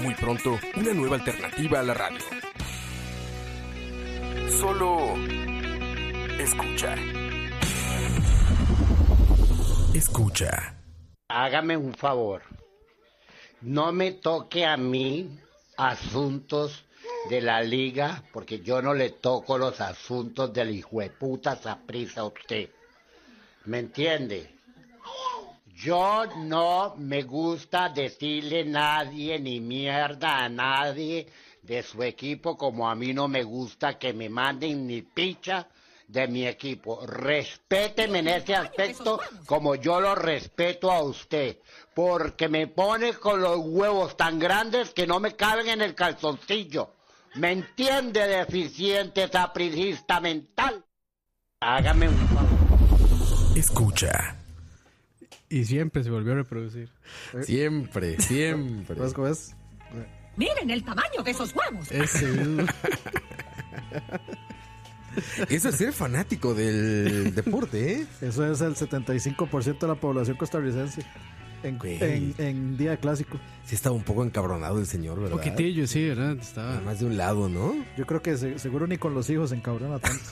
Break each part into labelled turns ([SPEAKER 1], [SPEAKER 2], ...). [SPEAKER 1] Muy pronto, una nueva alternativa a la radio. Solo escucha. Escucha.
[SPEAKER 2] Hágame un favor. No me toque a mí asuntos de la liga, porque yo no le toco los asuntos del hijo de puta Saprissa a usted. ¿Me entiende? Yo no me gusta decirle nadie ni mierda a nadie de su equipo, como a mí no me gusta que me manden ni picha de mi equipo. Respéteme en ese aspecto como yo lo respeto a usted, porque me pone con los huevos tan grandes que no me caben en el calzoncillo. ¿Me entiende, deficiente sapricista mental? Hágame un favor.
[SPEAKER 1] Escucha.
[SPEAKER 3] Y siempre se volvió a reproducir.
[SPEAKER 4] Siempre, siempre.
[SPEAKER 3] ¿Sabes cómo es?
[SPEAKER 5] Miren el tamaño de esos huevos.
[SPEAKER 3] Ese mismo.
[SPEAKER 4] Eso es ser fanático del deporte, ¿eh?
[SPEAKER 3] Eso es el 75% de la población costarricense. En,
[SPEAKER 4] Güey.
[SPEAKER 3] en- en día clásico.
[SPEAKER 4] Sí estaba un poco encabronado el señor, ¿verdad?
[SPEAKER 6] Poquitillo, sí, ¿verdad? Estaba.
[SPEAKER 4] Nada más de un lado, ¿no?
[SPEAKER 3] Yo creo que se- seguro ni con los hijos se encabrona tanto.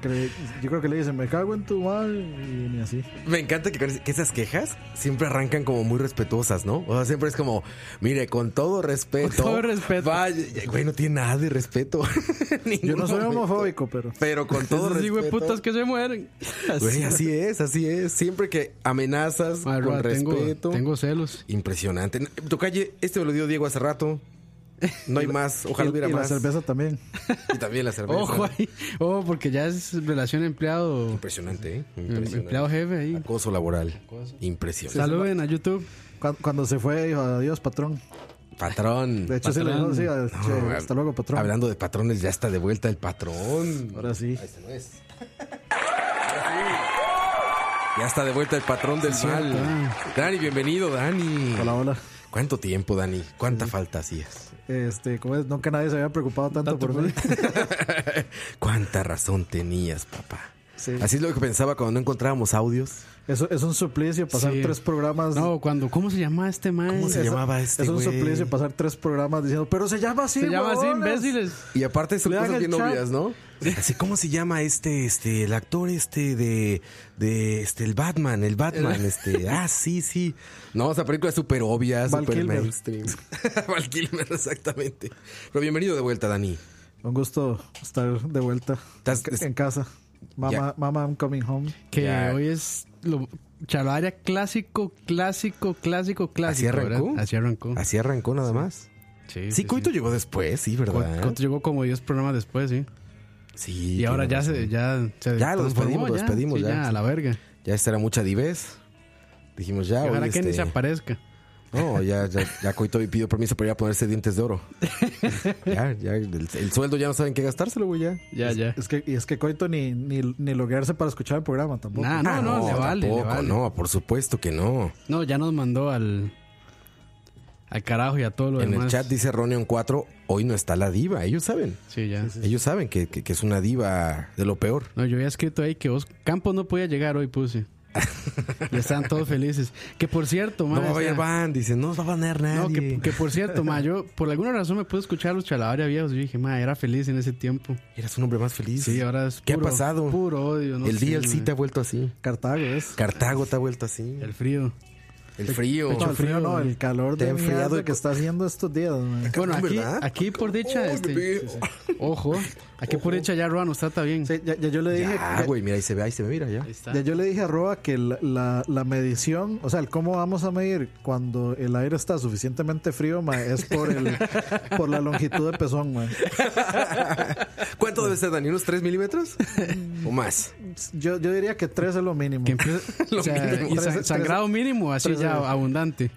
[SPEAKER 3] Que le- yo creo que le dicen, me cago en tu mal y ni así.
[SPEAKER 4] Me encanta que, con- que esas quejas siempre arrancan como muy respetuosas, ¿no? O sea, siempre es como, mire, con todo respeto.
[SPEAKER 6] Con todo respeto.
[SPEAKER 4] Vaya, güey, no tiene nada de respeto.
[SPEAKER 3] Yo no soy
[SPEAKER 4] Ningún momento.
[SPEAKER 3] homofóbico, pero
[SPEAKER 4] Pero con todo
[SPEAKER 6] Todos
[SPEAKER 4] respeto.
[SPEAKER 6] los putas que se mueren.
[SPEAKER 4] Güey, así es, así es. Siempre que amenazas
[SPEAKER 6] Madre,
[SPEAKER 4] con
[SPEAKER 6] Roa, tengo,
[SPEAKER 4] respeto.
[SPEAKER 6] tengo celos.
[SPEAKER 4] Impresionante. Tu calle, este me lo dio Diego hace rato. No hay más. Ojalá
[SPEAKER 3] y,
[SPEAKER 4] hubiera
[SPEAKER 3] y la
[SPEAKER 4] más.
[SPEAKER 3] cerveza también.
[SPEAKER 4] Y también la cerveza.
[SPEAKER 6] Ojo ahí. Ojo, porque ya es relación empleado. em,
[SPEAKER 4] Impresionante, ¿eh?
[SPEAKER 6] Empleado jefe ahí.
[SPEAKER 4] Acoso laboral. Impresionante.
[SPEAKER 6] Saluden a YouTube.
[SPEAKER 3] Cuando, cuando se fue, dijo, adiós, patrón.
[SPEAKER 4] Patrón.
[SPEAKER 3] De hecho, se le dijo,
[SPEAKER 6] Patrón.
[SPEAKER 3] sí, a- che,
[SPEAKER 4] No,
[SPEAKER 3] hasta luego, patrón.
[SPEAKER 4] Hablando de patrones, ya está de vuelta el patrón.
[SPEAKER 3] Ahora sí.
[SPEAKER 4] Este no es. Ya está de vuelta el patrón del mal. Dani, bienvenido, Dani.
[SPEAKER 3] Hola, hola.
[SPEAKER 4] ¿Cuánto tiempo, Dani? ¿Cuánta falta hacías?
[SPEAKER 3] Este, como es, nunca nadie se había preocupado tanto,
[SPEAKER 6] Tanto
[SPEAKER 3] por
[SPEAKER 6] por
[SPEAKER 3] mí.
[SPEAKER 4] ¿Cuánta razón tenías, papá?
[SPEAKER 3] Sí.
[SPEAKER 4] Así es lo que pensaba cuando no encontrábamos audios.
[SPEAKER 3] Eso es un suplicio pasar
[SPEAKER 6] Sí.
[SPEAKER 3] tres programas.
[SPEAKER 6] No, cuando, ¿cómo se llama este man?
[SPEAKER 4] ¿Cómo se
[SPEAKER 3] Es-
[SPEAKER 4] llamaba este
[SPEAKER 3] Es un
[SPEAKER 4] güey?
[SPEAKER 3] suplicio pasar tres programas diciendo, pero se llama así.
[SPEAKER 6] Se llama así,
[SPEAKER 3] huevones".
[SPEAKER 6] imbéciles.
[SPEAKER 4] Y aparte son
[SPEAKER 3] Le dan
[SPEAKER 4] cosas
[SPEAKER 3] el
[SPEAKER 4] bien
[SPEAKER 3] chat.
[SPEAKER 4] obvias, ¿no? Así, ¿cómo se llama este, este, el actor este de, de, este, el Batman, el Batman, este, ah, sí, sí. No, esa película es súper obvia,
[SPEAKER 3] Val
[SPEAKER 4] súper
[SPEAKER 3] Kilmer.
[SPEAKER 4] mainstream. Val Kilmer, exactamente. Pero bienvenido de vuelta, Dani.
[SPEAKER 3] Un gusto estar de vuelta
[SPEAKER 4] Estás-
[SPEAKER 3] en casa. Mama, mama, I'm coming home.
[SPEAKER 6] Que
[SPEAKER 4] Ya.
[SPEAKER 6] hoy es lo charlaria clásico, clásico, clásico,
[SPEAKER 4] Así
[SPEAKER 6] clásico.
[SPEAKER 4] arrancó.
[SPEAKER 6] ¿verdad? Así arrancó.
[SPEAKER 4] Así arrancó nada más.
[SPEAKER 6] Sí,
[SPEAKER 4] Sí, Coito llegó después, sí,
[SPEAKER 6] Co-
[SPEAKER 4] ¿verdad?
[SPEAKER 6] Coto llegó como 10 programas después, sí.
[SPEAKER 4] Sí.
[SPEAKER 6] Y, ahora ya
[SPEAKER 4] tienes
[SPEAKER 6] se,
[SPEAKER 4] razón.
[SPEAKER 6] ya se
[SPEAKER 4] Ya lo despedimos,
[SPEAKER 6] transformó,
[SPEAKER 4] lo
[SPEAKER 6] ya.
[SPEAKER 4] despedimos,
[SPEAKER 6] Sí,
[SPEAKER 4] ya.
[SPEAKER 6] a la verga.
[SPEAKER 4] Ya estará mucha divez. Dijimos ya,
[SPEAKER 6] Ojalá
[SPEAKER 4] hoy,
[SPEAKER 6] que ni se
[SPEAKER 4] este,
[SPEAKER 6] aparezca.
[SPEAKER 4] No, ya, ya, ya Coito pidió permiso para ir a ponerse dientes de oro. ya, ya, el, el sueldo ya no saben qué gastárselo, güey, ya.
[SPEAKER 6] Ya, ya.
[SPEAKER 3] Es que, y es que Coito ni, ni, ni loguearse para escuchar el programa tampoco.
[SPEAKER 6] Nah, no, no, le vale, le
[SPEAKER 4] Ah, tampoco,
[SPEAKER 6] vale. No.
[SPEAKER 4] no, por supuesto que no.
[SPEAKER 6] ya nos mandó al al carajo y a todo lo
[SPEAKER 4] en
[SPEAKER 6] demás.
[SPEAKER 4] el chat dice Roneon 4, hoy no está la diva, ellos saben.
[SPEAKER 6] Sí, ya.
[SPEAKER 4] Ellos saben que, que- que es una diva de lo peor.
[SPEAKER 6] No, yo había escrito ahí que Os Campos no podía llegar hoy, puse. y están todos felices. Que por cierto,
[SPEAKER 4] No
[SPEAKER 6] man,
[SPEAKER 4] va a
[SPEAKER 6] o sea,
[SPEAKER 4] haber van, dicen, no va a ganar nadie.
[SPEAKER 6] No, que, que por cierto, ma, yo por alguna razón me pude escuchar los chalabaria viejos. Yo dije, ma, era feliz en ese tiempo.
[SPEAKER 4] Eras un hombre más feliz.
[SPEAKER 6] Sí, ahora es
[SPEAKER 4] ¿Qué ha
[SPEAKER 6] puro-
[SPEAKER 4] pasado?
[SPEAKER 6] Puro odio. No
[SPEAKER 4] el
[SPEAKER 6] sé,
[SPEAKER 4] DLC
[SPEAKER 6] ma.
[SPEAKER 4] te ha vuelto así.
[SPEAKER 3] Cartago es.
[SPEAKER 4] Cartago te ha vuelto así.
[SPEAKER 6] El frío.
[SPEAKER 4] El frío.
[SPEAKER 3] No, el frío
[SPEAKER 6] frío,
[SPEAKER 3] no,
[SPEAKER 6] güey.
[SPEAKER 3] el calor
[SPEAKER 4] Te
[SPEAKER 3] de
[SPEAKER 4] ha enfriado
[SPEAKER 3] mierda
[SPEAKER 4] el-
[SPEAKER 3] que está haciendo estos días. man.
[SPEAKER 6] Bueno, aquí,
[SPEAKER 4] ¿verdad?
[SPEAKER 6] aquí por dicha,
[SPEAKER 4] Uy,
[SPEAKER 6] este,
[SPEAKER 4] bebé.
[SPEAKER 6] sí, sí. ojo, aquí por dicha ya Roa nos trata bien.
[SPEAKER 3] Sí, ya, ya yo le dije,
[SPEAKER 4] Ya,
[SPEAKER 3] ya-
[SPEAKER 4] Ah, güey, mira, ahí se ve, ahí se ve, mira, ya.
[SPEAKER 6] Ahí está.
[SPEAKER 3] ya yo le dije a Roa que la, la- la medición, o sea, el cómo vamos a medir cuando el aire está suficientemente frío, man, es por el por la longitud de pezón, man.
[SPEAKER 4] ¿Cuánto debe ser, Dani? ¿Unos 3 milímetros?
[SPEAKER 3] Mm.
[SPEAKER 4] ¿O más?
[SPEAKER 3] Yo, yo diría que tres es lo mínimo.
[SPEAKER 6] Que empieza- o sea,
[SPEAKER 4] mínimo.
[SPEAKER 6] y sa-
[SPEAKER 3] Trece-
[SPEAKER 6] sangrado mínimo, así
[SPEAKER 3] trece-
[SPEAKER 6] ya abundante.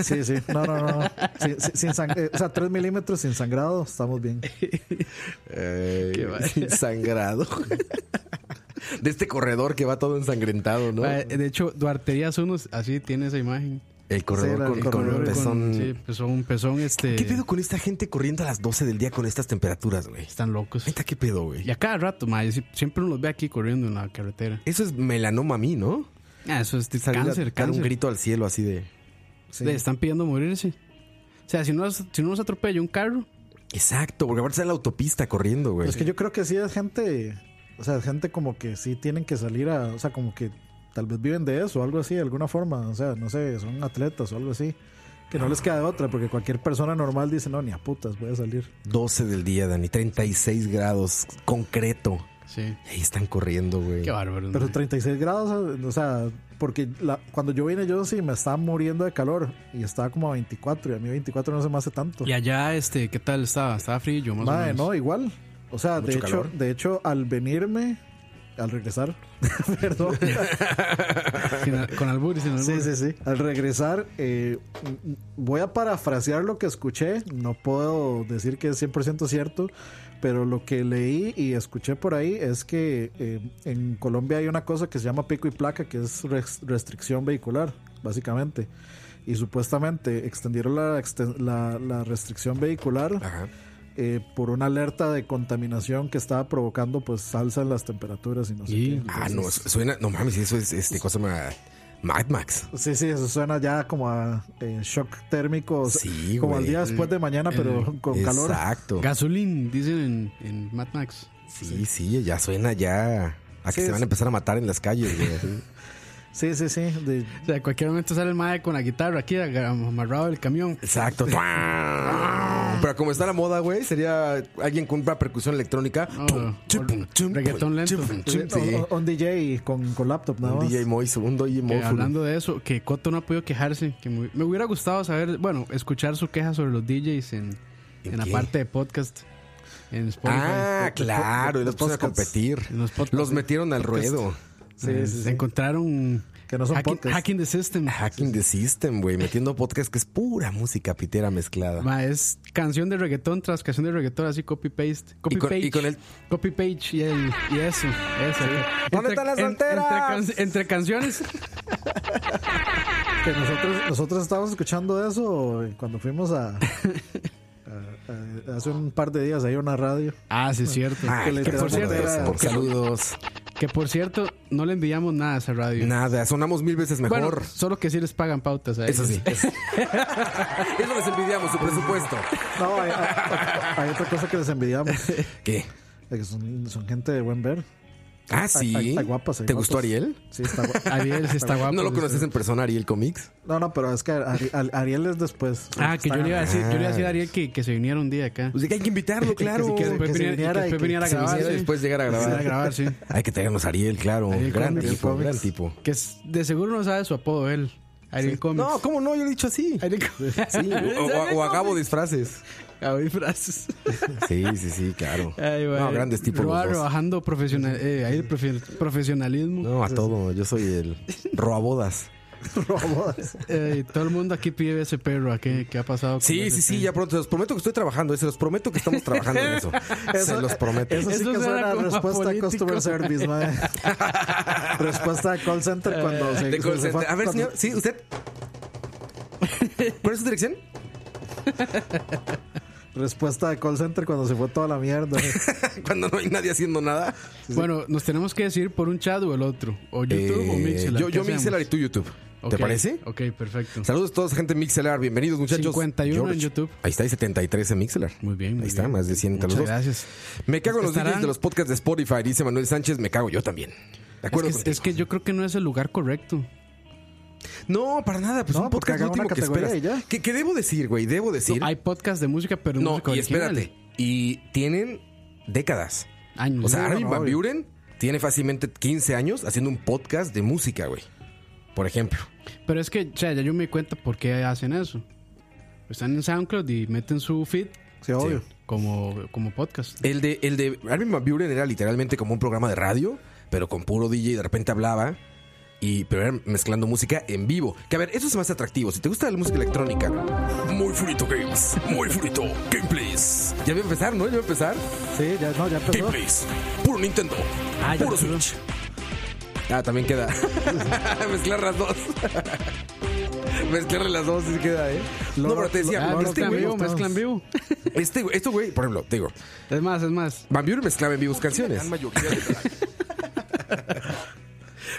[SPEAKER 3] Sí, sí. No, no, no. no. Sí, sí, sin sang- eh, o sea, 3 milímetros sin sangrado, estamos bien.
[SPEAKER 4] Eh, sangrado. De este corredor que va todo ensangrentado, ¿no?
[SPEAKER 3] eh,
[SPEAKER 6] Ma, Ah, De hecho, Duarterías uno así tiene esa imagen.
[SPEAKER 4] El corredor
[SPEAKER 3] Sí, la-
[SPEAKER 4] con,
[SPEAKER 3] el
[SPEAKER 4] con
[SPEAKER 3] corredor
[SPEAKER 4] el
[SPEAKER 3] con-
[SPEAKER 4] pezón.
[SPEAKER 6] Sí, pezón, pezón, este.
[SPEAKER 4] ¿Qué pedo con esta gente corriendo a las 12 del día con estas temperaturas, güey?
[SPEAKER 6] Están locos.
[SPEAKER 4] Neta, ¿qué pedo, güey?
[SPEAKER 6] Y a cada rato, ma, yo si- siempre uno los ve aquí corriendo en la carretera.
[SPEAKER 4] Eso es melanoma a mí, ¿no?
[SPEAKER 6] Ah, eso es de
[SPEAKER 4] Eh, Salir a
[SPEAKER 6] cáncer,
[SPEAKER 4] dar un
[SPEAKER 6] cáncer.
[SPEAKER 4] grito al cielo así de...
[SPEAKER 3] Sí.
[SPEAKER 6] Le están pidiendo morirse. O sea, si no, si no nos atropella un carro,
[SPEAKER 4] Exacto, porque aparte está en la autopista corriendo,
[SPEAKER 6] Pues
[SPEAKER 4] güey.
[SPEAKER 3] Es que yo creo que sí es gente, o sea, es gente como que sí tienen que salir a, o sea, como que tal vez viven de eso o algo así, de alguna forma, o sea, no sé, son atletas o algo así, que
[SPEAKER 6] Ah.
[SPEAKER 3] no les queda de otra, porque cualquier persona normal dice, no, ni a putas, voy a salir.
[SPEAKER 4] 12 del día, Dani, 36 grados, concreto.
[SPEAKER 6] sí.
[SPEAKER 4] Y Ahí están corriendo, güey.
[SPEAKER 6] Qué bárbaro.
[SPEAKER 3] Pero
[SPEAKER 6] ma.
[SPEAKER 3] 36 grados, o sea, porque la- cuando yo vine yo sí me estaba muriendo de calor y estaba como a 24 y a mí 24 no se me hace tanto.
[SPEAKER 6] Y allá, este, ¿qué tal estaba? Estaba frío, más
[SPEAKER 3] Madre,
[SPEAKER 6] o menos.
[SPEAKER 3] no, igual. O sea, de
[SPEAKER 4] Mucho
[SPEAKER 3] hecho,
[SPEAKER 4] calor.
[SPEAKER 3] de hecho, al venirme, al regresar, perdón,
[SPEAKER 6] Sin al- con albur y sin albur.
[SPEAKER 3] Sí, sí, sí. Al regresar, eh, m- m- voy a parafrasear lo que escuché. No puedo decir que es 100% cierto, pero lo que leí y escuché por ahí es que eh, en Colombia hay una cosa que se llama pico y placa, que es res- restricción vehicular, básicamente. Y supuestamente extendieron la, exten- la- la restricción vehicular
[SPEAKER 4] Ajá.
[SPEAKER 3] eh, por una alerta de contaminación que estaba provocando pues alza en las temperaturas y no sé
[SPEAKER 6] Y-
[SPEAKER 3] qué.
[SPEAKER 4] Ah, no,
[SPEAKER 3] Entonces,
[SPEAKER 4] suena... No mames, eso es, este, cosa más... Mad Max.
[SPEAKER 3] Sí, sí, eso suena ya como a eh, shock térmico. o sea,
[SPEAKER 4] Sí,
[SPEAKER 3] como al
[SPEAKER 4] güey. Mm,
[SPEAKER 3] día después de mañana, pero con calor.
[SPEAKER 4] Exacto.
[SPEAKER 6] Gasolín, dicen en, en Mad Max.
[SPEAKER 4] Sí, sí, ya suena ya... A que
[SPEAKER 3] Sí,
[SPEAKER 4] se
[SPEAKER 3] es-
[SPEAKER 4] van a empezar a matar en las calles, güey. así.
[SPEAKER 3] Sí, sí, sí. de-
[SPEAKER 6] O sea, en cualquier momento sale el mae con la guitarra aquí aga- amarrado del camión.
[SPEAKER 4] Exacto. Pero como está la moda, güey, sería alguen con una percusión electrónica.
[SPEAKER 6] No,
[SPEAKER 4] Pum, chum,
[SPEAKER 6] Ah, o-
[SPEAKER 4] pum, chum,
[SPEAKER 6] reggaetón
[SPEAKER 4] pum,
[SPEAKER 6] lento.
[SPEAKER 4] chum, chum,
[SPEAKER 3] un-
[SPEAKER 4] sí.
[SPEAKER 3] un, un DJ con, con laptop nada
[SPEAKER 4] Un
[SPEAKER 3] más.
[SPEAKER 4] DJ Moiso, un DJ
[SPEAKER 6] Que
[SPEAKER 4] Moiso.
[SPEAKER 6] hablando de eso, que Coto no ha podido quejarse. Que me, me hubiera gustado saber, bueno, escuchar su queja sobre los DJs en,
[SPEAKER 4] ¿En
[SPEAKER 6] en la
[SPEAKER 4] qué?
[SPEAKER 6] parte de podcast, en Spotify.
[SPEAKER 4] Ah, claro, y
[SPEAKER 3] los
[SPEAKER 4] los pusieron a
[SPEAKER 3] podcasts.
[SPEAKER 4] competir.
[SPEAKER 6] En los podcasts,
[SPEAKER 4] Los
[SPEAKER 6] sí.
[SPEAKER 4] metieron al
[SPEAKER 6] Podcasts.
[SPEAKER 4] ruedo.
[SPEAKER 3] Sí,
[SPEAKER 6] Eh,
[SPEAKER 3] sí,
[SPEAKER 6] se
[SPEAKER 3] sí.
[SPEAKER 6] encontraron
[SPEAKER 3] Que no son
[SPEAKER 6] hacking,
[SPEAKER 3] podcasts.
[SPEAKER 6] hacking the system.
[SPEAKER 4] Hacking the system, güey, metiendo podcast que es pura música pitera mezclada.
[SPEAKER 6] Ma, es canción de reggaetón tras canción de reggaetón, así copy paste. Copy
[SPEAKER 4] con-
[SPEAKER 6] page.
[SPEAKER 4] y con el-
[SPEAKER 6] Copy page y, el- y eso. eso.
[SPEAKER 4] ¿Dónde están las solteras?
[SPEAKER 6] Entre, can- entre canciones.
[SPEAKER 3] Que nosotros, nosotros estábamos escuchando eso eh, cuando fuimos a, a- a- Hace un par de días ahí a una radio.
[SPEAKER 6] Ah, sí, es cierto.
[SPEAKER 4] Ah,
[SPEAKER 3] que le
[SPEAKER 4] que
[SPEAKER 3] quedó
[SPEAKER 4] por cierto,
[SPEAKER 3] era-
[SPEAKER 4] por
[SPEAKER 3] que-
[SPEAKER 4] saludos.
[SPEAKER 6] Que por cierto, no le enviamos nada a esa radio.
[SPEAKER 4] Nada, sonamos mil veces mejor.
[SPEAKER 6] Bueno, solo que sí les pagan pautas a
[SPEAKER 4] eso
[SPEAKER 6] ellos.
[SPEAKER 4] sí. Eso. Eso les envidiamos, su presupuesto.
[SPEAKER 3] No, hay, hay- hay otra cosa que les envidiamos.
[SPEAKER 4] ¿Qué?
[SPEAKER 3] que son, son gente de buen ver.
[SPEAKER 4] Ah, sí.
[SPEAKER 3] Hay- hay guapas, hay
[SPEAKER 4] ¿Te
[SPEAKER 3] guapas.
[SPEAKER 4] gustó Ariel?
[SPEAKER 3] Sí, está guapa.
[SPEAKER 6] Ariel sí está guapo.
[SPEAKER 4] ¿No lo conoces
[SPEAKER 6] sí.
[SPEAKER 4] en persona, Ariel Comics?
[SPEAKER 3] No, no, pero es que Ari- Ari- Ariel es después.
[SPEAKER 6] Ah, que yo le iba a decir, yo le iba a decir a Ariel que, que se viniera un día acá.
[SPEAKER 4] Pues de que hay que invitarlo, claro.
[SPEAKER 3] si quieres-
[SPEAKER 6] después
[SPEAKER 3] que se viniera
[SPEAKER 6] viniera- y
[SPEAKER 3] y
[SPEAKER 6] después
[SPEAKER 3] que
[SPEAKER 6] viniera a
[SPEAKER 4] se
[SPEAKER 6] pues, grabar.
[SPEAKER 4] viniera
[SPEAKER 6] sí.
[SPEAKER 4] después llegara a grabar.
[SPEAKER 6] Viniera a grabar, sí.
[SPEAKER 4] Hay que traernos a Ariel, claro.
[SPEAKER 6] Ariel
[SPEAKER 4] gran
[SPEAKER 6] Comics.
[SPEAKER 4] tipo,
[SPEAKER 3] Ariel
[SPEAKER 4] gran
[SPEAKER 3] Comics.
[SPEAKER 4] tipo.
[SPEAKER 6] Que es- de seguro no sabe su apodo él. Ariel Comics. ¿eh?
[SPEAKER 4] No, ¿cómo no? Yo lo he dicho así.
[SPEAKER 6] Ariel Comics.
[SPEAKER 4] Sí, o, o- o acabo disfraces.
[SPEAKER 6] A oír frases.
[SPEAKER 4] Sí, sí, sí, claro.
[SPEAKER 6] Ay, güey.
[SPEAKER 4] no, grandes tipos
[SPEAKER 6] Roa
[SPEAKER 4] los dos.
[SPEAKER 6] rebajando profesional, eh, ahí el profe- profesionalismo.
[SPEAKER 4] No, a todo. Yo soy el roabodas.
[SPEAKER 3] Robodas.
[SPEAKER 6] Eh, todo el mundo aquí pide ese perro. ¿a ¿Qué, qué ha pasado? con
[SPEAKER 4] Sí,
[SPEAKER 6] ese
[SPEAKER 4] sí, sí,
[SPEAKER 6] perro?
[SPEAKER 4] ya pronto. Se los prometo que estoy trabajando. eh, Se los prometo que estamos trabajando en eso. se
[SPEAKER 3] Eso-
[SPEAKER 4] los prometo.
[SPEAKER 3] Eso sí
[SPEAKER 6] Eso
[SPEAKER 3] que
[SPEAKER 6] suena
[SPEAKER 3] suena a
[SPEAKER 6] como a
[SPEAKER 3] respuesta a
[SPEAKER 6] político.
[SPEAKER 3] customer service, madre. respuesta a call center cuando se,
[SPEAKER 4] Eh, De
[SPEAKER 3] se-
[SPEAKER 4] call
[SPEAKER 3] se
[SPEAKER 4] center.
[SPEAKER 3] fue-
[SPEAKER 4] A ver,
[SPEAKER 3] cuando-
[SPEAKER 4] señor, sí, usted. ¿Cuál es su dirección?
[SPEAKER 3] Respuesta de call center cuando se fue toda la mierda.
[SPEAKER 4] Cuando no hay nadie haciendo nada.
[SPEAKER 6] Bueno, nos tenemos que decir por un chat o el otro. O YouTube o
[SPEAKER 4] Eh,
[SPEAKER 6] Mixelar.
[SPEAKER 4] Yo,
[SPEAKER 6] ¿qué
[SPEAKER 4] yo
[SPEAKER 6] hacemos?
[SPEAKER 4] Mixelar y tú YouTube.
[SPEAKER 6] Ok,
[SPEAKER 4] ¿Te parece?
[SPEAKER 6] Ok, perfecto.
[SPEAKER 4] Saludos a toda esa gente en Mixelar. Bienvenidos, muchachos.
[SPEAKER 6] 51 en
[SPEAKER 4] George.
[SPEAKER 6] YouTube.
[SPEAKER 4] Ahí está, hay 73 en Mixelar.
[SPEAKER 6] Muy bien. muy
[SPEAKER 4] Ahí está,
[SPEAKER 6] bien.
[SPEAKER 4] más de 100 entre los
[SPEAKER 6] Muchas
[SPEAKER 4] dos.
[SPEAKER 6] gracias.
[SPEAKER 4] Me cago en los
[SPEAKER 6] Estarán-
[SPEAKER 4] DJs de los podcasts de Spotify, dice Manuel Sánchez. Me cago yo también. De acuerdo.
[SPEAKER 6] Es que, es
[SPEAKER 4] contigo.
[SPEAKER 6] que yo creo que no es el lugar correcto.
[SPEAKER 4] No, para nada. Pues
[SPEAKER 3] No,
[SPEAKER 4] un
[SPEAKER 3] pues que
[SPEAKER 4] podcast
[SPEAKER 3] haga
[SPEAKER 4] último
[SPEAKER 3] una
[SPEAKER 4] que
[SPEAKER 3] categoría
[SPEAKER 4] esperas.
[SPEAKER 3] y ya.
[SPEAKER 4] ¿Qué, qué debo decir, güey? Debo decir.
[SPEAKER 6] Hay podcast de música, pero
[SPEAKER 4] no,
[SPEAKER 6] música
[SPEAKER 4] y
[SPEAKER 6] original.
[SPEAKER 4] espérate. Y tienen décadas.
[SPEAKER 6] Años.
[SPEAKER 4] O sea,
[SPEAKER 6] Sí,
[SPEAKER 4] Armin
[SPEAKER 6] no,
[SPEAKER 4] Van
[SPEAKER 6] obvio.
[SPEAKER 4] Buren tiene fácilmente 15 años haciendo un podcast de música, güey. Por ejemplo.
[SPEAKER 6] Pero es que, o sea, ya yo me di cuenta por qué hacen eso. Están en SoundCloud y meten su feed
[SPEAKER 3] Sí, obvio.
[SPEAKER 6] como, como podcast.
[SPEAKER 4] El de, el de Armin Van Buren era literalmente como un programa de radio, pero con puro DJ y de repente hablaba. y pero eran mezclando música en vivo. Que a ver, eso es más atractivo. Si te gusta la música electrónica, muy frito games, muy frito gameplays. Ya voy a empezar, ¿no? Ya voy a empezar.
[SPEAKER 3] Sí, ya, no, ya empezó.
[SPEAKER 4] Gameplays, puro Nintendo,
[SPEAKER 6] Ah, ya
[SPEAKER 4] puro
[SPEAKER 6] empezó.
[SPEAKER 4] Switch. Ah, también queda. Mezclar las dos. Mezclarle las dos sí queda, ¿eh? no,
[SPEAKER 3] Lord-
[SPEAKER 4] pero te decía,
[SPEAKER 3] Ah,
[SPEAKER 6] Ah,
[SPEAKER 3] no,
[SPEAKER 4] este
[SPEAKER 6] mezclan
[SPEAKER 4] güey,
[SPEAKER 6] vivo,
[SPEAKER 3] todos.
[SPEAKER 6] mezclan vivo.
[SPEAKER 4] este güey- esto güey, por ejemplo, te digo,
[SPEAKER 6] Es más, es más.
[SPEAKER 4] Van Buren mezclaba en vivos canciones.
[SPEAKER 1] gran mayoría de edad.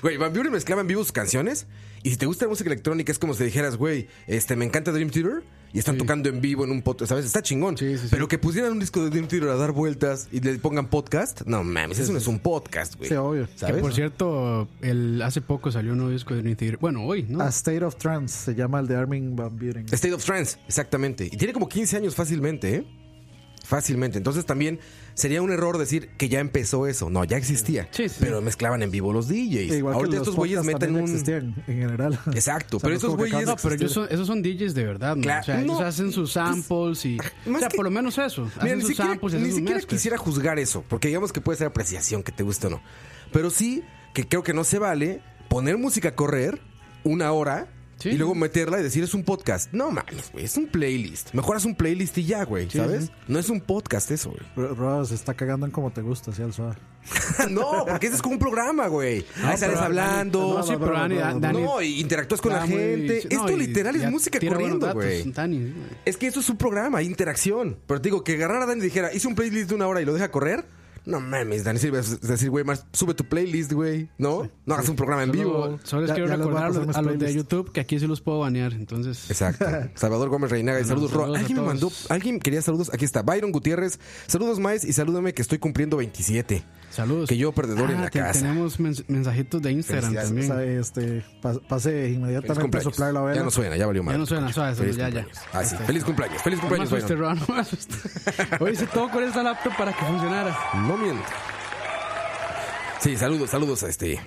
[SPEAKER 4] Güey, Van Buren mezclaba en vivo sus canciones. Y si te gusta la música electrónica, es como si dijeras, güey, este, me encanta Dream Theater. Y están tocando en vivo en un podcast, ¿sabes? Está chingón.
[SPEAKER 6] Sí, sí, sí.
[SPEAKER 4] Pero que pusieran un disco de Dream Theater a dar vueltas y le pongan podcast. No mames, eso no es un podcast, güey.
[SPEAKER 3] Sí, obvio.
[SPEAKER 4] ¿Sabes?
[SPEAKER 6] Que por cierto, el, hace poco salió un nuevo disco de Dream Theater. Bueno, hoy, ¿no?
[SPEAKER 4] Ah,
[SPEAKER 3] A State of Trance se llama el de Armin Van Buren.
[SPEAKER 4] State of Trance, exactamente. Y tiene como 15 años fácilmente, ¿eh? Fácilmente. Entonces también sería un error decir que ya empezó eso. No, ya existía.
[SPEAKER 6] Sí, sí, sí.
[SPEAKER 4] Pero mezclaban en vivo los DJs.
[SPEAKER 3] Igual
[SPEAKER 4] Ahorita
[SPEAKER 3] que los
[SPEAKER 4] estos güeyes
[SPEAKER 3] podcasts
[SPEAKER 4] meten
[SPEAKER 3] también
[SPEAKER 4] un.
[SPEAKER 3] existían en general.
[SPEAKER 4] Exacto,
[SPEAKER 3] O sea,
[SPEAKER 4] pero
[SPEAKER 3] no es
[SPEAKER 4] esos
[SPEAKER 3] como que
[SPEAKER 4] güeyes-
[SPEAKER 3] acaban de
[SPEAKER 4] No,
[SPEAKER 6] Pero ellos
[SPEAKER 3] existir.
[SPEAKER 6] son, esos son DJs de verdad, ¿no?
[SPEAKER 4] Claro,
[SPEAKER 6] o sea, ellos
[SPEAKER 4] no.
[SPEAKER 6] hacen sus samples y.
[SPEAKER 4] Más
[SPEAKER 6] o sea,
[SPEAKER 4] que-
[SPEAKER 6] por lo menos eso. Hacen
[SPEAKER 4] Mira, ni
[SPEAKER 6] sus
[SPEAKER 4] siquiera,
[SPEAKER 6] samples y
[SPEAKER 4] ni
[SPEAKER 6] hacen sus
[SPEAKER 4] siquiera
[SPEAKER 6] mezclas.
[SPEAKER 4] quisiera juzgar eso, porque digamos que puede ser apreciación que te guste o no. Pero sí que creo que no se vale poner música a correr una hora
[SPEAKER 6] Sí.
[SPEAKER 4] y luego meterla y decir es un podcast. No mames, güey, es un playlist. Mejor haz un playlist y ya, güey, ¿sabes? No es un podcast eso, güey.
[SPEAKER 3] Ro- Roa se está cagando en como te gusta, así al suave.
[SPEAKER 4] no, porque ese es como un programa, güey. Ahí sales
[SPEAKER 6] Ah, pero-
[SPEAKER 4] hablando.
[SPEAKER 6] No, sí, pero Dani- Dani-
[SPEAKER 4] No, y interactúas con la
[SPEAKER 6] Está muy-
[SPEAKER 4] gente.
[SPEAKER 6] no,
[SPEAKER 4] Esto
[SPEAKER 6] y
[SPEAKER 4] literal es
[SPEAKER 6] ya
[SPEAKER 4] música
[SPEAKER 6] tiene buenos
[SPEAKER 4] corriendo,
[SPEAKER 6] datos,
[SPEAKER 4] güey.
[SPEAKER 6] Dani.
[SPEAKER 4] Es que esto es un programa, hay interacción. Pero te digo, que agarrar a Dani y dijera, hice un playlist de una hora y lo deja correr. No mames, Dani, sirve es decir, güey, más sube tu playlist, güey. ¿No? no hagas un programa en vivo.
[SPEAKER 6] Solo, solo les
[SPEAKER 3] Ya-
[SPEAKER 6] quiero
[SPEAKER 3] ya les voy a
[SPEAKER 6] recordar a
[SPEAKER 3] pasar
[SPEAKER 6] los,
[SPEAKER 3] mis
[SPEAKER 6] a los de
[SPEAKER 3] playlists.
[SPEAKER 6] YouTube que aquí sí los puedo banear. Entonces,
[SPEAKER 4] Exacto. Salvador Gómez Reinaga, y
[SPEAKER 6] Bueno,
[SPEAKER 4] saludos, Ro.
[SPEAKER 6] saludos a
[SPEAKER 4] Alguien me mandó,
[SPEAKER 6] todos.
[SPEAKER 4] alguien quería saludos. Aquí está, Byron Gutiérrez. Saludos, más y salúdame que estoy cumpliendo 27.
[SPEAKER 6] saludos.
[SPEAKER 4] Que yo perdedor en
[SPEAKER 6] Ah,
[SPEAKER 4] la
[SPEAKER 6] te-
[SPEAKER 4] casa.
[SPEAKER 6] Tenemos mens- mensajitos de Instagram
[SPEAKER 4] Felicidades.
[SPEAKER 3] O
[SPEAKER 6] también.
[SPEAKER 3] sea, este, pas- pase
[SPEAKER 4] Feliz
[SPEAKER 3] inmediatamente a
[SPEAKER 4] cumpleaños.
[SPEAKER 3] soplar la vela.
[SPEAKER 4] Ya no suena, ya valió mal.
[SPEAKER 6] no suena, suave,
[SPEAKER 4] Feliz
[SPEAKER 6] ya, Este, ya.
[SPEAKER 4] cumpleaños. Ah, sí. Feliz cumpleaños, feliz
[SPEAKER 6] No me
[SPEAKER 4] cumpleaños,
[SPEAKER 6] asusté,
[SPEAKER 4] Byron.
[SPEAKER 6] Ron, no me asusté. Hoy hice todo con esta laptop para que funcionara.
[SPEAKER 4] No miento. Sí, saludos, saludos a este.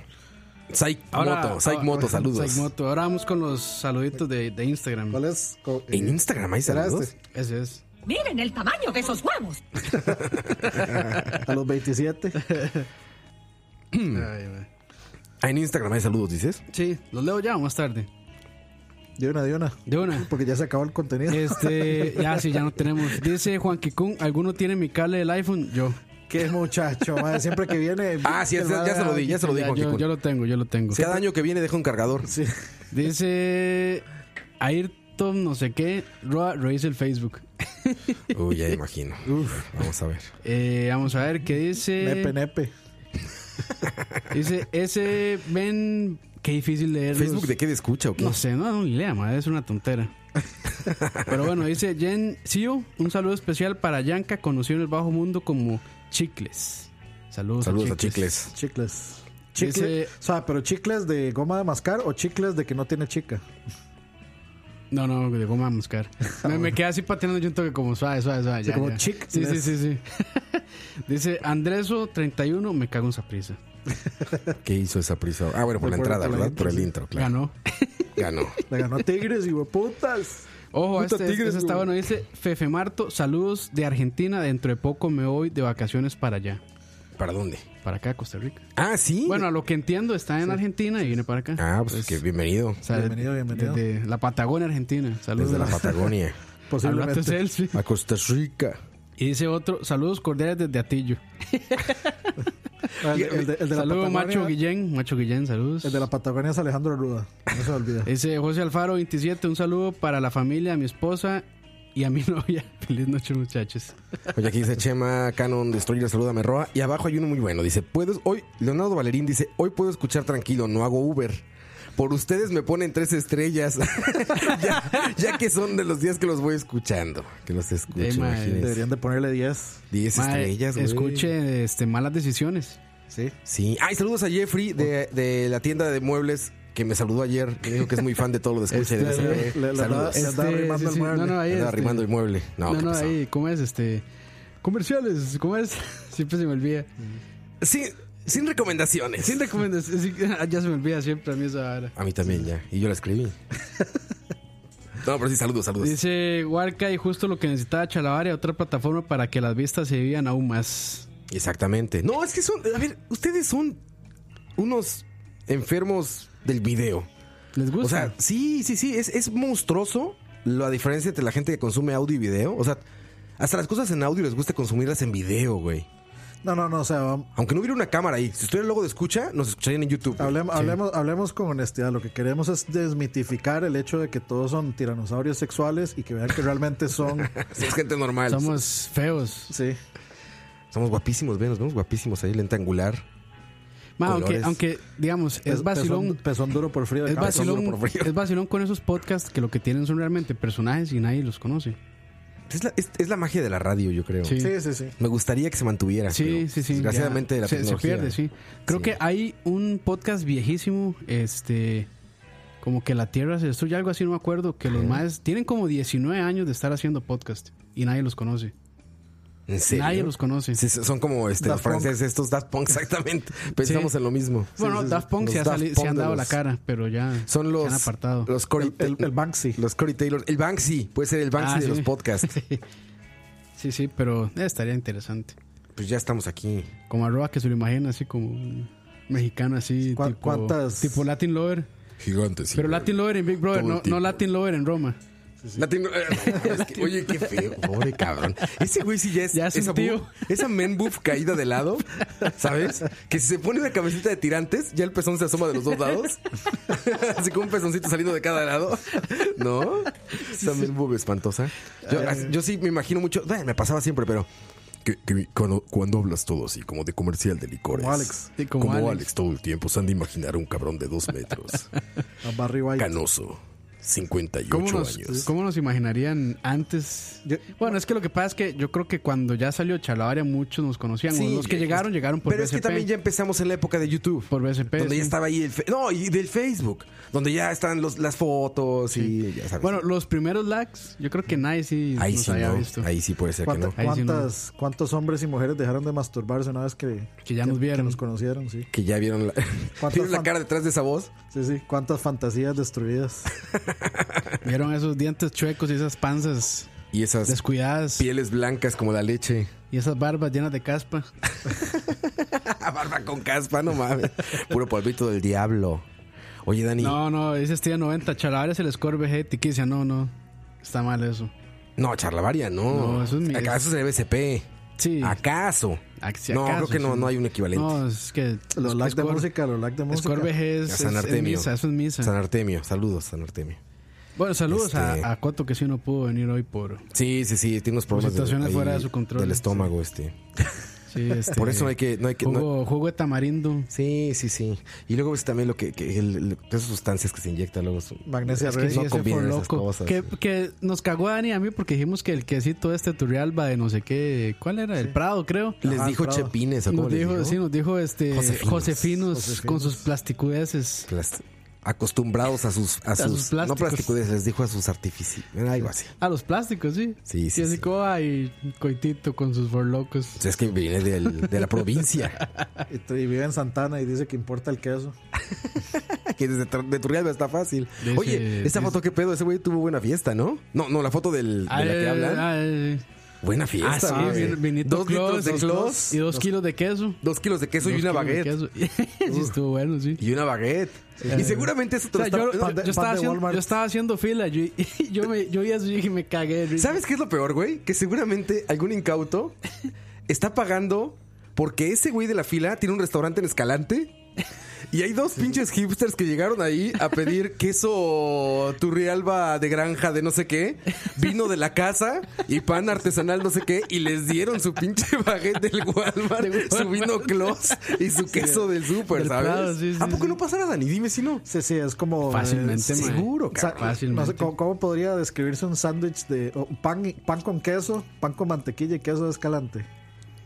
[SPEAKER 4] Psych Moto, Psych
[SPEAKER 6] ah,
[SPEAKER 4] Moto,
[SPEAKER 6] ahora-
[SPEAKER 4] saludos.
[SPEAKER 6] Psych Moto. Ahora vamos con los saluditos de, de Instagram.
[SPEAKER 3] ¿Cuál es? Co-
[SPEAKER 4] ¿En
[SPEAKER 3] eh,
[SPEAKER 4] Instagram hay
[SPEAKER 3] será
[SPEAKER 4] saludos?
[SPEAKER 3] este?
[SPEAKER 6] Ese es.
[SPEAKER 5] Miren el tamaño de esos huevos.
[SPEAKER 3] A los 27.
[SPEAKER 6] Ay, güey.
[SPEAKER 4] Ah, en Instagram hay saludos, dices.
[SPEAKER 6] sí, los leo ya o más tarde.
[SPEAKER 3] De una, de una.
[SPEAKER 6] De una.
[SPEAKER 3] Porque ya se acabó el contenido.
[SPEAKER 6] Este, ya sí, ya no tenemos. Dice Juan Kikun, ¿alguno tiene mi cable del iPhone? Yo.
[SPEAKER 3] Qué muchacho, madre. Siempre que viene.
[SPEAKER 4] Ah, sí,
[SPEAKER 3] el
[SPEAKER 4] ya, ya
[SPEAKER 3] madre-
[SPEAKER 4] se lo di, ya se lo di,
[SPEAKER 6] Ya,
[SPEAKER 4] Juan
[SPEAKER 6] yo,
[SPEAKER 4] Kikun.
[SPEAKER 6] yo lo tengo, yo lo tengo.
[SPEAKER 4] Cada año que viene deja un cargador.
[SPEAKER 3] Sí.
[SPEAKER 6] Dice Ayrton, no sé qué, Roa, revisa el Facebook.
[SPEAKER 4] Uy, ya imagino. Vamos a ver.
[SPEAKER 6] Eh, vamos a ver qué
[SPEAKER 3] Nepe,
[SPEAKER 6] dice.
[SPEAKER 3] nepe.
[SPEAKER 6] Dice ese Ben. Qué difícil leer.
[SPEAKER 4] ¿Facebook de qué te escucha o qué?
[SPEAKER 6] No sé, no, no ni lea, madre, es una tontera. Pero bueno, dice Jen Sio, un saludo especial para Yanka, conocido en el bajo mundo como Chicles. Saludos,
[SPEAKER 4] Saludos
[SPEAKER 6] a Chicles.
[SPEAKER 3] Chicles.
[SPEAKER 6] Dice-
[SPEAKER 3] Chicle, o sea, pero chicles de goma de mascar o chicles de que no tiene chica.
[SPEAKER 6] No, no, de goma de mascar. Me, me quedé así patinando yo un toque como suave, suave, suave.
[SPEAKER 3] Ah, Sí,
[SPEAKER 6] ya,
[SPEAKER 3] como
[SPEAKER 6] ya.
[SPEAKER 3] chic,
[SPEAKER 6] Sí, sí,
[SPEAKER 3] ¿ves?
[SPEAKER 6] sí, sí. Dice Andreso31, me cago en esa prisa.
[SPEAKER 4] ¿Qué hizo esa prisa? Ah, bueno, por la
[SPEAKER 3] Por-
[SPEAKER 4] entrada,
[SPEAKER 3] por la
[SPEAKER 4] ¿verdad?
[SPEAKER 3] intro,
[SPEAKER 4] Por el
[SPEAKER 3] sí.
[SPEAKER 4] intro, claro.
[SPEAKER 6] Ganó.
[SPEAKER 4] Ganó.
[SPEAKER 3] Le ganó Tigres y putas.
[SPEAKER 6] Ojo,
[SPEAKER 4] Puta
[SPEAKER 6] este,
[SPEAKER 4] tigres,
[SPEAKER 6] este está
[SPEAKER 4] güey.
[SPEAKER 6] bueno. Dice Fefe Marto, saludos de Argentina. Dentro de poco me voy de vacaciones para allá.
[SPEAKER 4] ¿Para dónde?
[SPEAKER 6] Para acá, Costa Rica.
[SPEAKER 4] Ah, sí.
[SPEAKER 6] Bueno, a lo que entiendo, está en Argentina y viene para acá.
[SPEAKER 4] Ah, pues que bienvenido.
[SPEAKER 6] O sea,
[SPEAKER 3] Bienvenido, bienvenido.
[SPEAKER 6] Desde la Patagonia Argentina. Saludos.
[SPEAKER 4] Desde la Patagonia.
[SPEAKER 6] Al rato es
[SPEAKER 3] Posiblemente.
[SPEAKER 6] él, sí.
[SPEAKER 4] A Costa Rica.
[SPEAKER 6] Y dice otro, saludos cordiales desde Atillo.
[SPEAKER 3] El, el de, el de la Patagonia.
[SPEAKER 6] Saludos, Macho Guillén. Macho Guillén, saludos.
[SPEAKER 3] El de la Patagonia es Alejandro Ruda. No se olvida.
[SPEAKER 6] Dice José Alfaro 27, un saludo para la familia, a mi esposa y a mi novia. Feliz noche, muchachos.
[SPEAKER 4] Oye, aquí dice Chema, Canon, Destroyer, salúdame Roa. Y abajo hay uno muy bueno. Dice, puedes, hoy, Leonardo Valerín dice, hoy puedo escuchar tranquilo, no hago Uber. Por ustedes me ponen tres estrellas. ya, ya que son de los días que los voy escuchando. Que los escucho,
[SPEAKER 6] Eh, madre.
[SPEAKER 4] imagínense.
[SPEAKER 3] Deberían de ponerle 10.
[SPEAKER 4] Diez
[SPEAKER 6] Mae,
[SPEAKER 4] estrellas, güey.
[SPEAKER 6] Escuche este, malas decisiones.
[SPEAKER 3] Sí.
[SPEAKER 4] Sí. Ay, saludos a Jeffrey de,
[SPEAKER 6] Oh.
[SPEAKER 4] de la tienda de muebles que me saludó ayer. Que dijo que es muy fan de todo lo de escucha. y de
[SPEAKER 3] Este,
[SPEAKER 4] BCP.
[SPEAKER 3] le- le-
[SPEAKER 4] saludos.
[SPEAKER 3] le- Se andaba arrimando el mueble.
[SPEAKER 6] No, no, ahí.
[SPEAKER 4] Andaba
[SPEAKER 6] este,
[SPEAKER 4] arrimando el mueble. No,
[SPEAKER 6] No,
[SPEAKER 4] ¿qué
[SPEAKER 6] no,
[SPEAKER 4] pasó?
[SPEAKER 6] ahí, ¿cómo es? Este, comerciales, ¿cómo es? Siempre se me olvida.
[SPEAKER 4] Sin, sin recomendaciones.
[SPEAKER 6] Sin recomendaciones, sí, ya se me olvida siempre a mí esa hora.
[SPEAKER 4] A mí también ya. Y yo la escribí. No, pero sí, saludos, saludos.
[SPEAKER 6] Dice Huarca y justo lo que necesitaba Chalabaria, otra plataforma para que las vistas se vivan aún más.
[SPEAKER 4] Exactamente. No, es que son. A ver, ustedes son unos enfermos del video.
[SPEAKER 6] ¿Les
[SPEAKER 4] O
[SPEAKER 6] gusta?
[SPEAKER 4] sea, sí, sí, sí, es, es monstruoso la diferencia entre la gente que consume audio y video. O sea, hasta las cosas en audio les gusta consumirlas en video, güey.
[SPEAKER 3] No, no, no, o sea, vam-
[SPEAKER 4] Aunque no hubiera una cámara ahí. Si estuviera el logo de escucha, nos escucharían en YouTube. güey.
[SPEAKER 3] hablem- hablemos, hablemos, con honestidad. Lo que queremos es desmitificar el hecho de que todos son tiranosaurios sexuales y que vean que realmente son.
[SPEAKER 4] Sí, es gente normal. Somos,
[SPEAKER 6] Somos feos.
[SPEAKER 3] sí.
[SPEAKER 4] guapísimos, ven, nos vemos guapísimos ahí, lenta angular.
[SPEAKER 6] Ma, aunque,
[SPEAKER 4] Colores.
[SPEAKER 6] aunque, digamos, es
[SPEAKER 3] Pezón-
[SPEAKER 6] vacilón.
[SPEAKER 3] Pezón duro por frío. de
[SPEAKER 6] Es
[SPEAKER 3] campo.
[SPEAKER 6] vacilón,
[SPEAKER 4] duro por frío.
[SPEAKER 6] es vacilón con esos podcasts que lo que tienen son realmente personajes y nadie los conoce.
[SPEAKER 4] Es la, es- es la magia de la radio, yo creo.
[SPEAKER 6] Sí.
[SPEAKER 3] Sí, sí, sí.
[SPEAKER 4] Me gustaría que se mantuviera.
[SPEAKER 6] Sí,
[SPEAKER 4] pero
[SPEAKER 6] sí, sí.
[SPEAKER 4] Desgraciadamente
[SPEAKER 6] ya
[SPEAKER 4] la
[SPEAKER 6] se, se
[SPEAKER 4] tecnología.
[SPEAKER 6] pierde, sí. Creo
[SPEAKER 4] Sí.
[SPEAKER 6] que hay un podcast viejísimo, este, como que la Tierra se destruye, algo así, no me acuerdo, que los más tienen como 19 años de estar haciendo podcast y nadie los conoce.
[SPEAKER 4] ¿En serio?
[SPEAKER 6] Nadie los conoce.
[SPEAKER 4] Sí, son como este, los
[SPEAKER 3] Daft Punk.
[SPEAKER 4] franceses, estos Daft Punk, exactamente. Pensamos en lo mismo.
[SPEAKER 6] Bueno,
[SPEAKER 4] Sí, sí, sí.
[SPEAKER 6] Daft Punk
[SPEAKER 4] Los
[SPEAKER 6] se, ha
[SPEAKER 4] Daft
[SPEAKER 6] sali-
[SPEAKER 4] Punk
[SPEAKER 6] se han
[SPEAKER 4] de
[SPEAKER 6] dado la
[SPEAKER 4] los-
[SPEAKER 6] cara, pero ya
[SPEAKER 4] Son los.
[SPEAKER 6] se han apartado.
[SPEAKER 4] Los Cory,
[SPEAKER 3] El, el Banksy.
[SPEAKER 4] los Cory Taylor. El Banksy. Puede ser el Banksy
[SPEAKER 6] Ah,
[SPEAKER 4] de
[SPEAKER 6] sí.
[SPEAKER 4] los podcasts.
[SPEAKER 6] Sí, sí, pero eh, estaría interesante.
[SPEAKER 4] Pues ya estamos aquí.
[SPEAKER 6] Como arroba que se lo imagina así como un mexicano así,
[SPEAKER 3] ¿Cuá-
[SPEAKER 6] tipo,
[SPEAKER 3] cuántas-
[SPEAKER 6] tipo Latin Lover.
[SPEAKER 4] Gigantes.
[SPEAKER 6] pero Latin Lover en Big Brother,
[SPEAKER 4] Todo el
[SPEAKER 6] no,
[SPEAKER 4] tipo.
[SPEAKER 6] no Latin Lover en Roma.
[SPEAKER 4] Latino. eh, Es que, oye, qué feo. Pobre cabrón. Ese güey sí ya es,
[SPEAKER 6] Ya es un
[SPEAKER 4] esa,
[SPEAKER 6] tío.
[SPEAKER 4] bu- esa men buff caída de lado, ¿sabes? Que si se pone una camiseta de tirantes, ya el pezón se asoma de los dos lados. Así como un pezoncito saliendo de cada lado. ¿No? Esa men buff espantosa. Yo, yo sí me imagino mucho. bueno, Me pasaba siempre, pero. que- que cuando, cuando hablas todo así, como de comercial de licores.
[SPEAKER 3] Como Alex.
[SPEAKER 6] Sí, como Alex.
[SPEAKER 4] todo el tiempo. Se han de imaginar a un cabrón de dos metros.
[SPEAKER 3] a Barry White.
[SPEAKER 4] Canoso. 58
[SPEAKER 6] ¿Cómo nos, ¿Cómo nos imaginarían antes?
[SPEAKER 3] Yo-
[SPEAKER 6] bueno, es que lo que pasa es que yo creo que cuando ya salió Chalabaria muchos nos conocían.
[SPEAKER 4] Sí,
[SPEAKER 6] los que llegaron, llegaron por
[SPEAKER 4] Pero es que
[SPEAKER 6] BSP,
[SPEAKER 4] también ya empezamos en la época de YouTube.
[SPEAKER 6] Por BSP,
[SPEAKER 4] Donde
[SPEAKER 6] sí.
[SPEAKER 4] ya estaba ahí el... fe- No, y del Facebook. Donde ya están los, las fotos y ya sabes.
[SPEAKER 6] Bueno, los primeros lags, yo creo que nadie sí
[SPEAKER 4] ahí
[SPEAKER 6] nos
[SPEAKER 4] sí
[SPEAKER 6] había
[SPEAKER 4] no.
[SPEAKER 6] visto.
[SPEAKER 4] Ahí sí puede ser que
[SPEAKER 3] ¿Cuánta-
[SPEAKER 4] no.
[SPEAKER 6] Ahí sí no.
[SPEAKER 3] cuántas- ¿Cuántos hombres y mujeres dejaron de masturbarse una vez que,
[SPEAKER 6] Que ya nos vieron.
[SPEAKER 3] nos conocieron? Sí,
[SPEAKER 4] Que ya vieron la, vieron la
[SPEAKER 3] fan-
[SPEAKER 4] cara detrás de esa voz.
[SPEAKER 3] sí, sí. ¿Cuántas fantasías destruidas?
[SPEAKER 6] Vieron esos dientes chuecos y esas panzas
[SPEAKER 4] Y esas
[SPEAKER 6] descuidadas
[SPEAKER 4] pieles blancas como la leche.
[SPEAKER 6] y esas barbas llenas de caspa.
[SPEAKER 4] Barba con caspa, no mames. Puro polvito del diablo. Oye, Dani. No,
[SPEAKER 6] No, no, ese es tía 90. Chalabaria se les corbe hate tiquicia. No, no. Está mal eso.
[SPEAKER 4] charlavaria, no.
[SPEAKER 6] No, eso es mi-
[SPEAKER 4] ¿Acaso es el BSP?
[SPEAKER 6] Sí.
[SPEAKER 4] ¿Acaso?
[SPEAKER 6] Ah, si
[SPEAKER 4] no,
[SPEAKER 6] acaso,
[SPEAKER 4] creo que no,
[SPEAKER 6] sí.
[SPEAKER 4] no hay un equivalente.
[SPEAKER 6] No, es que.
[SPEAKER 3] Los likes de
[SPEAKER 6] Scorb-
[SPEAKER 3] música, los likes de música.
[SPEAKER 6] Scorb es,
[SPEAKER 4] A
[SPEAKER 6] es,
[SPEAKER 4] San
[SPEAKER 6] es
[SPEAKER 4] Artemio.
[SPEAKER 6] misa, eso es misa.
[SPEAKER 4] San Artemio. Saludos, San Artemio.
[SPEAKER 6] Bueno, saludos
[SPEAKER 4] Este-
[SPEAKER 6] a, a Coto que sí no pudo venir hoy por
[SPEAKER 4] Sí, sí, sí, tiene unos
[SPEAKER 6] Por
[SPEAKER 4] problemas
[SPEAKER 6] situaciones
[SPEAKER 4] ahí
[SPEAKER 6] fuera de su control.
[SPEAKER 4] del estómago este.
[SPEAKER 6] sí, este,
[SPEAKER 4] Por eso no hay que no hay que no-
[SPEAKER 6] jugo, jugo de tamarindo.
[SPEAKER 4] Sí, sí, sí. Y luego ves también lo que, que el- lo- esas sustancias que se inyectan luego son-
[SPEAKER 3] Magnesia
[SPEAKER 6] Es que
[SPEAKER 3] Rey.
[SPEAKER 6] sí,
[SPEAKER 4] no
[SPEAKER 6] ese fue
[SPEAKER 4] combinan esas
[SPEAKER 6] loco.
[SPEAKER 4] cosas,
[SPEAKER 6] Que,
[SPEAKER 4] sí.
[SPEAKER 6] que nos cagó a Dani y a mí porque dijimos que el quesito este Turrialba de no sé qué, ¿cuál era? El Prado, creo.
[SPEAKER 4] les
[SPEAKER 3] Ajá,
[SPEAKER 4] dijo
[SPEAKER 3] Prado.
[SPEAKER 4] chepines o cómo
[SPEAKER 6] Nos
[SPEAKER 4] les
[SPEAKER 6] dijo,
[SPEAKER 4] dijo?
[SPEAKER 6] sí, nos dijo este
[SPEAKER 4] Josefinos.
[SPEAKER 6] Josefinos, con sus plasticudeces.
[SPEAKER 4] Plas- acostumbrados a sus a, sus,
[SPEAKER 6] sus
[SPEAKER 4] no
[SPEAKER 6] plásticos.
[SPEAKER 4] plásticos, les dijo a sus artificios, algo así.
[SPEAKER 6] A Ah, los plásticos, sí.
[SPEAKER 4] Pues Sí, sí,
[SPEAKER 6] Y así
[SPEAKER 4] sí.
[SPEAKER 6] como, ay, coitito con sus forlocos.
[SPEAKER 4] O sea, es que viene del- de la provincia,
[SPEAKER 3] Y, te- y vive en Santana y dice que importa el queso.
[SPEAKER 4] que desde Tor- de Turrialba está fácil.
[SPEAKER 6] Dice-
[SPEAKER 4] Oye,
[SPEAKER 6] dice-
[SPEAKER 4] esa foto qué pedo, ese güey tuvo buena fiesta, ¿no? No, no, la foto del, de
[SPEAKER 6] Ay,
[SPEAKER 4] la que hablan.
[SPEAKER 6] ay, ay.
[SPEAKER 4] buena
[SPEAKER 6] Ah, sí,
[SPEAKER 4] fiesta. güey.
[SPEAKER 6] vin- vinito
[SPEAKER 4] dos litros
[SPEAKER 6] Claus,
[SPEAKER 4] de
[SPEAKER 6] dos
[SPEAKER 4] clos,
[SPEAKER 6] Y dos kilos de queso.
[SPEAKER 4] dos kilos de queso y
[SPEAKER 6] Dos
[SPEAKER 4] una
[SPEAKER 6] kilos de queso.
[SPEAKER 4] baguette.
[SPEAKER 6] sí, estuvo bueno, sí.
[SPEAKER 4] Y una baguette. Y seguramente eso te
[SPEAKER 6] O
[SPEAKER 4] lo
[SPEAKER 6] sea, yo,
[SPEAKER 4] está-
[SPEAKER 6] yo-
[SPEAKER 3] pan de-
[SPEAKER 6] yo estaba
[SPEAKER 3] pan de
[SPEAKER 6] haciendo,
[SPEAKER 3] Walmart.
[SPEAKER 6] yo estaba haciendo fila yo, y yo, me, yo vi eso y dije, me cagué. de risa.
[SPEAKER 4] ¿Sabes qué es lo peor, güey? Que seguramente algún incauto está pagando porque ese güey de la fila tiene un restaurante en Escalante. Y hay dos pinches hipsters que llegaron ahí a pedir queso turrialba de granja de no sé qué, vino de la casa y pan artesanal no sé qué, y les dieron su pinche baguette del Walmart, su vino Clos y su queso del súper,
[SPEAKER 6] Del
[SPEAKER 4] ¿sabes?
[SPEAKER 6] Prado, sí, sí,
[SPEAKER 4] ¿A poco
[SPEAKER 6] sí.
[SPEAKER 4] no pasará, Dani? Dime si no.
[SPEAKER 3] Sí, sí, es como. eh,
[SPEAKER 6] Fácilmente,
[SPEAKER 3] sí,
[SPEAKER 6] mae.
[SPEAKER 4] Seguro,
[SPEAKER 3] o sea,
[SPEAKER 4] cabrón.
[SPEAKER 6] Fácilmente.
[SPEAKER 3] no sé, ¿cómo, cómo podría describirse un sándwich de o un pan, y- pan con queso, pan con mantequilla y queso de escalante?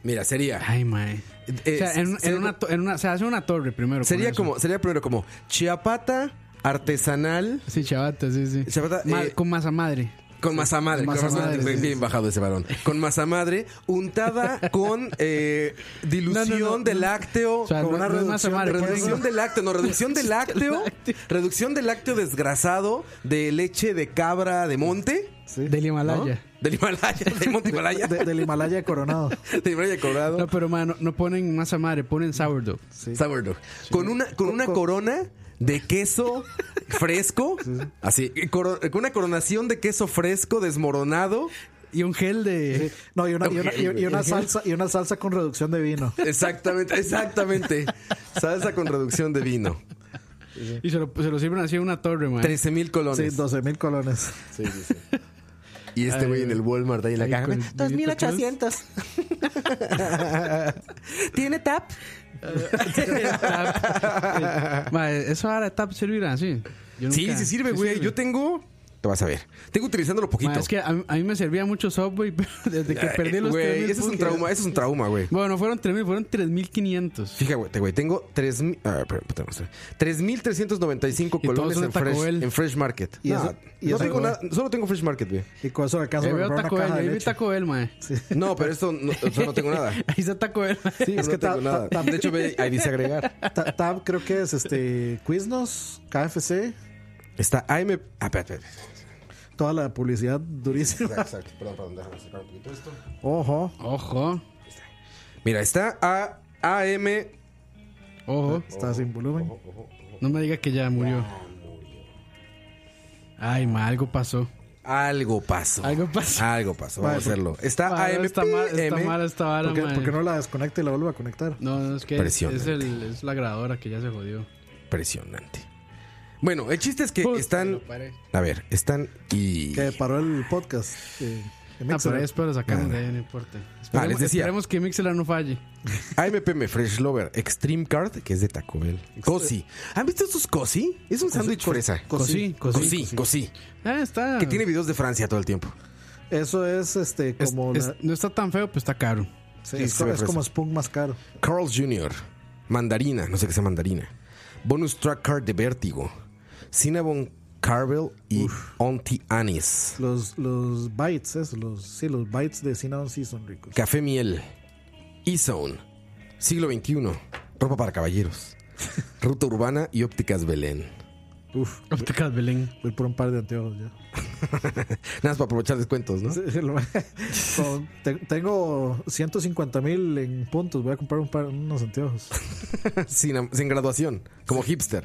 [SPEAKER 4] Mira, sería...
[SPEAKER 6] Ay, mae.
[SPEAKER 4] Eh,
[SPEAKER 6] o sea, en, en
[SPEAKER 4] sería-
[SPEAKER 6] una, to- en una- se hace una torre primero. con
[SPEAKER 4] Sería
[SPEAKER 6] eso.
[SPEAKER 4] como, sería primero como Chiapata artesanal
[SPEAKER 6] Sí, chavata, sí, sí.
[SPEAKER 4] Chavata,
[SPEAKER 6] Ma-
[SPEAKER 4] eh,
[SPEAKER 6] con masa madre.
[SPEAKER 4] con masa madre.
[SPEAKER 6] Masa
[SPEAKER 4] con razón,
[SPEAKER 6] madre,
[SPEAKER 4] bien
[SPEAKER 6] sí, sí.
[SPEAKER 4] bajado ese varón. Con masa madre untada con eh, dilución
[SPEAKER 6] No, no, no.
[SPEAKER 4] de lácteo.
[SPEAKER 6] O sea,
[SPEAKER 4] con
[SPEAKER 6] no- no es masa madre, por
[SPEAKER 4] reducción
[SPEAKER 6] eso.
[SPEAKER 4] de lácteo, no, reducción de lácteo.
[SPEAKER 6] lácteo.
[SPEAKER 4] reducción de lácteo desgrasado de leche de cabra de monte.
[SPEAKER 3] Sí.
[SPEAKER 6] Del
[SPEAKER 4] ¿no?
[SPEAKER 6] Himalaya.
[SPEAKER 4] Del Himalaya, del Monte Himalaya.
[SPEAKER 3] De- del Himalaya coronado.
[SPEAKER 4] del Himalaya Colorado.
[SPEAKER 6] ¿no? pero ma, no, no ponen masa madre, ponen sourdough.
[SPEAKER 3] Sí.
[SPEAKER 4] Sourdough. Con una, con una corona de queso fresco. Así. coro- con una coronación de queso fresco desmoronado.
[SPEAKER 6] Y un gel de.
[SPEAKER 3] No, y una, y una- y- y una
[SPEAKER 6] Ok.
[SPEAKER 3] salsa, y una salsa con reducción de vino.
[SPEAKER 4] Exactamente, exactamente. Salsa con reducción de vino.
[SPEAKER 6] Y se lo, se lo sirven así en una torre, man.
[SPEAKER 4] 13 mil
[SPEAKER 3] Sí,
[SPEAKER 4] colones.
[SPEAKER 3] 12 mil colones.
[SPEAKER 4] Y este güey en el Walmart ahí en la
[SPEAKER 6] Ahí
[SPEAKER 4] caja.
[SPEAKER 6] con
[SPEAKER 4] 2800. ¿Tiene tap?
[SPEAKER 6] Ma, eso ahora está servirá así. Yo
[SPEAKER 4] Sí,
[SPEAKER 6] nunca-
[SPEAKER 4] sí sirve, güey. Yo tengo. Te vas a ver. Tengo utilizándolo poquito.
[SPEAKER 6] Ma, Ah, es que a, mí- a mí me servía mucho Subway, pero desde que
[SPEAKER 4] Ay,
[SPEAKER 6] perdí los 3.000
[SPEAKER 4] güey, ese es un
[SPEAKER 6] puntos-
[SPEAKER 4] trauma, ese es un trauma, güey.
[SPEAKER 6] Bueno, no fueron 3.000, fueron 3.500.
[SPEAKER 4] Fíjate, güey, tengo 3,000, a ver, espera, espera, espera. 3.395
[SPEAKER 6] Y todos
[SPEAKER 4] colones
[SPEAKER 6] son
[SPEAKER 4] en
[SPEAKER 6] Taco Bell.
[SPEAKER 4] fresh, en fresh Market.
[SPEAKER 3] Y
[SPEAKER 4] No,
[SPEAKER 3] eso- y
[SPEAKER 4] no
[SPEAKER 3] eso-
[SPEAKER 4] tengo nada, solo tengo Fresh Market, güey.
[SPEAKER 3] Y con eso alcanza
[SPEAKER 6] Ahí
[SPEAKER 3] a
[SPEAKER 6] veo
[SPEAKER 3] comprar una
[SPEAKER 6] Taco Bell,
[SPEAKER 3] caja de
[SPEAKER 6] ahí vi
[SPEAKER 3] leche.
[SPEAKER 6] Taco Bell, ma.
[SPEAKER 4] No, pero esto, no, o sea, no tengo nada.
[SPEAKER 6] Ahí está Taco Bell. ma.
[SPEAKER 4] Sí,
[SPEAKER 3] es
[SPEAKER 4] no
[SPEAKER 3] que ta-
[SPEAKER 4] tengo
[SPEAKER 3] ta-
[SPEAKER 4] nada.
[SPEAKER 3] ta-
[SPEAKER 4] De hecho, ve, ahí dice agregar.
[SPEAKER 3] Ta- Tab creo que es este Quiznos, KFC,
[SPEAKER 4] Está AM... Ah, espera, espera.
[SPEAKER 3] toda la publicidad durísima.
[SPEAKER 4] Exacto, perdón, perdón, déjame sacar un poquito esto.
[SPEAKER 3] Ojo.
[SPEAKER 6] Ojo,
[SPEAKER 4] Mira, está A, AM...
[SPEAKER 6] ojo.
[SPEAKER 3] Está sin volumen.
[SPEAKER 6] No me diga que ya murió. Ay, ma, algo pasó.
[SPEAKER 4] Algo paso.
[SPEAKER 6] Algo pasó.
[SPEAKER 4] Algo paso, vamos Ah, a hacerlo. Está
[SPEAKER 6] Ma,
[SPEAKER 4] AM...
[SPEAKER 6] está mal, está mal esta vara,
[SPEAKER 3] ¿Por qué,
[SPEAKER 6] ma.
[SPEAKER 3] por qué no la desconecta y la vuelve a conectar?
[SPEAKER 6] No, no, es que es,
[SPEAKER 4] Impresionante.
[SPEAKER 6] es el- es la grabadora que ya se jodió.
[SPEAKER 4] Impresionante. Bueno, el chiste es que
[SPEAKER 6] Puta,
[SPEAKER 4] están...
[SPEAKER 6] lo paré.
[SPEAKER 4] A ver, están y...
[SPEAKER 3] Que paró el podcast. eh, en
[SPEAKER 6] Ah,
[SPEAKER 3] Mixer.
[SPEAKER 6] pero después lo sacamos de ahí, no importa. Esperemos,
[SPEAKER 4] Ah, les decía.
[SPEAKER 6] esperemos que Mixler no falle.
[SPEAKER 4] AMPM Fresh Lover Extreme Card, que es de Taco Bell. Cosi. ¿Han visto estos cosi? Es un sándwich fresa.
[SPEAKER 6] Cosí, cosí.
[SPEAKER 4] Cosi, cosi.
[SPEAKER 6] Ah, está.
[SPEAKER 4] Que tiene videos de Francia todo el tiempo.
[SPEAKER 3] Eso es este
[SPEAKER 6] es-
[SPEAKER 3] como
[SPEAKER 6] es-
[SPEAKER 3] la-
[SPEAKER 6] no está tan feo, pues está caro.
[SPEAKER 3] sí,
[SPEAKER 4] sí,
[SPEAKER 3] es,
[SPEAKER 4] se ve
[SPEAKER 3] es como Spunk más caro.
[SPEAKER 4] Carl Jr. Mandarina, no sé qué sea mandarina. Bonus track card de Vértigo. Cinnabon Carvel y Auntie Anis.
[SPEAKER 3] Los, los bites, esos, los, sí, los bites de Cinnamon sí son ricos.
[SPEAKER 4] Café Miel. E-Zone. Siglo XXI. Ropa para caballeros. Ruta Urbana y Ópticas Belén.
[SPEAKER 3] Uf,
[SPEAKER 6] Ópticas Belén.
[SPEAKER 3] voy por un par de anteojos ya.
[SPEAKER 4] Nada más para aprovechar descuentos, ¿no?
[SPEAKER 3] Con- te- tengo 150 mil en puntos. Voy a comprar un par, unos anteojos.
[SPEAKER 4] sin, sin graduación, como hipster.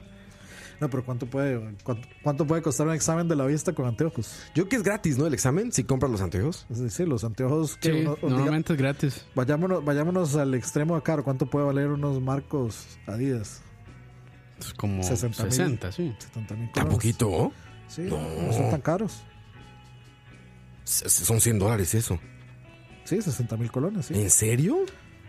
[SPEAKER 3] No, pero ¿cuánto puede, cuánto, cuánto puede costar un examen de la vista con anteojos?
[SPEAKER 4] Yo creo que es gratis, ¿no? El examen, si compras los anteojos.
[SPEAKER 3] Es decir, los anteojos que
[SPEAKER 6] Sí,
[SPEAKER 3] uno- uno diga-
[SPEAKER 6] normalmente es gratis.
[SPEAKER 3] Vayámonos, vayámonos al extremo de caro. ¿Cuánto puede valer unos marcos Adidas?
[SPEAKER 6] Es como
[SPEAKER 3] 60
[SPEAKER 6] 60,
[SPEAKER 3] mil.
[SPEAKER 6] sí.
[SPEAKER 3] 70 mil
[SPEAKER 4] ¿Tan poquito?
[SPEAKER 3] Sí, no. son tan caros.
[SPEAKER 4] S- Son 100 dólares eso.
[SPEAKER 3] Sí, 60 mil colones, sí.
[SPEAKER 4] ¿En serio?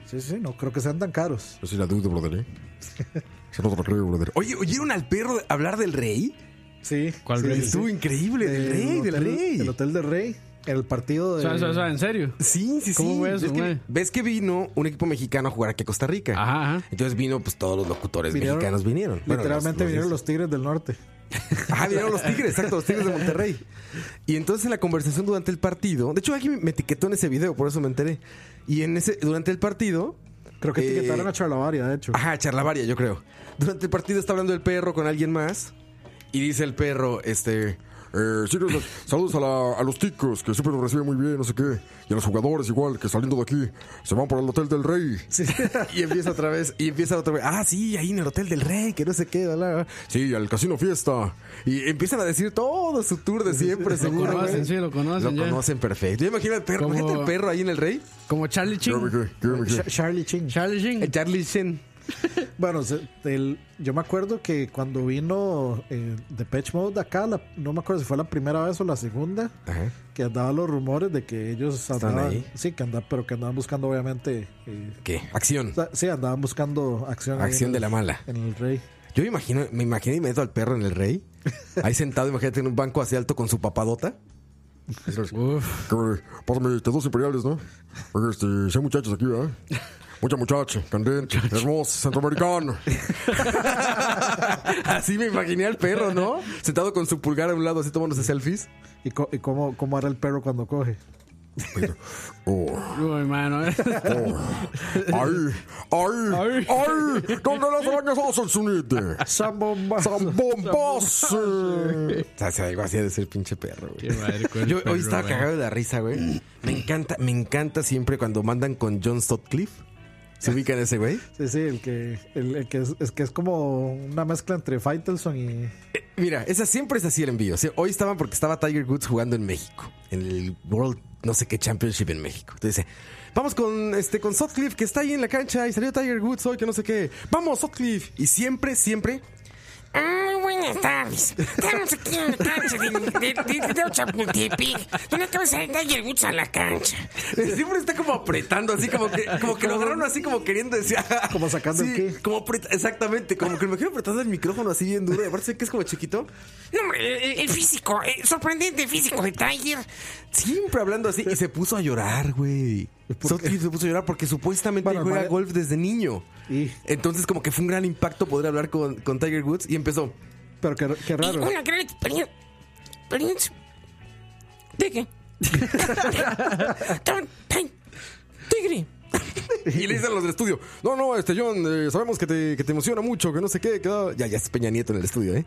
[SPEAKER 3] Sí, sí, no creo que sean tan caros.
[SPEAKER 4] Yo sí la dudo, brother. ¿eh? Yo no te lo creo, brother. Oye, ¿oyeron al perro de- hablar del rey?
[SPEAKER 3] Sí.
[SPEAKER 6] ¿Cuál
[SPEAKER 3] sí,
[SPEAKER 6] rey?
[SPEAKER 3] sí,
[SPEAKER 4] Estuvo
[SPEAKER 3] sí.
[SPEAKER 4] increíble, del
[SPEAKER 3] El
[SPEAKER 4] rey, del
[SPEAKER 3] hotel-
[SPEAKER 4] rey.
[SPEAKER 3] El hotel del rey, el partido
[SPEAKER 6] O
[SPEAKER 3] de...
[SPEAKER 6] sea, o sea, o sea, en serio.
[SPEAKER 4] Sí, sí, sí.
[SPEAKER 6] ¿Cómo fue eso,
[SPEAKER 4] ¿Ves, que,
[SPEAKER 6] güey?
[SPEAKER 4] ves que vino un equipo mexicano a jugar aquí a Costa Rica?
[SPEAKER 6] Ajá, ajá.
[SPEAKER 4] Entonces vino, pues todos los locutores
[SPEAKER 3] Vinieron-
[SPEAKER 4] mexicanos vinieron. Bueno,
[SPEAKER 3] Literalmente vinieron los Tigres del Norte.
[SPEAKER 4] Ah, vinieron los Tigres, exacto, los Tigres de Monterrey. Y entonces en la conversación durante el partido, de hecho alguien me etiquetó en ese video, por eso me enteré. Y en ese durante el partido,
[SPEAKER 3] Creo que
[SPEAKER 4] eh,
[SPEAKER 3] etiquetaron a Charlavaria, de hecho.
[SPEAKER 4] Ajá, charlavaria, yo creo. Durante el partido está hablando el perro con alguien más y dice el perro, este,
[SPEAKER 7] Eh, sí, gracias. saludos a, la- a los ticos, que siempre nos reciben muy bien, no sé qué. Y a los jugadores igual, que saliendo de aquí se van para el Hotel del Rey.
[SPEAKER 3] Sí.
[SPEAKER 4] y empieza otra vez, y empieza otra vez, ah, sí, ahí en el Hotel del Rey, que no sé qué, bla, bla, bla.
[SPEAKER 7] Sí, al Casino Fiesta.
[SPEAKER 4] Y empiezan a decir todo su tour de siempre, seguro.
[SPEAKER 6] Lo conocen,
[SPEAKER 4] güey.
[SPEAKER 6] sí, lo conocen
[SPEAKER 4] Lo
[SPEAKER 6] ya.
[SPEAKER 4] conocen perfecto. Yo imagino al perro,
[SPEAKER 6] Como-
[SPEAKER 4] imagínate el perro ahí en el Rey.
[SPEAKER 6] Como Charlie
[SPEAKER 7] Dígame
[SPEAKER 6] Ching.
[SPEAKER 7] qué, dígame qué.
[SPEAKER 3] Cha- Charlie Ching.
[SPEAKER 6] Charlie Sheen.
[SPEAKER 4] El Charlie Shen.
[SPEAKER 3] Bueno, se- el- yo me acuerdo que cuando vino eh, Depeche Mode acá, la- no me acuerdo si fue la primera vez o la segunda,
[SPEAKER 4] Ajá.
[SPEAKER 3] que andaban los rumores de que ellos andaban,
[SPEAKER 4] ahí?
[SPEAKER 3] sí, que andaban, pero que andaban buscando obviamente, eh,
[SPEAKER 4] ¿Qué? Acción.
[SPEAKER 3] o sea, sí, andaban buscando acción, ahí
[SPEAKER 4] Acción
[SPEAKER 3] en
[SPEAKER 4] de
[SPEAKER 3] el-
[SPEAKER 4] la mala.
[SPEAKER 3] en el rey.
[SPEAKER 4] Yo me imagino, me imagino y meto al perro en el rey. Ahí sentado, imagínate en un banco así alto con su papadota. este,
[SPEAKER 6] Uf.
[SPEAKER 7] Dígame qué. Pásame estas dos imperiales, ¿no? Oye, este, sí hay muchachos aquí, ¿verdad? Mucha muchacha, candente, hermosa, centroamericana.
[SPEAKER 4] así me imaginé al perro, ¿no? Sentado con su pulgar a un lado, así tomándose selfies.
[SPEAKER 3] ¿Y, co- y cómo, cómo era el perro cuando coge?
[SPEAKER 7] Oh.
[SPEAKER 6] Uy, mano.
[SPEAKER 7] ¡Ay! ¡Ay!
[SPEAKER 6] Ay.
[SPEAKER 7] ¡Ay! ¿Dónde las arañas hacen su nido? ¡Zambombazo!
[SPEAKER 4] O sea, se- algo así ha de ser pinche perro, güey.
[SPEAKER 6] Qué madre con el
[SPEAKER 4] Yo
[SPEAKER 6] perro,
[SPEAKER 4] hoy estaba
[SPEAKER 6] güey.
[SPEAKER 4] cagado de la risa, güey. Me encanta, me encanta siempre cuando mandan con John Sutcliffe. ¿Se ubican ese güey?
[SPEAKER 3] Sí, sí, el que, el, el que es, es que es como una mezcla entre Faitelson y.
[SPEAKER 4] Eh, Mira, esa siempre es así el envío. O sea, hoy estaban porque estaba Tiger Woods jugando en México, en el World no sé qué Championship en México. Entonces, dice, vamos con este con Sutcliffe que está ahí en la cancha y salió Tiger Woods hoy que no sé qué. Vamos Sutcliffe y siempre siempre
[SPEAKER 8] Ay, buenas tardes. Estamos aquí en la cancha de, de, de, de Chapultepec. ¿Dónde acaba de salir Tiger Woods a la cancha?
[SPEAKER 4] Siempre está como apretando, así como que, como que lo agarraron así como queriendo decir.
[SPEAKER 3] Como sacando el qué.
[SPEAKER 4] Como apret- exactamente, como que me imagino apretando el micrófono así bien duro. Y aparte se ve que es como chiquito.
[SPEAKER 8] No, hombre, el, el físico, el sorprendente físico de Tiger.
[SPEAKER 4] Siempre hablando así. Y se puso a llorar, güey. Sotcliffe se puso a llorar porque supuestamente
[SPEAKER 3] Bueno,
[SPEAKER 4] juega
[SPEAKER 3] vale.
[SPEAKER 4] golf desde niño.
[SPEAKER 3] Y-
[SPEAKER 4] Entonces, como que fue un gran impacto poder hablar con, con Tiger Woods y empezó.
[SPEAKER 3] Pero qué, qué
[SPEAKER 8] Y
[SPEAKER 3] raro.
[SPEAKER 8] una gran experien- experiencia. ¿De qué? Tan- tan- Tigre.
[SPEAKER 4] Y le dicen los del estudio: No, no, este John, eh, sabemos que te, que te emociona mucho, que no sé qué. que da-". Ya, ya es Peña Nieto en el estudio, ¿eh?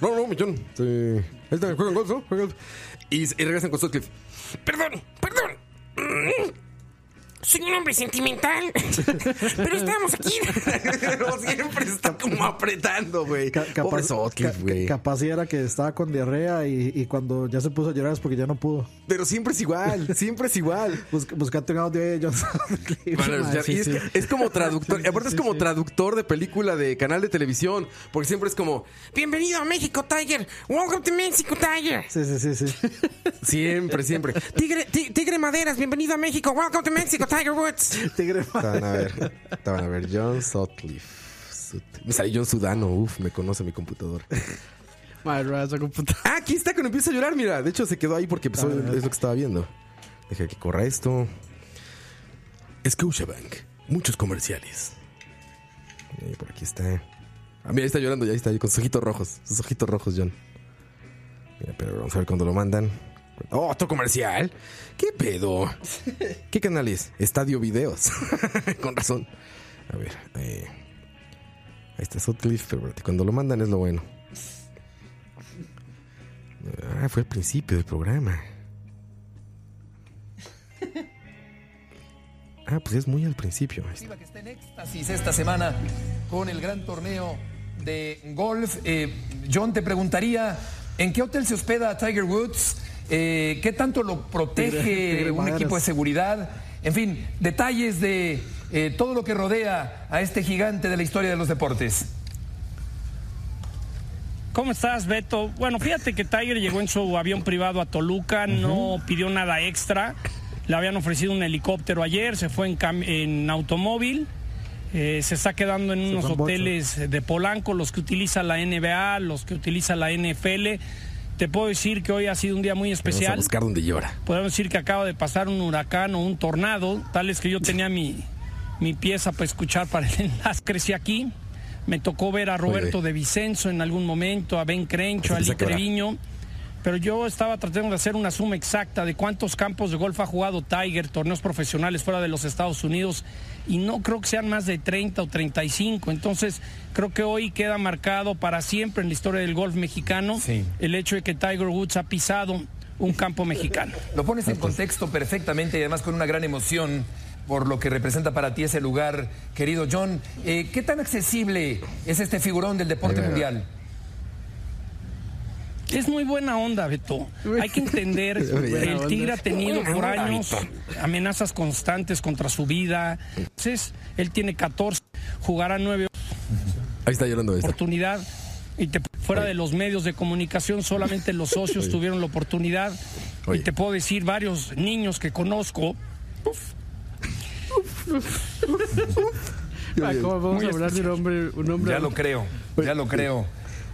[SPEAKER 4] no, no, mi John. este, ahí está, juegan golf, ¿no? Juegan golf. Y, y regresan con Sutcliffe.
[SPEAKER 8] Perdón, perdón. Mm. Soy un hombre sentimental. Pero estamos aquí.
[SPEAKER 4] Pero siempre está como apretando, güey.
[SPEAKER 3] Ca-
[SPEAKER 4] Pobre
[SPEAKER 3] ca-
[SPEAKER 4] Sotcliffe, güey.
[SPEAKER 3] capaz sí era que estaba con diarrea y, y cuando ya se puso a llorar es porque ya no pudo.
[SPEAKER 4] Pero siempre es igual, siempre es igual.
[SPEAKER 3] Busca, buscate un audio de John Sutcliffe.
[SPEAKER 4] Bueno,
[SPEAKER 6] madre,
[SPEAKER 4] ya-
[SPEAKER 6] sí,
[SPEAKER 4] y es,
[SPEAKER 6] sí.
[SPEAKER 4] que es como traductor, y aparte es como traductor de película de canal de televisión, porque siempre es como,
[SPEAKER 8] Bienvenido a México, Tiger. Welcome to Mexico, Tiger.
[SPEAKER 3] Sí, sí, sí, sí.
[SPEAKER 4] siempre, siempre.
[SPEAKER 8] Tigre, ti- tigre Maderas, bienvenido a México. Welcome to Mexico, Tiger Woods.
[SPEAKER 3] Tigre
[SPEAKER 4] Te van a ver, te van a ver, John Sutcliffe. Sut- Me sale John Sudano, uf, me conoce mi computadora.
[SPEAKER 6] Madre, rara esa computadora.
[SPEAKER 4] Ah, aquí está cuando empieza a llorar, mira. De hecho, se quedó ahí porque pues, es lo que estaba viendo. Deja que corra esto. Scotiabank. Muchos comerciales. Eh, por aquí está. Ah, mira, ahí está llorando, ya ahí está, ahí con sus ojitos rojos. Sus ojitos rojos, John. Mira, pero vamos a ver cuándo lo mandan. ¡Oh, otro comercial! ¿Qué pedo? ¿Qué canal es? Estadio Videos. con razón. A ver, eh, ahí está Sutcliffe, pero espérate, cuando lo mandan es lo bueno. Ah, fue al principio del programa. Ah, pues es muy al principio. Ahí está.
[SPEAKER 9] Chivas que está en éxtasis esta semana con el gran torneo de golf. Eh, John, te preguntaría, ¿en qué hotel se hospeda Tiger Woods? Eh, ¿Qué tanto lo protege
[SPEAKER 3] Tigre, tigre
[SPEAKER 9] un
[SPEAKER 3] maderas.
[SPEAKER 9] equipo de seguridad? En fin, detalles de eh, todo lo que rodea a este gigante de la historia de los deportes.
[SPEAKER 10] ¿Cómo estás, Beto? Bueno, fíjate que Tiger llegó en su avión privado a Toluca, no pidió nada extra. Le habían ofrecido un helicóptero ayer, se fue en, cam- en automóvil. Eh, se está quedando en unos
[SPEAKER 3] fue en bocho.
[SPEAKER 10] hoteles de Polanco, los que utiliza la NBA, los que utiliza la NFL. Te puedo decir que hoy ha sido un día muy
[SPEAKER 4] Vamos a
[SPEAKER 10] especial.
[SPEAKER 4] buscar donde llora.
[SPEAKER 10] Podemos decir que acaba de pasar un huracán o un tornado, tal es que yo tenía mi, mi pieza para escuchar para el enlace. Crecí aquí, me tocó ver a Roberto
[SPEAKER 4] Oye.
[SPEAKER 10] de Vicenzo en algún momento, a Ben Crencho, a
[SPEAKER 4] Empieza
[SPEAKER 10] Lee
[SPEAKER 4] a quebrar.
[SPEAKER 10] Treviño, pero yo estaba tratando de hacer una suma exacta de cuántos campos de golf ha jugado Tiger, torneos profesionales fuera de los Estados Unidos, y no creo que sean más de 30 o 35, entonces creo que hoy queda marcado para siempre en la historia del golf mexicano
[SPEAKER 9] Sí.
[SPEAKER 10] el hecho de que Tiger Woods ha pisado un campo mexicano.
[SPEAKER 9] Lo pones en contexto perfectamente y además con una gran emoción por lo que representa para ti ese lugar, querido John. Eh, ¿Qué tan accesible es este figurón del deporte mundial?
[SPEAKER 10] Es muy buena onda, Beto. Hay que entender,
[SPEAKER 4] buena
[SPEAKER 10] el Tigre ha tenido
[SPEAKER 8] Buena
[SPEAKER 10] por
[SPEAKER 8] onda,
[SPEAKER 10] años amenazas constantes contra su vida. Entonces, él tiene 14, jugará nueve
[SPEAKER 4] Ahí está llorando. Ahí está.
[SPEAKER 10] oportunidad. Y te- fuera de los medios de comunicación, solamente los socios tuvieron la oportunidad.
[SPEAKER 4] Oye.
[SPEAKER 10] Y te puedo decir, varios niños que conozco
[SPEAKER 6] Ay, Ah, ¿Cómo vamos a hablar de un hombre? Un hombre
[SPEAKER 9] Ya lo creo, ya lo creo.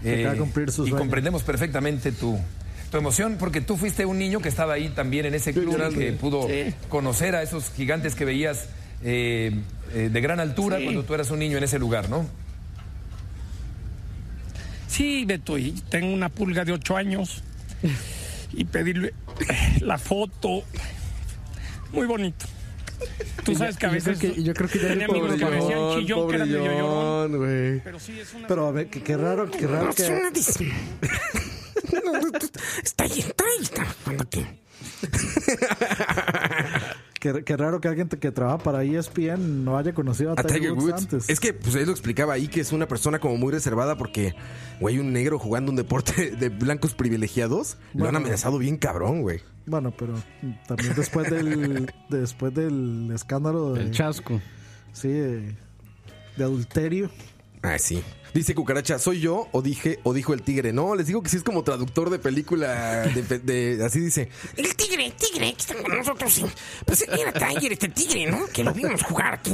[SPEAKER 9] Eh,
[SPEAKER 3] que va a cumplir su
[SPEAKER 9] y
[SPEAKER 3] sueño.
[SPEAKER 9] comprendemos perfectamente tu, tu emoción, porque tú fuiste un niño que estaba ahí también en ese club y que pudo conocer a esos gigantes que veías eh, eh, de gran altura
[SPEAKER 10] Sí.
[SPEAKER 9] cuando tú eras un niño en ese lugar, ¿no?
[SPEAKER 10] Sí, Beto, y tengo una pulga de ocho años. Y pedirle la foto. Muy bonito. Tú
[SPEAKER 6] Y
[SPEAKER 10] sabes
[SPEAKER 6] yo-
[SPEAKER 10] que a
[SPEAKER 6] y yo creo
[SPEAKER 10] veces
[SPEAKER 6] que- y yo creo que ya
[SPEAKER 10] tenía
[SPEAKER 6] el
[SPEAKER 10] amigos que me decían
[SPEAKER 4] Pobre
[SPEAKER 10] chillón, que era medio llorón.
[SPEAKER 4] John, güey.
[SPEAKER 3] Pero a ver, qué, qué raro, qué raro que.
[SPEAKER 8] Emocionadísimo. No, no, tú- Está ahí, está ahí, está jugando aquí.
[SPEAKER 3] Qué, qué raro que alguien te- que trabaja para E ESPN no haya conocido a,
[SPEAKER 4] A
[SPEAKER 3] Tiger,
[SPEAKER 4] Tiger
[SPEAKER 3] Woods,
[SPEAKER 4] Woods.
[SPEAKER 3] antes.
[SPEAKER 4] Es que pues él lo explicaba ahí que es una persona como muy reservada porque, güey, un negro jugando un deporte de blancos privilegiados lo han
[SPEAKER 3] Bueno.
[SPEAKER 4] amenazado bien cabrón, güey.
[SPEAKER 3] Bueno, pero también después del después del escándalo de,
[SPEAKER 6] El chasco.
[SPEAKER 3] sí, de, de adulterio.
[SPEAKER 4] Ah, sí. Dice Cucaracha, ¿soy yo o dije o dijo el tigre? No, les digo que sí es como traductor de película de, pe- de- así dice.
[SPEAKER 8] El tigre, el tigre, que está con nosotros. sí. Pues era Tiger, este tigre, ¿no? Que lo vimos jugar aquí.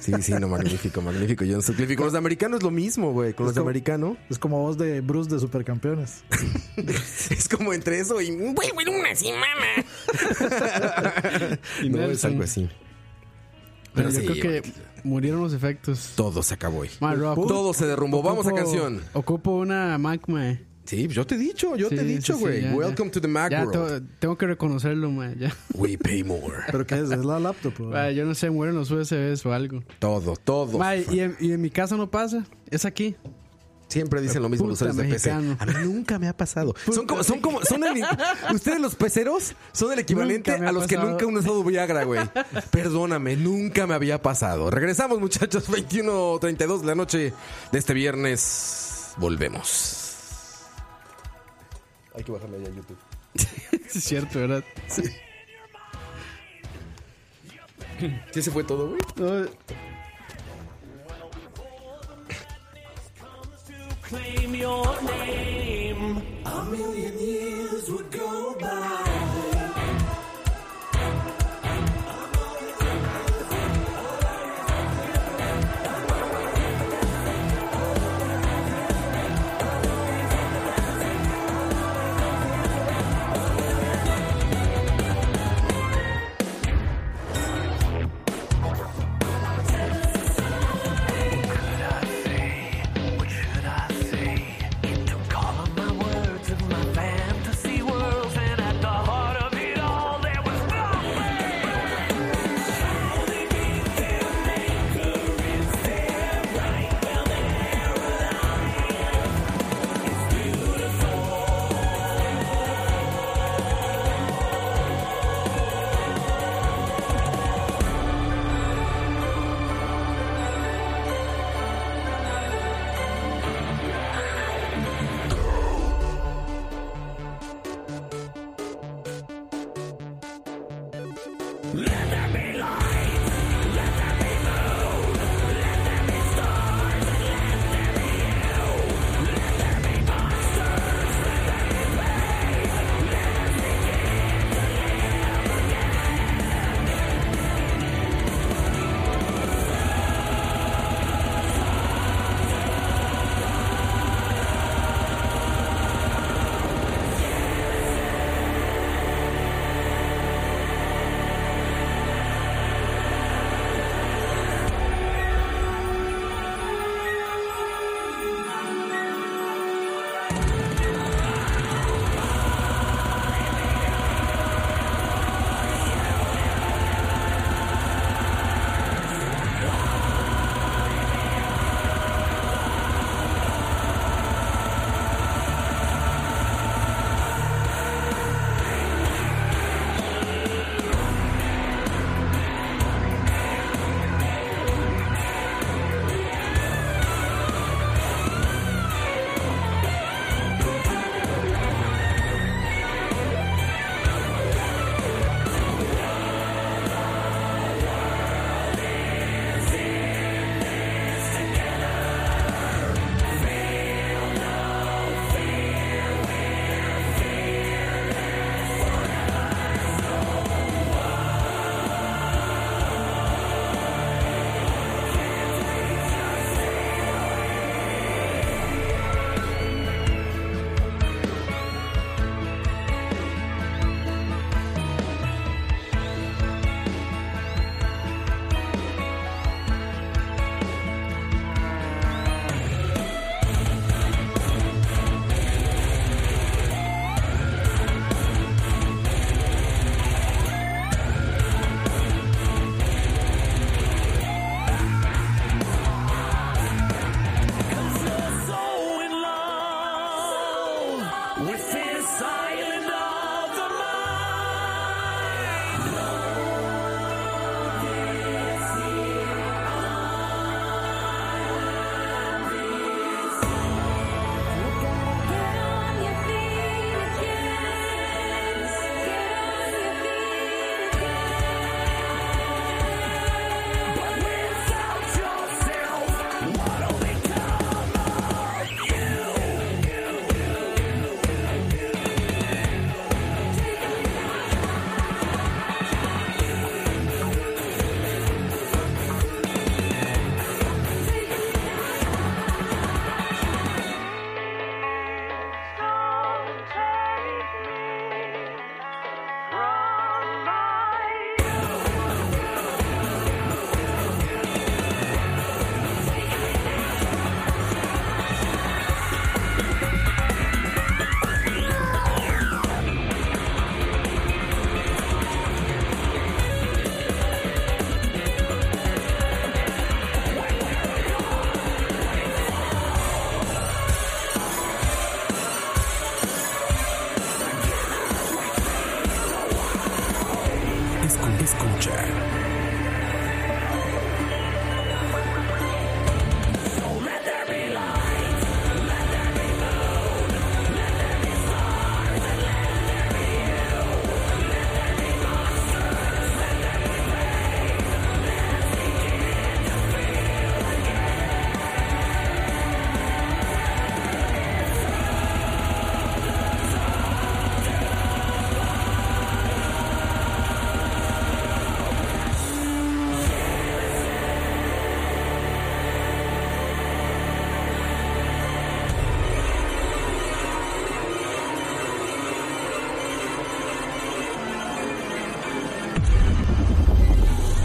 [SPEAKER 4] Sí, sí, no, magnífico, magnífico. John Sutcliffe. Y con los americanos es lo mismo, güey. Con los
[SPEAKER 3] como-
[SPEAKER 4] americanos
[SPEAKER 3] Es como voz de Bruce de Supercampeones.
[SPEAKER 4] es como entre eso y
[SPEAKER 8] Vuelvo en una semana.
[SPEAKER 6] Y
[SPEAKER 4] no es
[SPEAKER 6] Nelson.
[SPEAKER 4] algo así.
[SPEAKER 6] Pero
[SPEAKER 4] Pero
[SPEAKER 6] yo
[SPEAKER 4] sí,
[SPEAKER 6] creo que murieron los efectos.
[SPEAKER 4] Todo se acabó hoy.
[SPEAKER 6] Ma, Roa, ocupo-
[SPEAKER 4] Todo se derrumbó. Vamos a
[SPEAKER 6] ocupo-
[SPEAKER 4] canción.
[SPEAKER 6] Ocupo una Mac, mae.
[SPEAKER 4] Sí, yo te he dicho, yo
[SPEAKER 6] Sí,
[SPEAKER 4] te he
[SPEAKER 6] sí,
[SPEAKER 4] dicho,
[SPEAKER 6] sí,
[SPEAKER 4] güey.
[SPEAKER 6] ya, ya.
[SPEAKER 4] Welcome to the Mac
[SPEAKER 6] Ya,
[SPEAKER 4] World.
[SPEAKER 6] te- tengo que reconocerlo, mae. ya.
[SPEAKER 4] We pay more.
[SPEAKER 3] ¿Pero qué es? ¿Es la laptop? o-
[SPEAKER 6] Mae, yo no sé, mueren los USBs o algo.
[SPEAKER 4] Todo, todo.
[SPEAKER 6] Mae, y, en, y en mi casa no pasa. Es aquí.
[SPEAKER 4] Siempre dicen lo mismo los
[SPEAKER 6] Puta
[SPEAKER 4] usuarios de PC.
[SPEAKER 6] mexicano.
[SPEAKER 4] A mí nunca me ha pasado. Son como, son como, son el, ustedes los peceros son el equivalente
[SPEAKER 6] Nunca me ha
[SPEAKER 4] a los que
[SPEAKER 6] pasado.
[SPEAKER 4] nunca han usado Viagra, güey. Perdóname, nunca me había pasado. Regresamos, muchachos, 21.32 de la noche de este viernes. Volvemos. Hay que bajarle ya a YouTube.
[SPEAKER 6] es cierto, ¿verdad?
[SPEAKER 4] ¿Sí se fue todo, güey?
[SPEAKER 6] No,
[SPEAKER 1] escucha.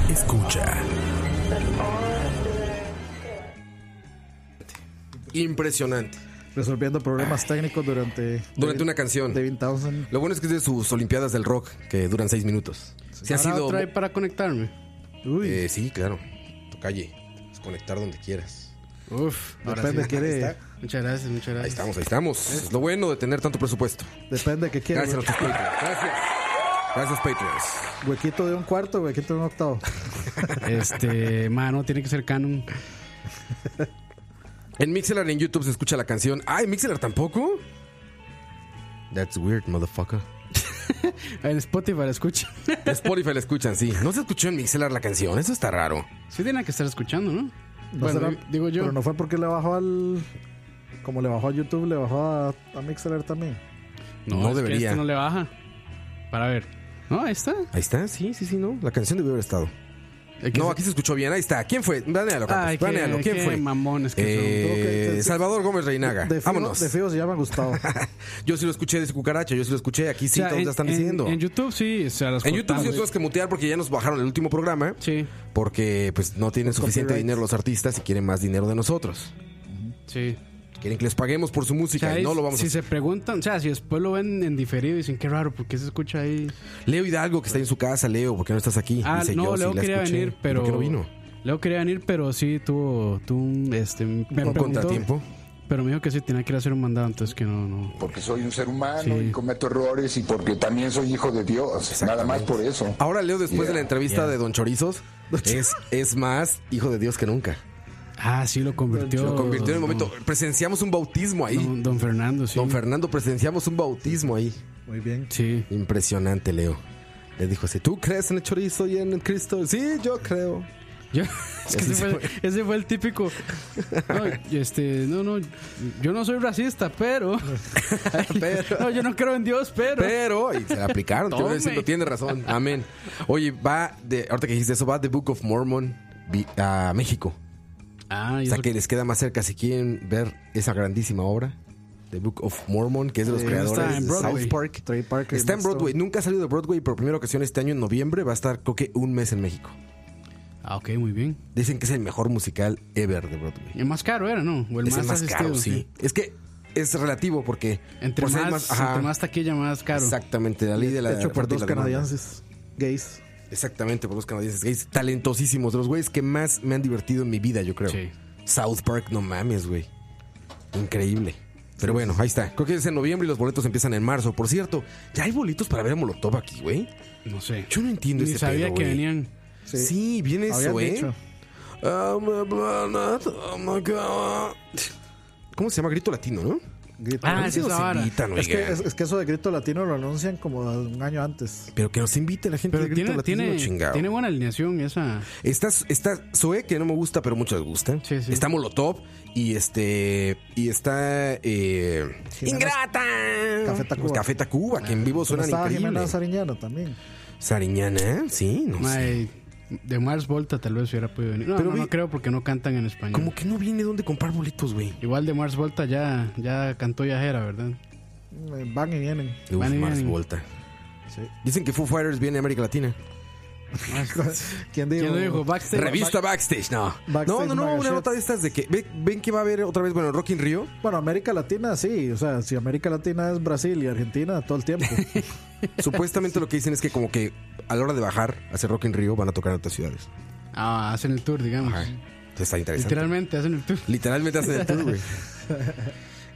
[SPEAKER 1] Escucha.
[SPEAKER 4] Impresionante.
[SPEAKER 3] Resolviendo problemas técnicos durante.
[SPEAKER 4] Durante una canción.
[SPEAKER 3] Devin Townsend.
[SPEAKER 4] Lo bueno es que es de sus Olimpiadas del Rock, que duran seis minutos. Si ha
[SPEAKER 6] ¿Habrá
[SPEAKER 4] sido.
[SPEAKER 6] otra ahí para conectarme?
[SPEAKER 3] Uy,
[SPEAKER 4] Eh, sí, claro. Tu calle. Puedes conectar donde quieras.
[SPEAKER 6] Uf, ahora
[SPEAKER 3] depende,
[SPEAKER 6] sí.
[SPEAKER 3] quiere-
[SPEAKER 4] Ahí está.
[SPEAKER 6] Muchas gracias, muchas gracias.
[SPEAKER 4] Ahí estamos, ahí estamos. Es lo bueno de tener tanto presupuesto.
[SPEAKER 3] depende que quiera.
[SPEAKER 4] Gracias a nuestros Patreons. Gracias. Gracias, Patreons.
[SPEAKER 3] Huequito de un cuarto, huequito de un octavo.
[SPEAKER 6] Este, mano, tiene que ser canon.
[SPEAKER 4] En Mixelar en YouTube se escucha la canción. ¡Ay, Mixelar tampoco! That's weird, motherfucker.
[SPEAKER 6] En Spotify la escucha.
[SPEAKER 4] En Spotify la escuchan, sí. No se escuchó en Mixelar la canción, eso está raro.
[SPEAKER 6] Sí tienen que estar escuchando, ¿no?
[SPEAKER 3] No
[SPEAKER 6] bueno,
[SPEAKER 3] será-
[SPEAKER 6] di- digo yo.
[SPEAKER 3] Pero no fue porque le bajó al. Como le bajó a YouTube, le bajó a, a Mixlr también.
[SPEAKER 4] No
[SPEAKER 6] es que
[SPEAKER 4] debería.
[SPEAKER 6] esto no le baja. Para ver. No, ahí está.
[SPEAKER 4] Ahí está, sí, sí, sí, no. La canción debió haber estado.
[SPEAKER 6] Hay que
[SPEAKER 4] No,
[SPEAKER 6] ser-
[SPEAKER 4] aquí se escuchó bien. Ahí está. ¿Quién fue? Danéalo, Campos.
[SPEAKER 6] Ay, qué-
[SPEAKER 4] Danéalo. ¿Quién
[SPEAKER 6] qué
[SPEAKER 4] fue?
[SPEAKER 6] mamones que son.
[SPEAKER 4] Eh,
[SPEAKER 3] Ok, sí, sí.
[SPEAKER 4] Salvador Gómez Reinaga.
[SPEAKER 3] De fijo,
[SPEAKER 4] Vámonos.
[SPEAKER 3] De fijo se llama Gustavo.
[SPEAKER 4] Yo sí lo escuché de su cucaracha, yo sí lo escuché. Aquí
[SPEAKER 6] O
[SPEAKER 4] sí,
[SPEAKER 6] sea,
[SPEAKER 4] todos
[SPEAKER 6] en-
[SPEAKER 4] ya están
[SPEAKER 6] en-
[SPEAKER 4] diciendo.
[SPEAKER 6] En,
[SPEAKER 4] En,
[SPEAKER 6] YouTube sí, se las
[SPEAKER 4] YouTube sí
[SPEAKER 6] cortamos.
[SPEAKER 4] lo tienes que mutear porque ya nos bajaron el último programa.
[SPEAKER 6] Sí,
[SPEAKER 4] Porque pues no tienen suficiente
[SPEAKER 3] copyright.
[SPEAKER 4] dinero los artistas y quieren más dinero de nosotros.
[SPEAKER 6] sí.
[SPEAKER 4] Quieren que les paguemos por su
[SPEAKER 6] O sea,
[SPEAKER 4] música y no
[SPEAKER 6] es-
[SPEAKER 4] lo vamos
[SPEAKER 6] si
[SPEAKER 4] a hacer.
[SPEAKER 6] se preguntan, o sea, si después lo ven en diferido y dicen, qué raro, ¿por qué se escucha ahí?
[SPEAKER 4] Leo Hidalgo, que está en su casa, Leo, ¿por qué no estás aquí?
[SPEAKER 6] Ah,
[SPEAKER 4] Dice,
[SPEAKER 6] no,
[SPEAKER 4] yo sí
[SPEAKER 6] Leo
[SPEAKER 4] la
[SPEAKER 6] quería
[SPEAKER 4] escuché.
[SPEAKER 6] venir, pero...
[SPEAKER 4] ¿Por qué no vino?
[SPEAKER 6] Leo quería venir, pero sí tuvo, tuvo un, este, me
[SPEAKER 4] Un
[SPEAKER 6] preguntó,
[SPEAKER 4] contratiempo.
[SPEAKER 6] Pero me dijo que sí tenía que ir a hacer un mandado, entonces que no, no.
[SPEAKER 11] Porque soy un ser humano
[SPEAKER 6] Sí.
[SPEAKER 11] y cometo errores y porque también soy hijo de Dios. Nada más por eso.
[SPEAKER 4] Ahora Leo, después de la
[SPEAKER 11] Yeah,
[SPEAKER 4] entrevista de Don Chorizos, es, es más hijo de Dios que nunca.
[SPEAKER 6] Ah, sí, lo convirtió.
[SPEAKER 4] Lo convirtió en el momento. Presenciamos un bautismo ahí.
[SPEAKER 6] Don, don- don Fernando, sí.
[SPEAKER 4] Don Fernando, presenciamos un bautismo ahí.
[SPEAKER 3] Muy bien.
[SPEAKER 6] sí.
[SPEAKER 4] Impresionante, Leo. Le dijo así, ¿tú crees en el chorizo y en el Cristo? Sí, yo creo.
[SPEAKER 6] Yo- es que
[SPEAKER 4] Así
[SPEAKER 6] ese,
[SPEAKER 4] se
[SPEAKER 6] fue, ese fue el típico. No, y este, no, no, yo no soy racista, pero.
[SPEAKER 4] Pero-
[SPEAKER 6] No, yo no creo en Dios, pero.
[SPEAKER 4] Pero, y se la aplicaron, te voy
[SPEAKER 6] Tome.
[SPEAKER 4] diciendo, tiene razón. Amén. Oye, va, de, ahorita que dijiste eso, va The Book of Mormon vi- a México.
[SPEAKER 6] Ah,
[SPEAKER 4] O
[SPEAKER 6] y
[SPEAKER 4] sea
[SPEAKER 6] eso-
[SPEAKER 4] que les queda más cerca si quieren ver esa grandísima obra, The Book of Mormon, que es de los
[SPEAKER 3] Eh,
[SPEAKER 4] creadores
[SPEAKER 6] está en
[SPEAKER 4] de
[SPEAKER 6] Broadway.
[SPEAKER 4] South Park.
[SPEAKER 3] Trey Parker. y
[SPEAKER 4] Está en
[SPEAKER 3] Matt Stone.
[SPEAKER 4] Broadway, nunca ha salido de Broadway por primera ocasión este año en noviembre, va a estar creo que un mes en México.
[SPEAKER 6] Ah, ok, muy bien.
[SPEAKER 4] Dicen que es el mejor musical ever de Broadway.
[SPEAKER 6] El más caro era, ¿no? O el
[SPEAKER 4] es el más
[SPEAKER 6] asistido,
[SPEAKER 4] caro, sí. Es que es relativo porque
[SPEAKER 6] Entre,
[SPEAKER 4] por ser
[SPEAKER 6] más,
[SPEAKER 4] el ajá,
[SPEAKER 6] entre más taquilla, más caro.
[SPEAKER 4] Exactamente, la ley de la
[SPEAKER 3] Hecho por
[SPEAKER 4] oferta y
[SPEAKER 3] dos
[SPEAKER 4] Ah, la demanda.
[SPEAKER 3] canadienses gays.
[SPEAKER 4] Exactamente, por los canadienses gays. Talentosísimos, de los güeyes que más me han divertido en mi vida, yo creo.
[SPEAKER 6] Sí.
[SPEAKER 4] South Park, no mames, güey. Increíble. Pero bueno, ahí está. Creo que es en noviembre y los boletos empiezan en marzo. Por cierto, ya hay boletos para ver a Molotov aquí, güey.
[SPEAKER 6] No sé.
[SPEAKER 4] Yo no entiendo
[SPEAKER 6] Ni
[SPEAKER 4] ese
[SPEAKER 6] sabía
[SPEAKER 4] pedo,
[SPEAKER 6] que
[SPEAKER 4] güey.
[SPEAKER 6] venían.
[SPEAKER 4] Sí, viene
[SPEAKER 3] Habían
[SPEAKER 4] eso, ¿eh?
[SPEAKER 3] dicho.
[SPEAKER 4] I'm a Oh, planet, oh my God. ¿Cómo se llama? Grito latino, ¿no?
[SPEAKER 3] Grito.
[SPEAKER 6] Ah,
[SPEAKER 4] ¿Por qué
[SPEAKER 6] esa es
[SPEAKER 4] nos
[SPEAKER 6] la vara.
[SPEAKER 4] invitan,
[SPEAKER 3] es, que,
[SPEAKER 4] oigan?
[SPEAKER 3] es, es que eso de grito latino lo anuncian como un año antes.
[SPEAKER 4] Pero que nos invite la gente
[SPEAKER 6] Pero
[SPEAKER 4] de Grito
[SPEAKER 6] tiene,
[SPEAKER 4] Latino,
[SPEAKER 6] tiene,
[SPEAKER 4] chingado.
[SPEAKER 6] tiene buena alineación esa.
[SPEAKER 4] Está, está Zoe, que no me gusta, pero muchos les gusta.
[SPEAKER 6] Sí, sí.
[SPEAKER 4] Está Molotov y este. Y está. eh,
[SPEAKER 3] Jimena-
[SPEAKER 4] ¡Ingrata! Pues
[SPEAKER 3] Café Tacuba.
[SPEAKER 4] Café Tacuba, que en vivo
[SPEAKER 3] Pero
[SPEAKER 4] suenan
[SPEAKER 3] estaba
[SPEAKER 4] increíble.
[SPEAKER 3] Jimena Sariñana también.
[SPEAKER 4] Sariñana, ¿eh? sí, no sé.
[SPEAKER 6] Mae, de Mars Volta tal vez hubiera podido venir. No,
[SPEAKER 4] Pero
[SPEAKER 6] no, no
[SPEAKER 4] vi-
[SPEAKER 6] creo porque no cantan en español.
[SPEAKER 4] Como que no viene donde comprar boletos, güey.
[SPEAKER 6] Igual de Mars Volta ya, ya cantó Yajera, ¿verdad?
[SPEAKER 3] Eh, Van y vienen.
[SPEAKER 4] Uf,
[SPEAKER 6] Van y
[SPEAKER 4] Mars
[SPEAKER 6] vienen.
[SPEAKER 4] Volta.
[SPEAKER 3] Sí.
[SPEAKER 4] Dicen que Foo Fighters viene a América Latina.
[SPEAKER 3] ¿Quién dijo?
[SPEAKER 6] ¿Quién lo dijo? Backstage.
[SPEAKER 4] Revista Backstage, no.
[SPEAKER 3] Backstage
[SPEAKER 4] no, no, no, una
[SPEAKER 3] Magazine.
[SPEAKER 4] nota de estas de que. ve- ven que va a haber otra vez, bueno, Rock in Rio.
[SPEAKER 3] Bueno, América Latina sí. O sea, si América Latina es Brasil y Argentina todo el tiempo.
[SPEAKER 4] Supuestamente lo que dicen es que, como que a la hora de bajar a hacer Rock in Rio, van a tocar en otras ciudades.
[SPEAKER 6] Ah, hacen el tour, digamos.
[SPEAKER 4] Entonces está interesante.
[SPEAKER 6] Literalmente hacen el tour.
[SPEAKER 4] Literalmente hacen el tour, güey.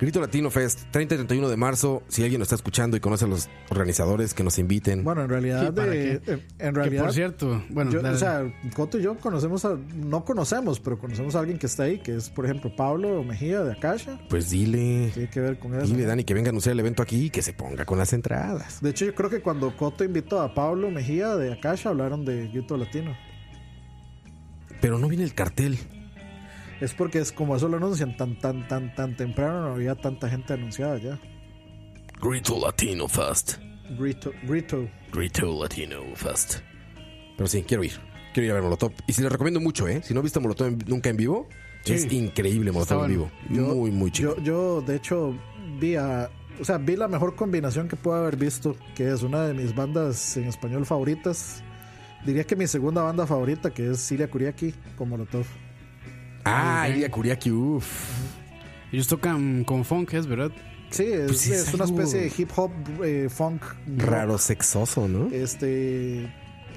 [SPEAKER 4] Grito Latino Fest, 30 y 31 de marzo. Si alguien nos está escuchando y conoce a los organizadores, que nos inviten.
[SPEAKER 3] Bueno, en realidad,
[SPEAKER 6] ¿para
[SPEAKER 3] eh,
[SPEAKER 6] qué?
[SPEAKER 3] eh, en realidad.
[SPEAKER 6] Que por cierto, bueno,
[SPEAKER 3] yo-
[SPEAKER 6] dale.
[SPEAKER 3] o sea, Coto y yo conocemos a, no conocemos, pero conocemos a alguien que está ahí, que es, por ejemplo, Pablo Mejía de Acacia.
[SPEAKER 4] Pues dile.
[SPEAKER 3] Tiene que ver con eso.
[SPEAKER 4] Dile, Dani, que venga a anunciar el evento aquí y que se ponga con las entradas.
[SPEAKER 3] De hecho, yo creo que cuando Coto invitó a Pablo Mejía de Acacia, hablaron de Grito Latino.
[SPEAKER 4] Pero no viene el cartel.
[SPEAKER 3] Es porque es como eso lo anuncian tan, tan, tan, tan temprano, no había tanta gente anunciada ya.
[SPEAKER 4] Grito Latino Fest.
[SPEAKER 3] Grito, Grito.
[SPEAKER 4] Grito Latino Fest. Pero sí, quiero ir. Quiero ir a ver Molotov. Y se les recomiendo mucho, ¿eh? Si no han visto Molotov en- nunca en vivo,
[SPEAKER 3] Sí.
[SPEAKER 4] es increíble Molotov
[SPEAKER 3] Está
[SPEAKER 4] en vivo.
[SPEAKER 3] bueno. Yo-
[SPEAKER 4] muy, muy chido.
[SPEAKER 3] Yo, yo, de hecho, vi a. O sea, vi la mejor combinación que puedo haber visto, que es una de mis bandas en español favoritas. Diría que mi segunda banda favorita, que es Silia Kuriaki, con Molotov.
[SPEAKER 4] Ah, Ilia Kuriaki, uff.
[SPEAKER 6] Ellos tocan con funk, es verdad.
[SPEAKER 3] Sí, es,
[SPEAKER 6] Pues sí, es
[SPEAKER 3] es una
[SPEAKER 6] algo-
[SPEAKER 3] especie de hip hop, eh, funk. rock.
[SPEAKER 4] Raro sexoso, ¿no?
[SPEAKER 3] Este.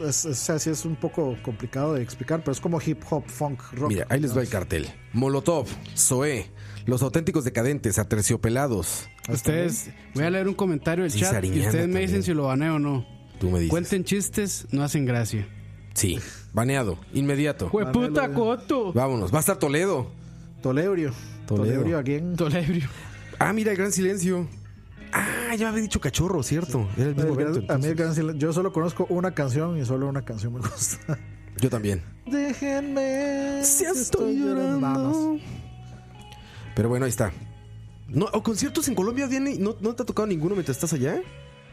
[SPEAKER 3] Es, es- o sea, sí es un poco complicado de explicar, pero es como hip hop, funk, rock.
[SPEAKER 4] Mira, ahí les va el cartel. Molotov, Zoé, Los Auténticos Decadentes, Aterciopelados.
[SPEAKER 6] Ustedes, voy a leer un comentario del
[SPEAKER 4] Sí,
[SPEAKER 6] chat y
[SPEAKER 4] Sariñana
[SPEAKER 6] ustedes me dicen si lo baneo o no.
[SPEAKER 4] Tú me dices.
[SPEAKER 6] Cuenten chistes, no hacen gracia.
[SPEAKER 4] Sí, baneado, inmediato.
[SPEAKER 6] ¡Jueputa, Coto!
[SPEAKER 4] Vámonos, va a estar Toledo.
[SPEAKER 3] Tolebrio.
[SPEAKER 4] Toledo.
[SPEAKER 3] Tolebrio, again.
[SPEAKER 6] Tolebrio.
[SPEAKER 4] Ah, mira, el gran silencio. Ah, ya había dicho cachorro, ¿cierto? Era el mismo
[SPEAKER 3] El gran-
[SPEAKER 4] evento.
[SPEAKER 3] a mí
[SPEAKER 4] entonces.
[SPEAKER 3] el gran silen- yo solo conozco una canción y solo una canción me gusta.
[SPEAKER 4] Yo también.
[SPEAKER 3] Déjenme. Si estoy llorando.
[SPEAKER 4] Pero bueno, ahí está. No, ¿o conciertos en Colombia, Diane? ¿No, no te ha tocado ninguno mientras estás allá?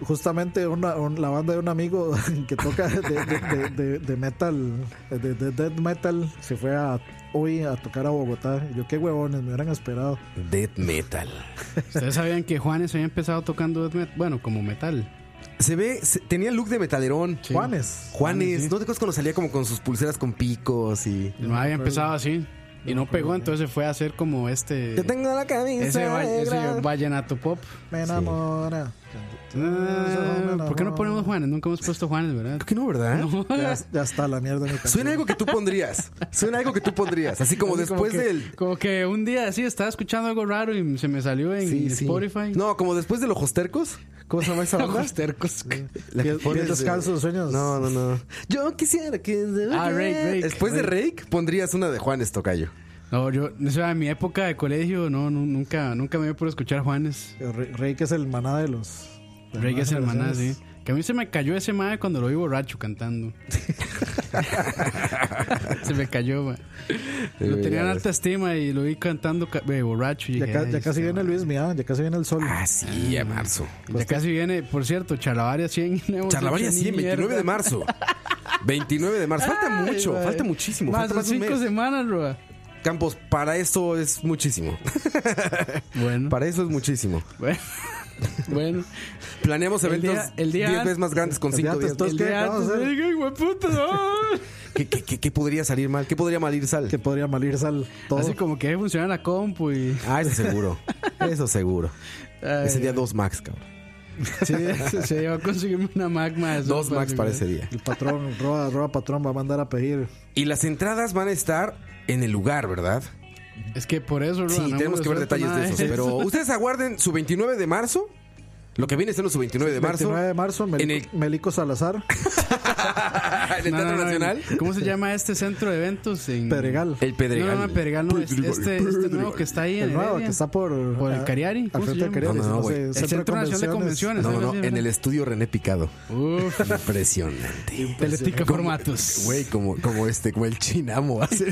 [SPEAKER 3] Justamente una, un- la banda de un amigo que toca de, de- de- de- de metal, de, de death metal, se fue a, hoy a tocar a Bogotá. Y Yo qué huevones, me hubieran esperado.
[SPEAKER 4] Death metal.
[SPEAKER 6] Ustedes sabían que Juanes había empezado tocando death met- bueno, como metal.
[SPEAKER 4] Se ve, se- tenía look de metalerón.
[SPEAKER 3] Juanes.
[SPEAKER 6] sí.
[SPEAKER 4] Juanes, ¿no te acuerdas cuando salía como con sus pulseras con picos y.
[SPEAKER 6] No había empezado así. Y no pegó, entonces se fue a hacer como este.
[SPEAKER 4] Yo tengo la camisa.
[SPEAKER 6] Ese, va-
[SPEAKER 4] negra.
[SPEAKER 6] ese vallenato pop.
[SPEAKER 3] Me enamora.
[SPEAKER 6] Ah, ¿Por qué no ponemos Juanes? Nunca hemos puesto Juanes, ¿verdad?
[SPEAKER 4] Creo que no, ¿verdad?
[SPEAKER 3] Ya, ya está la mierda de mi canción.
[SPEAKER 4] Suena algo que tú pondrías. Suena algo que tú pondrías. Así como
[SPEAKER 6] Así como
[SPEAKER 4] después
[SPEAKER 6] que-
[SPEAKER 4] del.
[SPEAKER 6] Como que un día así estaba escuchando algo raro y se me salió en
[SPEAKER 4] Sí, sí.
[SPEAKER 6] Spotify.
[SPEAKER 4] No, como después de los tercos. ¿Cómo se llama esa banda?
[SPEAKER 6] Ojos tercos.
[SPEAKER 4] La que
[SPEAKER 3] Pies-
[SPEAKER 4] pones
[SPEAKER 3] pies
[SPEAKER 4] de-
[SPEAKER 3] descalzos, sueños.
[SPEAKER 4] No, no, no. Yo quisiera que.
[SPEAKER 6] Ah, Rake, Rake.
[SPEAKER 4] Después de Rake, pondrías una de Juanes Tocayo.
[SPEAKER 6] No, yo, o sea, en mi época de colegio, no, nu- nunca, nunca me dio por escuchar Juanes.
[SPEAKER 3] Re- Rey que es el maná de los. de las
[SPEAKER 6] Rey es el
[SPEAKER 3] nuevas
[SPEAKER 6] maná, sí.
[SPEAKER 3] generaciones.
[SPEAKER 6] Que a mí se me cayó ese madre cuando lo vi borracho cantando. se me cayó, ma. Lo
[SPEAKER 4] Sí,
[SPEAKER 6] tenía en
[SPEAKER 4] ya ves.
[SPEAKER 6] alta estima y lo vi cantando ca- eh, borracho. y
[SPEAKER 3] Ya,
[SPEAKER 6] dije,
[SPEAKER 3] ca-
[SPEAKER 6] "Ay,
[SPEAKER 3] ya
[SPEAKER 6] este
[SPEAKER 3] casi viene
[SPEAKER 6] ma".
[SPEAKER 3] Luis Mía, ya casi viene el sol.
[SPEAKER 4] Ah, sí, a marzo.
[SPEAKER 6] Ya casi viene, por cierto, Chalabaria 100. no hemos
[SPEAKER 4] Charlavaria
[SPEAKER 6] dicho ni
[SPEAKER 4] 100, 29
[SPEAKER 6] mierda.
[SPEAKER 4] de marzo. 29 de marzo. Falta
[SPEAKER 6] Ay,
[SPEAKER 4] mucho,
[SPEAKER 6] ma.
[SPEAKER 4] falta muchísimo.
[SPEAKER 6] Más
[SPEAKER 4] falta
[SPEAKER 6] de
[SPEAKER 4] más de un
[SPEAKER 6] cinco
[SPEAKER 4] mes.
[SPEAKER 6] semanas, Roa.
[SPEAKER 4] Campos, para eso es muchísimo.
[SPEAKER 6] Bueno,
[SPEAKER 4] Para eso es muchísimo.
[SPEAKER 6] bueno. bueno.
[SPEAKER 4] Planeamos
[SPEAKER 6] El
[SPEAKER 4] eventos
[SPEAKER 6] día- el día
[SPEAKER 4] 10
[SPEAKER 6] an-
[SPEAKER 4] veces más grandes con
[SPEAKER 3] el
[SPEAKER 4] 5
[SPEAKER 3] día
[SPEAKER 4] días.
[SPEAKER 3] antes, Entonces,
[SPEAKER 6] el
[SPEAKER 3] ¿qué?
[SPEAKER 6] día
[SPEAKER 3] ¿Qué vamos a
[SPEAKER 6] antes,
[SPEAKER 3] hacer?
[SPEAKER 6] digo, "Hijueputa, no".
[SPEAKER 4] ¿Qué, qué, qué- qué podría salir mal? ¿Qué podría mal ir sal?
[SPEAKER 3] Que podría malir sal
[SPEAKER 4] Oh.
[SPEAKER 3] todo.
[SPEAKER 6] Así como que funciona la compu y.
[SPEAKER 4] Ah, eso seguro. Eso seguro.
[SPEAKER 6] Ay,
[SPEAKER 4] Ese día dos Max, cabrón.
[SPEAKER 6] Sí, se iba a conseguirme una magma.
[SPEAKER 4] Dos Max para ese día.
[SPEAKER 3] El patrón, Roa, Roa Patrón va a mandar a pedir.
[SPEAKER 4] Y las entradas van a estar en el lugar, ¿verdad?
[SPEAKER 6] Es que por eso, Roa, no
[SPEAKER 4] Sí, tenemos
[SPEAKER 6] hemos
[SPEAKER 4] que ver
[SPEAKER 6] resuelto
[SPEAKER 4] detalles
[SPEAKER 6] nada
[SPEAKER 4] de esos. Pero ustedes aguarden su 29 de marzo. Lo que viene siendo su 29 de marzo.
[SPEAKER 3] 29 de marzo, Melico,
[SPEAKER 4] en el-
[SPEAKER 3] Melico Salazar,
[SPEAKER 4] en el
[SPEAKER 6] No, no,
[SPEAKER 4] Teatro
[SPEAKER 6] no,
[SPEAKER 4] Nacional.
[SPEAKER 6] ¿Cómo se llama este centro de eventos? En...
[SPEAKER 3] Pedregal.
[SPEAKER 4] El Pedregal.
[SPEAKER 6] No, no, no, Pedregal no. es- este, este nuevo que está ahí en
[SPEAKER 3] el nuevo
[SPEAKER 6] Heredia.
[SPEAKER 3] que está por. ah,
[SPEAKER 6] Por el Cariari,
[SPEAKER 3] Al
[SPEAKER 6] ¿cómo se
[SPEAKER 3] frente del Cariari.
[SPEAKER 6] llama?
[SPEAKER 4] No, no,
[SPEAKER 3] no
[SPEAKER 4] güey.
[SPEAKER 3] sé,
[SPEAKER 4] El
[SPEAKER 6] Centro Nacional de Convenciones.
[SPEAKER 4] No, no, no.
[SPEAKER 6] ¿sabes?
[SPEAKER 4] En el estudio René Picado.
[SPEAKER 6] Uf,
[SPEAKER 4] Impresionante.
[SPEAKER 6] Teletica
[SPEAKER 4] Como-
[SPEAKER 6] Formatos.
[SPEAKER 4] Güey, como, como este, como el chinamo. va a ser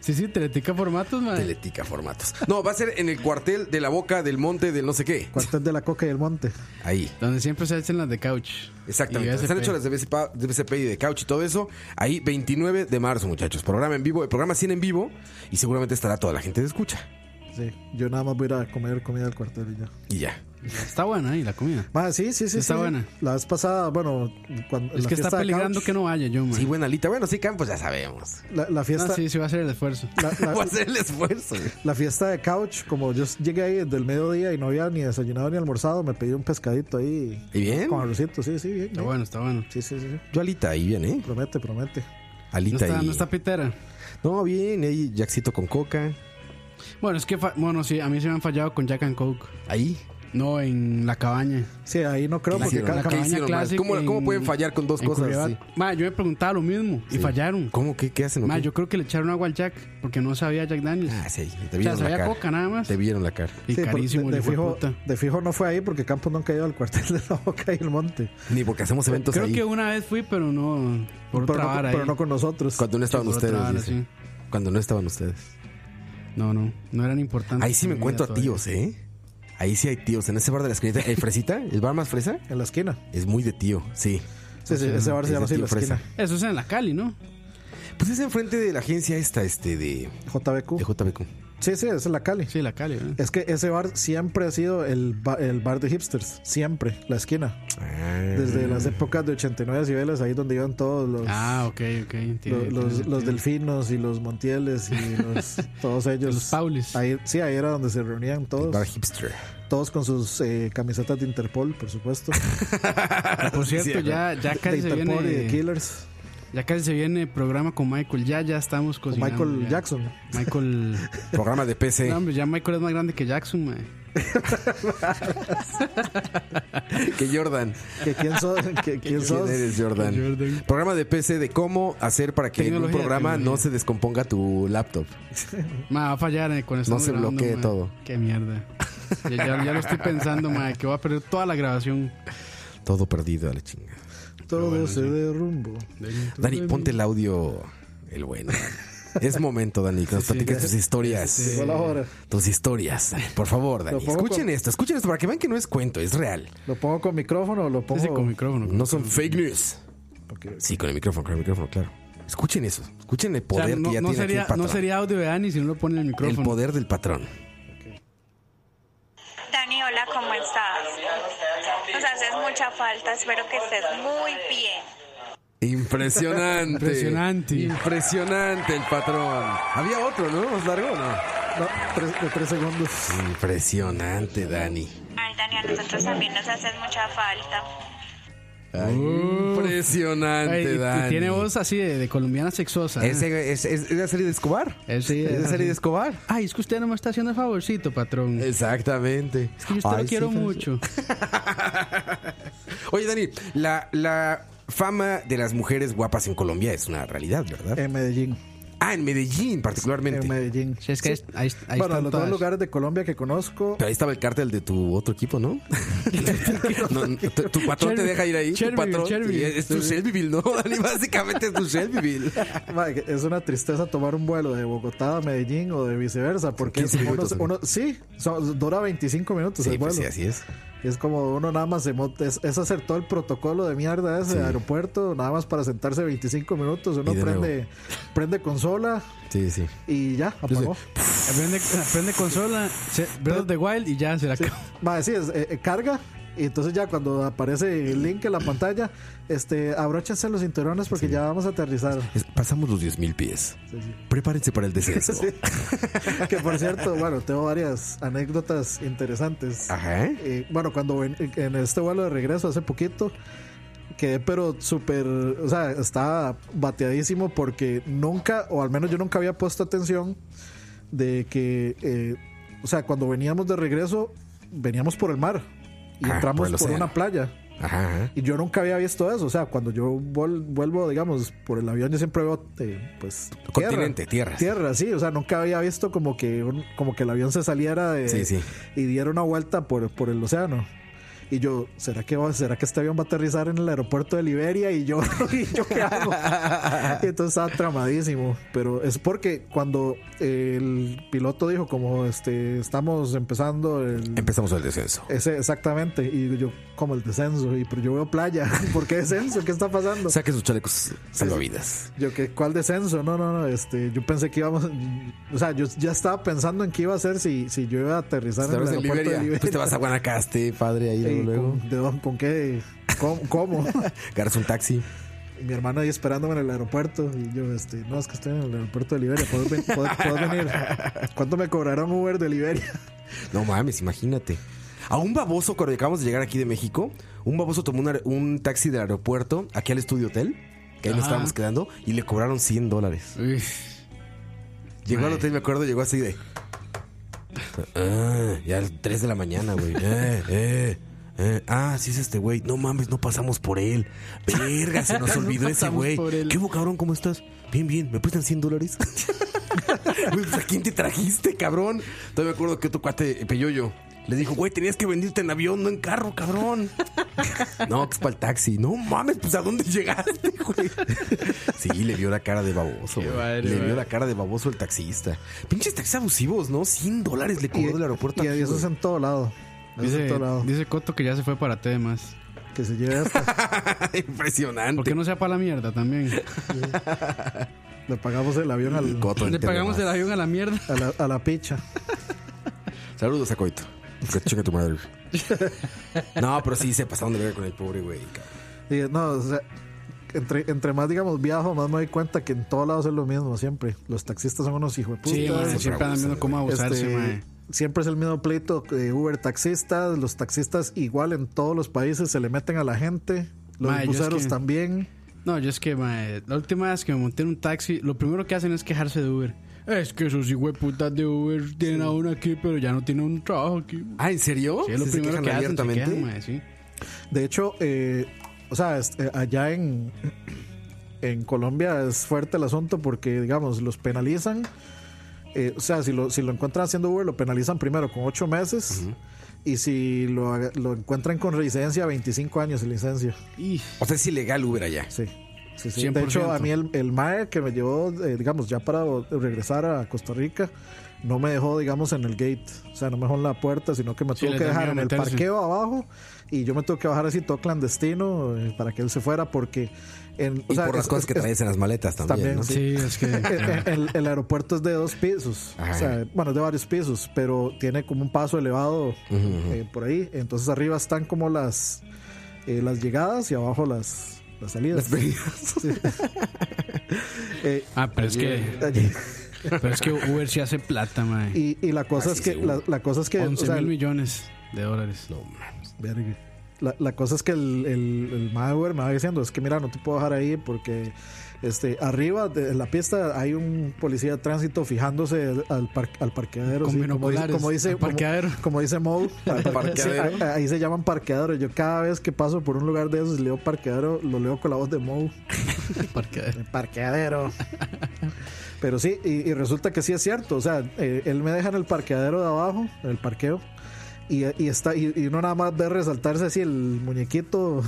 [SPEAKER 6] Sí, sí, Teletica Formatos, man.
[SPEAKER 4] Teletica Formatos. No, va a ser en el cuartel de la boca del monte del no sé qué.
[SPEAKER 3] Cuartel de la Coca y el Monte.
[SPEAKER 4] Ahí.
[SPEAKER 6] Donde siempre se hacen las de couch.
[SPEAKER 4] Exactamente.
[SPEAKER 6] Y
[SPEAKER 4] Se han
[SPEAKER 6] BSP.
[SPEAKER 4] hecho las de BCP, de BCP y de Couch y todo eso. Ahí, 29 de marzo, muchachos. Programa en vivo, el programa 100 en vivo. Y seguramente estará toda la gente de escucha.
[SPEAKER 3] Sí, yo nada más voy a ir a comer comida al cuartel y ya.
[SPEAKER 4] Y ya.
[SPEAKER 6] Está buena ahí la comida.
[SPEAKER 4] Pues
[SPEAKER 3] Ma, sí, sí, sí.
[SPEAKER 6] Está
[SPEAKER 3] sí.
[SPEAKER 6] buena.
[SPEAKER 3] La vez pasada, bueno, cuando.
[SPEAKER 6] Es
[SPEAKER 3] la
[SPEAKER 6] que está
[SPEAKER 3] fiesta de
[SPEAKER 6] peligrando
[SPEAKER 3] couch,
[SPEAKER 6] que no vaya yo, man.
[SPEAKER 4] Sí, buena alita. Bueno, sí, Campos, ya sabemos.
[SPEAKER 3] La, la
[SPEAKER 6] Ah,
[SPEAKER 3] fiesta.
[SPEAKER 6] sí, sí va a ser el esfuerzo.
[SPEAKER 3] la- la-
[SPEAKER 4] Va a hacer el esfuerzo. güey.
[SPEAKER 3] la fiesta de couch, como yo llegué ahí desde el mediodía y no había ni desayunado ni almorzado, me pedí un pescadito ahí.
[SPEAKER 4] ¿Y bien?
[SPEAKER 3] Con arrocito, sí, sí, bien.
[SPEAKER 6] Está
[SPEAKER 3] bien.
[SPEAKER 6] bueno, está bueno.
[SPEAKER 3] Sí, sí, sí.
[SPEAKER 4] Yo alita, ahí bien, ¿eh?
[SPEAKER 3] Promete, promete.
[SPEAKER 6] No
[SPEAKER 4] Alita
[SPEAKER 6] está,
[SPEAKER 4] ahí.
[SPEAKER 6] no está pitera.
[SPEAKER 4] No, bien. Ahí Jackcito con coca.
[SPEAKER 6] Bueno, es que, fa- bueno, sí, a mí se me han fallado con Jack and Coke.
[SPEAKER 4] ¿Ahí?
[SPEAKER 6] No, en la cabaña.
[SPEAKER 3] Sí, ahí no creo
[SPEAKER 6] La
[SPEAKER 3] porque
[SPEAKER 6] hicieron,
[SPEAKER 3] cada
[SPEAKER 6] la
[SPEAKER 3] cabaña
[SPEAKER 6] cabaña
[SPEAKER 3] clásica-
[SPEAKER 6] clásica
[SPEAKER 4] ¿Cómo- cómo
[SPEAKER 6] en-
[SPEAKER 4] pueden fallar con dos
[SPEAKER 6] en
[SPEAKER 4] cosas
[SPEAKER 6] Curriabat.
[SPEAKER 4] así?
[SPEAKER 6] Ma, yo me preguntaba lo mismo y fallaron.
[SPEAKER 4] ¿Cómo? ¿Qué, qué hacen? o
[SPEAKER 6] Ma,
[SPEAKER 4] qué?
[SPEAKER 6] yo creo que le echaron agua al Jack porque no sabía Jack Daniels.
[SPEAKER 4] Ah, sí,
[SPEAKER 6] o
[SPEAKER 4] te
[SPEAKER 6] sea,
[SPEAKER 4] vieron la
[SPEAKER 6] sabía
[SPEAKER 4] cara.
[SPEAKER 6] coca nada más.
[SPEAKER 4] Te vieron la cara.
[SPEAKER 6] Y
[SPEAKER 3] Sí, pero
[SPEAKER 6] carísimo,
[SPEAKER 3] de, de
[SPEAKER 6] el hijo de
[SPEAKER 3] fijo,
[SPEAKER 6] puta.
[SPEAKER 3] de fijo no fue ahí porque Campos nunca ha ido al cuartel de la Boca y el Monte.
[SPEAKER 4] Ni porque hacemos eventos
[SPEAKER 6] Creo
[SPEAKER 4] ahí.
[SPEAKER 6] que una vez fui, pero no por
[SPEAKER 3] pero,
[SPEAKER 6] otra
[SPEAKER 3] no,
[SPEAKER 6] vara
[SPEAKER 3] pero
[SPEAKER 6] ahí.
[SPEAKER 3] no con nosotros.
[SPEAKER 4] Cuando no estaban
[SPEAKER 6] Sí, por otra
[SPEAKER 4] ustedes.
[SPEAKER 6] vara,
[SPEAKER 4] dice.
[SPEAKER 6] sí.
[SPEAKER 4] Cuando no estaban ustedes.
[SPEAKER 6] No, no, no eran importantes.
[SPEAKER 4] Ahí sí me
[SPEAKER 6] en mi
[SPEAKER 4] encuentro
[SPEAKER 6] vida
[SPEAKER 4] a
[SPEAKER 6] todavía.
[SPEAKER 4] tíos, ¿eh? Ahí sí hay tíos. En ese bar de la esquinita. ¿El Fresita? ¿El bar más fresa?
[SPEAKER 3] En la esquina.
[SPEAKER 4] Es muy de tío, sí.
[SPEAKER 3] Sí, sí, ese bar se
[SPEAKER 4] Es
[SPEAKER 3] llama
[SPEAKER 4] de
[SPEAKER 3] así
[SPEAKER 4] tío
[SPEAKER 3] la
[SPEAKER 4] fresa.
[SPEAKER 3] esquina.
[SPEAKER 6] Eso es en la Cali, ¿no?
[SPEAKER 4] Pues es enfrente de la agencia esta, este, de,
[SPEAKER 3] JBQ.
[SPEAKER 4] de JBQ.
[SPEAKER 3] Sí, sí, es en la Cali.
[SPEAKER 6] Sí, la Cali. ¿verdad?
[SPEAKER 3] Es que ese bar siempre ha sido el, ba- el bar de hipsters. Siempre, la esquina. Desde las épocas de 89 Cibeles, ahí donde iban todos los,
[SPEAKER 6] Ah, ok, ok. entiendo,
[SPEAKER 3] lo-
[SPEAKER 6] entiendo,
[SPEAKER 3] los, los,
[SPEAKER 6] entiendo.
[SPEAKER 3] delfinos y los montieles y los- todos ellos.
[SPEAKER 6] Los Paulis.
[SPEAKER 3] Ahí, sí, ahí era donde se reunían
[SPEAKER 4] El bar
[SPEAKER 3] todos.
[SPEAKER 4] hipster.
[SPEAKER 3] Todos con sus eh, camisetas de Interpol, por supuesto.
[SPEAKER 6] Ah, Por cierto,
[SPEAKER 4] Sí,
[SPEAKER 6] ya, ya
[SPEAKER 3] de
[SPEAKER 6] casi se
[SPEAKER 3] Interpol y de
[SPEAKER 6] viene.
[SPEAKER 3] Killers.
[SPEAKER 6] Ya casi se viene programa con Michael. Ya, ya estamos
[SPEAKER 3] Con
[SPEAKER 6] cocinando.
[SPEAKER 3] Michael
[SPEAKER 6] ya.
[SPEAKER 3] Jackson.
[SPEAKER 6] Michael.
[SPEAKER 4] Programa de PC.
[SPEAKER 6] No, hombre, ya Michael es más grande que Jackson, mae.
[SPEAKER 4] que Jordan.
[SPEAKER 3] ¿Que ¿Quién sos? ¿Que ¿Quién
[SPEAKER 4] ¿Quién
[SPEAKER 3] sos?
[SPEAKER 4] eres, Jordan?
[SPEAKER 6] Jordan.
[SPEAKER 4] Programa de PC de cómo hacer para que en un
[SPEAKER 6] Tecnología,
[SPEAKER 4] programa no
[SPEAKER 6] tecnología.
[SPEAKER 4] se descomponga tu laptop.
[SPEAKER 6] Ma, va a fallar eh, cuando estamos
[SPEAKER 4] se
[SPEAKER 6] grabando,
[SPEAKER 4] bloquee
[SPEAKER 6] ma.
[SPEAKER 4] todo.
[SPEAKER 6] Qué mierda. Ya, ya- ya lo estoy pensando, ma, que voy a perder toda la grabación.
[SPEAKER 4] Todo perdido a la chinga.
[SPEAKER 3] Todo se derrumbó.
[SPEAKER 4] Dani, ponte el audio, el bueno. Es momento, Dani, que nos platiques tus historias.
[SPEAKER 3] Llegó la hora.
[SPEAKER 4] Tus historias. Por favor, Dani.
[SPEAKER 3] Lo pongo
[SPEAKER 4] Escuchen
[SPEAKER 3] con-
[SPEAKER 4] esto, escuchen esto para que vean que no es cuento, es real.
[SPEAKER 3] ¿Lo pongo con micrófono o lo pongo
[SPEAKER 6] Ese con micrófono.
[SPEAKER 4] Oh, No son fake news.
[SPEAKER 3] Ok.
[SPEAKER 4] Sí, con el micrófono, con el micrófono, claro. Escuchen eso. Escuchen el
[SPEAKER 6] O sea,
[SPEAKER 4] poder
[SPEAKER 6] no,
[SPEAKER 4] que ya
[SPEAKER 6] no
[SPEAKER 4] tiene aquí
[SPEAKER 6] sería,
[SPEAKER 4] el patrón.
[SPEAKER 6] no sería audio de Dani si no lo pone en el
[SPEAKER 4] el
[SPEAKER 6] micrófono.
[SPEAKER 4] poder del patrón.
[SPEAKER 12] Dani, hola, ¿cómo estás? Nos haces mucha falta, espero que estés muy bien.
[SPEAKER 4] Impresionante.
[SPEAKER 6] Impresionante.
[SPEAKER 4] Impresionante el patrón. Había otro, ¿no? Más largo, ¿no?
[SPEAKER 3] No, tres- de tres segundos.
[SPEAKER 4] Impresionante, Dani.
[SPEAKER 12] Ay, Dani, a nosotros también nos haces mucha falta.
[SPEAKER 4] Ay, impresionante,
[SPEAKER 6] Ay, y- y
[SPEAKER 4] Dani.
[SPEAKER 6] tiene voz así de, de colombiana sexosa. ¿eh?
[SPEAKER 4] Ese- es, es, es la serie de Escobar.
[SPEAKER 6] Eh, sí,
[SPEAKER 4] es
[SPEAKER 6] es
[SPEAKER 4] la serie
[SPEAKER 6] así.
[SPEAKER 4] de Escobar.
[SPEAKER 6] Ay, es que usted no me está haciendo el favorcito, patrón. Es
[SPEAKER 4] Exactamente.
[SPEAKER 6] que yo a usted
[SPEAKER 4] Ay,
[SPEAKER 6] lo
[SPEAKER 4] sí,
[SPEAKER 6] quiero
[SPEAKER 4] Francisco.
[SPEAKER 6] mucho.
[SPEAKER 4] Oye, Dani, la, la fama de las mujeres guapas en Colombia es una realidad, ¿verdad?
[SPEAKER 3] En Medellín.
[SPEAKER 4] ah, en Medellín, particularmente.
[SPEAKER 3] Eh, En Medellín.
[SPEAKER 6] Sí, es que
[SPEAKER 3] Sí.
[SPEAKER 6] ahí- ahí
[SPEAKER 3] bueno,
[SPEAKER 6] están
[SPEAKER 3] los
[SPEAKER 6] todas.
[SPEAKER 3] dos lugares de Colombia que conozco.
[SPEAKER 4] Pero ahí estaba el cártel de tu otro equipo, ¿no? No, no, tu, tu patrón te
[SPEAKER 6] Cherry-
[SPEAKER 4] deja ir ahí. Tu
[SPEAKER 6] Cherryville,
[SPEAKER 4] patrón.
[SPEAKER 6] Cherryville.
[SPEAKER 4] sí, es tu Shelbyville, ¿no? Dani, básicamente es tu Shelbyville.
[SPEAKER 3] Mae, Es una tristeza tomar un vuelo de Bogotá a Medellín o de viceversa, porque
[SPEAKER 4] 15
[SPEAKER 3] uno-
[SPEAKER 4] minutos,
[SPEAKER 3] uno- sí, son- dura 25 minutos
[SPEAKER 4] Sí,
[SPEAKER 3] el
[SPEAKER 4] pues
[SPEAKER 3] vuelo.
[SPEAKER 4] sí, así es.
[SPEAKER 3] Es como uno nada más se monta, es, es hacer todo el protocolo de mierda ese de aeropuerto, nada más para sentarse 25 minutos, uno
[SPEAKER 4] Y de nuevo.
[SPEAKER 3] prende, prende consola
[SPEAKER 4] Sí, sí.
[SPEAKER 3] y ya, apagó.
[SPEAKER 6] Aprende, aprende consola, se- Breath of the Wild y ya se la acabó.
[SPEAKER 3] Mae, sí, es, eh, eh, carga. Y entonces ya cuando aparece el link en la pantalla, este, abróchense los cinturones porque ya vamos a aterrizar.
[SPEAKER 4] Es- pasamos los 10.000 pies.
[SPEAKER 3] Sí, sí.
[SPEAKER 4] Prepárense para el descenso.
[SPEAKER 3] que por cierto, bueno, tengo varias anécdotas interesantes.
[SPEAKER 4] Ajá.
[SPEAKER 3] Eh, bueno, cuando ven- en este vuelo de regreso hace poquito, quedé pero súper, o sea, estaba bateadísimo porque nunca, o al menos yo nunca había puesto atención de que, eh, o sea, cuando veníamos de regreso, veníamos por el mar y
[SPEAKER 4] Ah, por
[SPEAKER 3] entramos
[SPEAKER 4] el
[SPEAKER 3] por,
[SPEAKER 4] océano.
[SPEAKER 3] una playa.
[SPEAKER 4] Ajá, ajá.
[SPEAKER 3] Y yo nunca había visto eso, o sea, cuando yo vol- vuelvo, digamos, por el avión, yo siempre veo, eh, pues, tierra.
[SPEAKER 4] Continente, tierras.
[SPEAKER 3] Tierra, sí, o sea, nunca había visto como que un- como que el avión se saliera de,
[SPEAKER 4] Sí, sí.
[SPEAKER 3] y diera una vuelta por, por el océano. Y yo, ¿será que va, será que este avión va a aterrizar en el aeropuerto de Liberia? Y yo, ¿y yo qué hago? Y entonces estaba tramadísimo. Pero es porque cuando eh, el piloto dijo, como este, estamos empezando el,
[SPEAKER 4] Empezamos el descenso.
[SPEAKER 3] ese, exactamente. Y yo, como el descenso. Y pero yo veo playa. ¿Por qué descenso? ¿Qué está pasando?
[SPEAKER 4] Saquen sus chalecos salvavidas.
[SPEAKER 3] Yo que cuál descenso, no, no, no, este, yo pensé que íbamos, o sea, yo ya estaba pensando en qué iba a hacer si, si yo iba a aterrizar en el
[SPEAKER 4] Estabas en
[SPEAKER 3] aeropuerto
[SPEAKER 4] Liberia.
[SPEAKER 3] de Liberia.
[SPEAKER 4] Pues te vas a Guanacaste, padre, ahí
[SPEAKER 3] Ey,
[SPEAKER 4] luego. luego.
[SPEAKER 3] ¿con, de dónde- con qué? ¿Cómo? cómo?
[SPEAKER 4] Agarras un taxi.
[SPEAKER 3] Y mi hermano ahí esperándome en el aeropuerto y yo, este, no, es que estoy en el aeropuerto de Liberia, ¿puedo, ven- puedo- puedo venir? ¿Cuánto me cobrarán Uber de Liberia?
[SPEAKER 4] No mames, imagínate. A un baboso, cuando acabamos de llegar aquí de México, un baboso tomó una- un taxi del aeropuerto aquí al estudio hotel, que ahí nos
[SPEAKER 6] Ajá.
[SPEAKER 4] estábamos quedando, y le cobraron 100 dólares.
[SPEAKER 6] Uy,
[SPEAKER 4] Llegó al
[SPEAKER 6] Ay.
[SPEAKER 4] hotel, me acuerdo, llegó así de. Ah, ya a las 3 de la mañana, güey. Eh, eh, eh. Ah, sí es este güey. No mames, no pasamos por él. Verga, se nos
[SPEAKER 6] No
[SPEAKER 4] olvidó ese
[SPEAKER 6] pasamos
[SPEAKER 4] güey.
[SPEAKER 6] por él.
[SPEAKER 4] ¿Qué hubo, cabrón? ¿Cómo estás? Bien, bien. ¿Me prestan 100 dólares? Güey, pues, ¿A quién te trajiste, cabrón? Todavía me acuerdo que tu cuate, eh, Peyoyo, le dijo, güey, tenías que venirte en avión, no en carro, cabrón. no, que es para el taxi. No mames, pues ¿a dónde llegaste, güey? sí, le vio la cara de baboso, güey.
[SPEAKER 6] madre,
[SPEAKER 4] Le
[SPEAKER 6] madre.
[SPEAKER 4] vio la cara de baboso el taxista. Pinches taxis abusivos, ¿no? 100 dólares le cobró del aeropuerto.
[SPEAKER 3] Y
[SPEAKER 4] aquí,
[SPEAKER 3] eso
[SPEAKER 4] güey.
[SPEAKER 3] es en todo lado. Eso es en
[SPEAKER 6] Dice,
[SPEAKER 3] todo lado.
[SPEAKER 6] dice Coto que ya se fue para Temas.
[SPEAKER 3] Que se lleve hasta.
[SPEAKER 4] Impresionante.
[SPEAKER 6] ¿Por qué no sea para la mierda también?
[SPEAKER 3] Le pagamos el avión al.
[SPEAKER 4] Coto en
[SPEAKER 6] Le pagamos el
[SPEAKER 4] Telemás.
[SPEAKER 6] avión a la mierda.
[SPEAKER 3] A la, a la picha.
[SPEAKER 4] Saludos a Coito. Que cheque tu madre. güey. no, pero sí se pasaron de verga con el pobre, güey. cabrón.
[SPEAKER 3] Y, no, o sea, entre, entre más, digamos, viajo, más me doy cuenta que en todos lados es lo mismo siempre. Los taxistas son unos hijos de puta.
[SPEAKER 6] Sí, mae,
[SPEAKER 3] Este,
[SPEAKER 6] siempre andan viendo cómo abusarse, mae.
[SPEAKER 3] Siempre es el mismo pleito de Uber taxistas. Los taxistas, igual en todos los países, se le meten a la gente. Los
[SPEAKER 6] Mae, yo es
[SPEAKER 3] buceros
[SPEAKER 6] que-
[SPEAKER 3] también.
[SPEAKER 6] No, yo es que, mae, la última vez que me monté en un taxi, lo primero que hacen es quejarse de Uber. Es que esos putas de Uber tienen a uno aquí, pero ya no tienen un trabajo aquí.
[SPEAKER 4] Ah, ¿en serio?
[SPEAKER 6] Sí, es lo
[SPEAKER 4] ¿Sí se
[SPEAKER 6] primero
[SPEAKER 4] quejan
[SPEAKER 6] que hacen, se
[SPEAKER 4] abiertamente?
[SPEAKER 6] quejan, mae, sí.
[SPEAKER 3] De hecho, eh, o sea, este, eh, allá en, en Colombia es fuerte el asunto porque, digamos, los penalizan. Eh, o sea, si lo, si lo encuentran haciendo Uber, lo penalizan primero con 8 meses. Y si lo, haga- lo encuentran con residencia, 25 años de licencia.
[SPEAKER 6] Y
[SPEAKER 4] O sea, es ilegal Uber allá.
[SPEAKER 3] Sí. sí, sí. De hecho,
[SPEAKER 6] 100%.
[SPEAKER 3] a mí el, el MAE que me llevó, eh, digamos, ya para regresar a Costa Rica, no me dejó, digamos, en el gate. O sea, no me dejó en la puerta, sino que me
[SPEAKER 6] Sí,
[SPEAKER 3] tuvo
[SPEAKER 6] le
[SPEAKER 3] que
[SPEAKER 6] da
[SPEAKER 3] dejar
[SPEAKER 6] miedo
[SPEAKER 3] en el
[SPEAKER 6] meterse.
[SPEAKER 3] parqueo abajo y yo me tuve que bajar así todo clandestino eh, para que él se fuera porque... En,
[SPEAKER 4] Y por las cosas que traes en las maletas también, ¿no?
[SPEAKER 6] Sí, es que-
[SPEAKER 3] el, el- el aeropuerto es de dos pisos.
[SPEAKER 4] Eh, Ajá.
[SPEAKER 3] O sea, bueno, es de varios pisos, pero tiene como un paso elevado eh, por ahí. Entonces arriba están como las, eh, las llegadas y abajo las, las salidas.
[SPEAKER 4] Las peleas.
[SPEAKER 3] Sí. Eh,
[SPEAKER 6] Ah, pero es que,
[SPEAKER 3] allí-
[SPEAKER 6] pero es que Uber sí hace plata, mae.
[SPEAKER 3] y, y la cosa
[SPEAKER 4] Ah,
[SPEAKER 3] es
[SPEAKER 4] sí,
[SPEAKER 3] que
[SPEAKER 4] seguro.
[SPEAKER 3] la, la cosa es que
[SPEAKER 6] 11
[SPEAKER 3] o sea,
[SPEAKER 6] mil millones de dólares.
[SPEAKER 4] No mames.
[SPEAKER 3] verga. la, la cosa es que el, el, el malware me va diciendo es que mira no te puedo dejar ahí porque este arriba de la pista hay un policía de tránsito fijándose al, par- al parqueadero
[SPEAKER 6] Con
[SPEAKER 3] sí, como dice
[SPEAKER 6] binoculares,
[SPEAKER 3] como dice
[SPEAKER 6] al
[SPEAKER 3] como-
[SPEAKER 6] parqueadero.
[SPEAKER 3] como, dice Mo al
[SPEAKER 4] parqueadero.
[SPEAKER 3] Sí, a- a- ahí se llaman parqueadores yo cada vez que paso por un lugar de esos y leo parqueadero lo leo con la voz de Mo
[SPEAKER 6] Parqueadero.
[SPEAKER 3] El parqueadero. Pero sí, y, y resulta que sí es cierto. O sea, eh, él me deja en el parqueadero de abajo, en el parqueo, y, y está, y, y uno nada más ve resaltarse así el muñequito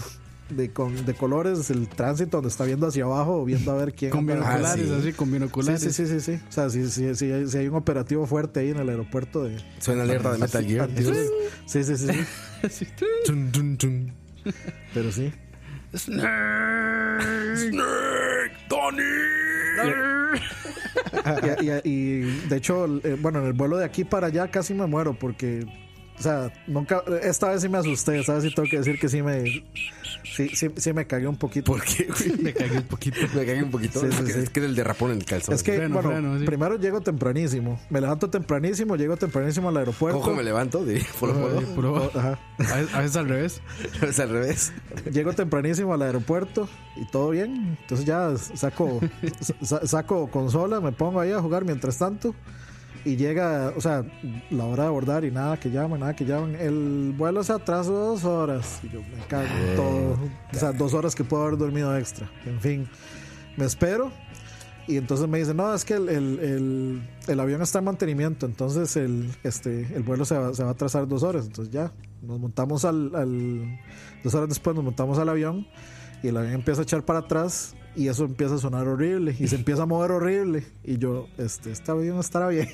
[SPEAKER 3] de, con, de colores, el tránsito donde está viendo hacia abajo, viendo a ver quién.
[SPEAKER 6] Con
[SPEAKER 3] anda.
[SPEAKER 6] binoculares,
[SPEAKER 4] sí.
[SPEAKER 6] así, con
[SPEAKER 3] Ah, Sí,
[SPEAKER 6] binoculares.
[SPEAKER 3] sí, sí, sí, sí. O sea, sí, sí, sí, hay- sí hay un operativo fuerte ahí en el aeropuerto de...
[SPEAKER 4] Suena alerta de Metal Gear.
[SPEAKER 3] Antes- Sí, sí, sí, sí.
[SPEAKER 4] Tun, tun, tun.
[SPEAKER 3] Pero sí.
[SPEAKER 4] Snake, Tony.
[SPEAKER 3] y, y- y, de hecho, el- eh, bueno, en el vuelo de aquí para allá casi me muero porque, o sea, nunca, esta vez sí me asusté, esta vez sí tengo que decir que sí me, sí, sí, sí me cagué un poquito.
[SPEAKER 4] ¿Por qué, güey?
[SPEAKER 6] Me cagué un poquito.
[SPEAKER 4] Me cagué un poquito.
[SPEAKER 3] Sí, sí,
[SPEAKER 4] Porque
[SPEAKER 3] sí.
[SPEAKER 4] Es que era el derrapón en el calzón.
[SPEAKER 3] Es que,
[SPEAKER 6] Freno,
[SPEAKER 3] bueno,
[SPEAKER 6] freno, sí.
[SPEAKER 3] primero llego tempranísimo, me levanto tempranísimo, llego tempranísimo al aeropuerto.
[SPEAKER 4] Cojo me levanto, diría, por lo
[SPEAKER 6] Ay,
[SPEAKER 4] menos.
[SPEAKER 6] puro-
[SPEAKER 3] Ajá.
[SPEAKER 6] A veces- a veces al revés.
[SPEAKER 4] Es al revés.
[SPEAKER 3] Llego tempranísimo al aeropuerto y todo bien. Entonces ya saco, sa- saco consola, me pongo ahí a jugar mientras tanto. Y llega, o sea, la hora de abordar y nada que llaman, nada que llaman. El vuelo se atrasó dos horas. Y yo me cago en todo. O sea, dos horas que puedo haber dormido extra. En fin, me espero. Y entonces me dicen, no, es que el, el- el- el avión está en mantenimiento, entonces el, este, el vuelo se va, se va a atrasar dos horas. Entonces ya, nos montamos al, al- Dos horas después nos montamos al avión y el avión empieza a echar para atrás y eso empieza a sonar horrible y se empieza a mover horrible. Y yo, este, este avión estará bien.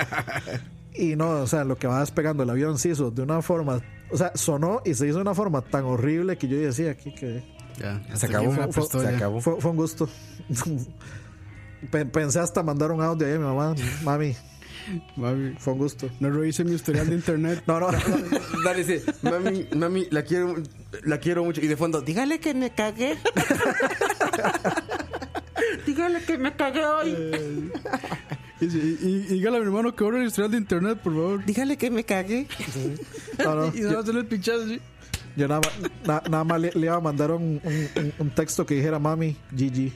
[SPEAKER 3] y no, o sea, lo que va despegando el avión se hizo de una forma... O sea, sonó y se hizo de una forma tan horrible que yo decía aquí que...
[SPEAKER 6] Ya.
[SPEAKER 4] Se
[SPEAKER 6] hasta aquí
[SPEAKER 4] acabó.
[SPEAKER 6] fue la
[SPEAKER 4] fue- Se
[SPEAKER 6] pistola.
[SPEAKER 4] acabó.
[SPEAKER 3] Fue, fue un gusto. Pe- Pensé hasta mandar un audio ahí a mi mamá. Mami,
[SPEAKER 6] Mami,
[SPEAKER 3] fue un gusto.
[SPEAKER 6] No revisé mi historial de internet.
[SPEAKER 3] No, no.
[SPEAKER 4] Dale, dice, mami, mami, la quiero, la quiero mucho. Y de fondo, dígale que me cagué. dígale que me cagué hoy.
[SPEAKER 6] Y, y- y- y dígale a mi hermano que borre el historial de internet, por favor.
[SPEAKER 4] Dígale que me cagué.
[SPEAKER 3] No, no.
[SPEAKER 6] Y se va a hacer el pinchazo así.
[SPEAKER 3] Yo nada más, na- nada más le, le iba a mandar un, un- un- un texto que dijera mami, GG.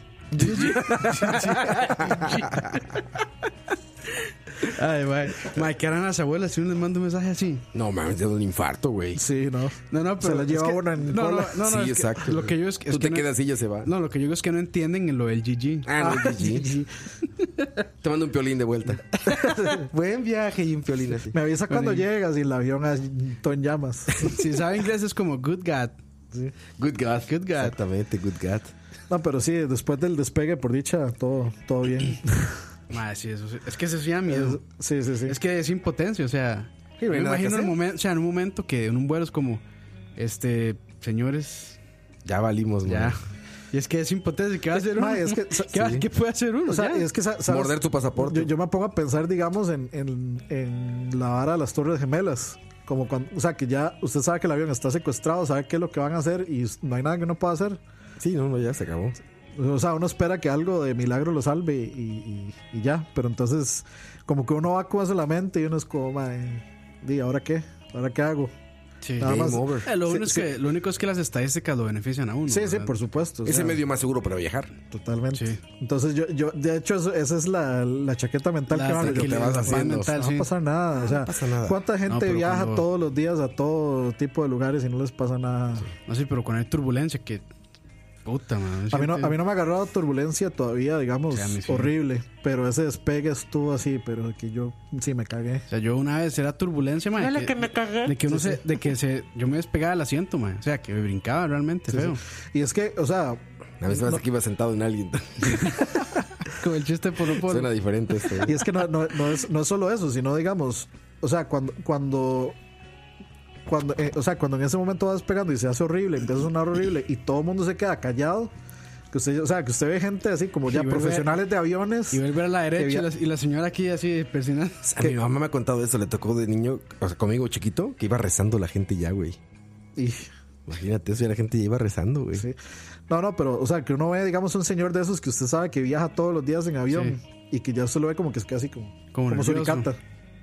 [SPEAKER 6] Ay, mae. Mae, ¿qué harán las abuelas si uno les manda un mensaje así?
[SPEAKER 4] No, mames, te da un infarto, güey.
[SPEAKER 3] Sí, no.
[SPEAKER 6] No, no, pero.
[SPEAKER 3] Se la
[SPEAKER 6] es
[SPEAKER 3] lleva
[SPEAKER 6] que-
[SPEAKER 3] una en
[SPEAKER 6] no, no,
[SPEAKER 3] cola.
[SPEAKER 6] no, no,
[SPEAKER 4] Sí,
[SPEAKER 6] es que
[SPEAKER 4] exacto.
[SPEAKER 6] Lo que yo es, es
[SPEAKER 4] Tú
[SPEAKER 6] que
[SPEAKER 4] te
[SPEAKER 6] no-
[SPEAKER 4] quedas y ella se va.
[SPEAKER 6] No, lo que yo digo es que no entienden lo del GG.
[SPEAKER 4] Ah, no, GG. Te mando un piolín de vuelta. Buen viaje y un piolín así.
[SPEAKER 3] Me avisa cuando
[SPEAKER 6] Bueno,
[SPEAKER 3] llegas y el avión está en llamas.
[SPEAKER 6] Si sabe inglés es como good God.
[SPEAKER 4] Good God. Good God. Exactamente, good God.
[SPEAKER 3] No, pero sí, después del despegue, por dicha, todo, todo bien.
[SPEAKER 6] Mae, sí, eso sí. Es que eso sí da miedo.
[SPEAKER 3] Sí, sí, sí.
[SPEAKER 6] Es que es impotencia, o sea.
[SPEAKER 3] no hay
[SPEAKER 6] me
[SPEAKER 3] nada que
[SPEAKER 6] imagino el
[SPEAKER 3] hacer.
[SPEAKER 6] momento, o sea, en un momento que en un vuelo es como, este, señores,
[SPEAKER 4] Ya valimos, güey.
[SPEAKER 6] ya. Y es que es impotencia, ¿qué va a hacer uno?
[SPEAKER 3] Mae, es que-
[SPEAKER 6] ¿Qué, va-
[SPEAKER 4] sí.
[SPEAKER 6] qué puede hacer uno?
[SPEAKER 3] O sea,
[SPEAKER 6] Ya.
[SPEAKER 3] es que, sa- ¿sabes?
[SPEAKER 4] Morder tu pasaporte.
[SPEAKER 3] Yo, yo me pongo a pensar, digamos, en, en, en la vara de las Torres Gemelas. Como cuando, o sea, que ya usted sabe que el avión está secuestrado, sabe qué es lo que van a hacer y no hay nada que uno pueda hacer.
[SPEAKER 4] Sí, no, no, ya se acabó.
[SPEAKER 3] O sea, uno espera que algo de milagro lo salve y, y- y ya. Pero entonces, como que uno va con eso en la mente y uno es como, "Mae, di, ¿ahora qué? ¿Ahora qué hago?
[SPEAKER 6] Sí.
[SPEAKER 3] Nada
[SPEAKER 4] Game
[SPEAKER 3] más.
[SPEAKER 4] over.
[SPEAKER 6] Eh, lo,
[SPEAKER 3] Sí,
[SPEAKER 6] único es
[SPEAKER 3] sí.
[SPEAKER 6] que, lo único es que las estadísticas lo benefician a uno.
[SPEAKER 3] Sí, sí,
[SPEAKER 6] ¿verdad?
[SPEAKER 3] por supuesto. o
[SPEAKER 4] Ese
[SPEAKER 3] sea,
[SPEAKER 4] medio más seguro para viajar.
[SPEAKER 3] Totalmente.
[SPEAKER 6] Sí.
[SPEAKER 3] Entonces, yo, yo, de hecho, eso- esa es la, la chaqueta mental
[SPEAKER 6] La
[SPEAKER 3] que van
[SPEAKER 6] tranquilidad
[SPEAKER 4] vas haciendo.
[SPEAKER 6] mental,
[SPEAKER 3] No va
[SPEAKER 6] sí.
[SPEAKER 3] a pasar nada. o sea,
[SPEAKER 4] pasa nada.
[SPEAKER 3] ¿cuánta
[SPEAKER 6] No,
[SPEAKER 3] gente
[SPEAKER 6] pero
[SPEAKER 3] viaja
[SPEAKER 6] cuando-
[SPEAKER 3] todos los días a todo tipo de lugares y no les pasa nada?
[SPEAKER 6] No sé, pero con el turbulencia que... Puta, man.
[SPEAKER 3] A mí, no,
[SPEAKER 6] siente-
[SPEAKER 3] a mí no me ha agarrado turbulencia todavía, digamos,
[SPEAKER 6] Sí, a mí sí.
[SPEAKER 3] horrible. Pero ese despegue estuvo así, pero que yo sí me cagué.
[SPEAKER 6] O sea, yo una vez era turbulencia, man.
[SPEAKER 8] Dale que me cagué.
[SPEAKER 6] De que uno se... De que se... Yo me despegaba del asiento, man. O sea, que me brincaba realmente,
[SPEAKER 3] Sí,
[SPEAKER 6] feo.
[SPEAKER 3] sí. Y es que, o sea,
[SPEAKER 4] A veces más que iba sentado en alguien.
[SPEAKER 6] Como el chiste por un
[SPEAKER 4] Suena diferente esto. ¿eh?
[SPEAKER 3] Y es que no, no- no es, no es solo eso, sino digamos, o sea, cuando, cuando, cuando, eh, o sea, cuando en ese momento vas pegando y se hace horrible, empieza a sonar horrible y todo el mundo se queda callado, que usted, o sea, que usted ve gente así como ya
[SPEAKER 6] Y vuelve-
[SPEAKER 3] profesionales de aviones.
[SPEAKER 6] Y vuelve a la derecha y
[SPEAKER 3] Que
[SPEAKER 6] la, y la señora aquí así persina.
[SPEAKER 4] A mi mamá me ha contado eso, le tocó de niño, o sea, conmigo chiquito, que iba rezando la gente ya, güey.
[SPEAKER 3] y-
[SPEAKER 4] Imagínate eso, ya la gente ya iba rezando, güey.
[SPEAKER 3] sí. No, no, pero, o sea, que uno ve, digamos, un señor de esos que usted sabe que viaja todos los días en avión y que ya se lo ve como que es casi como,
[SPEAKER 6] Como
[SPEAKER 3] como,
[SPEAKER 6] nervioso.
[SPEAKER 3] suricata.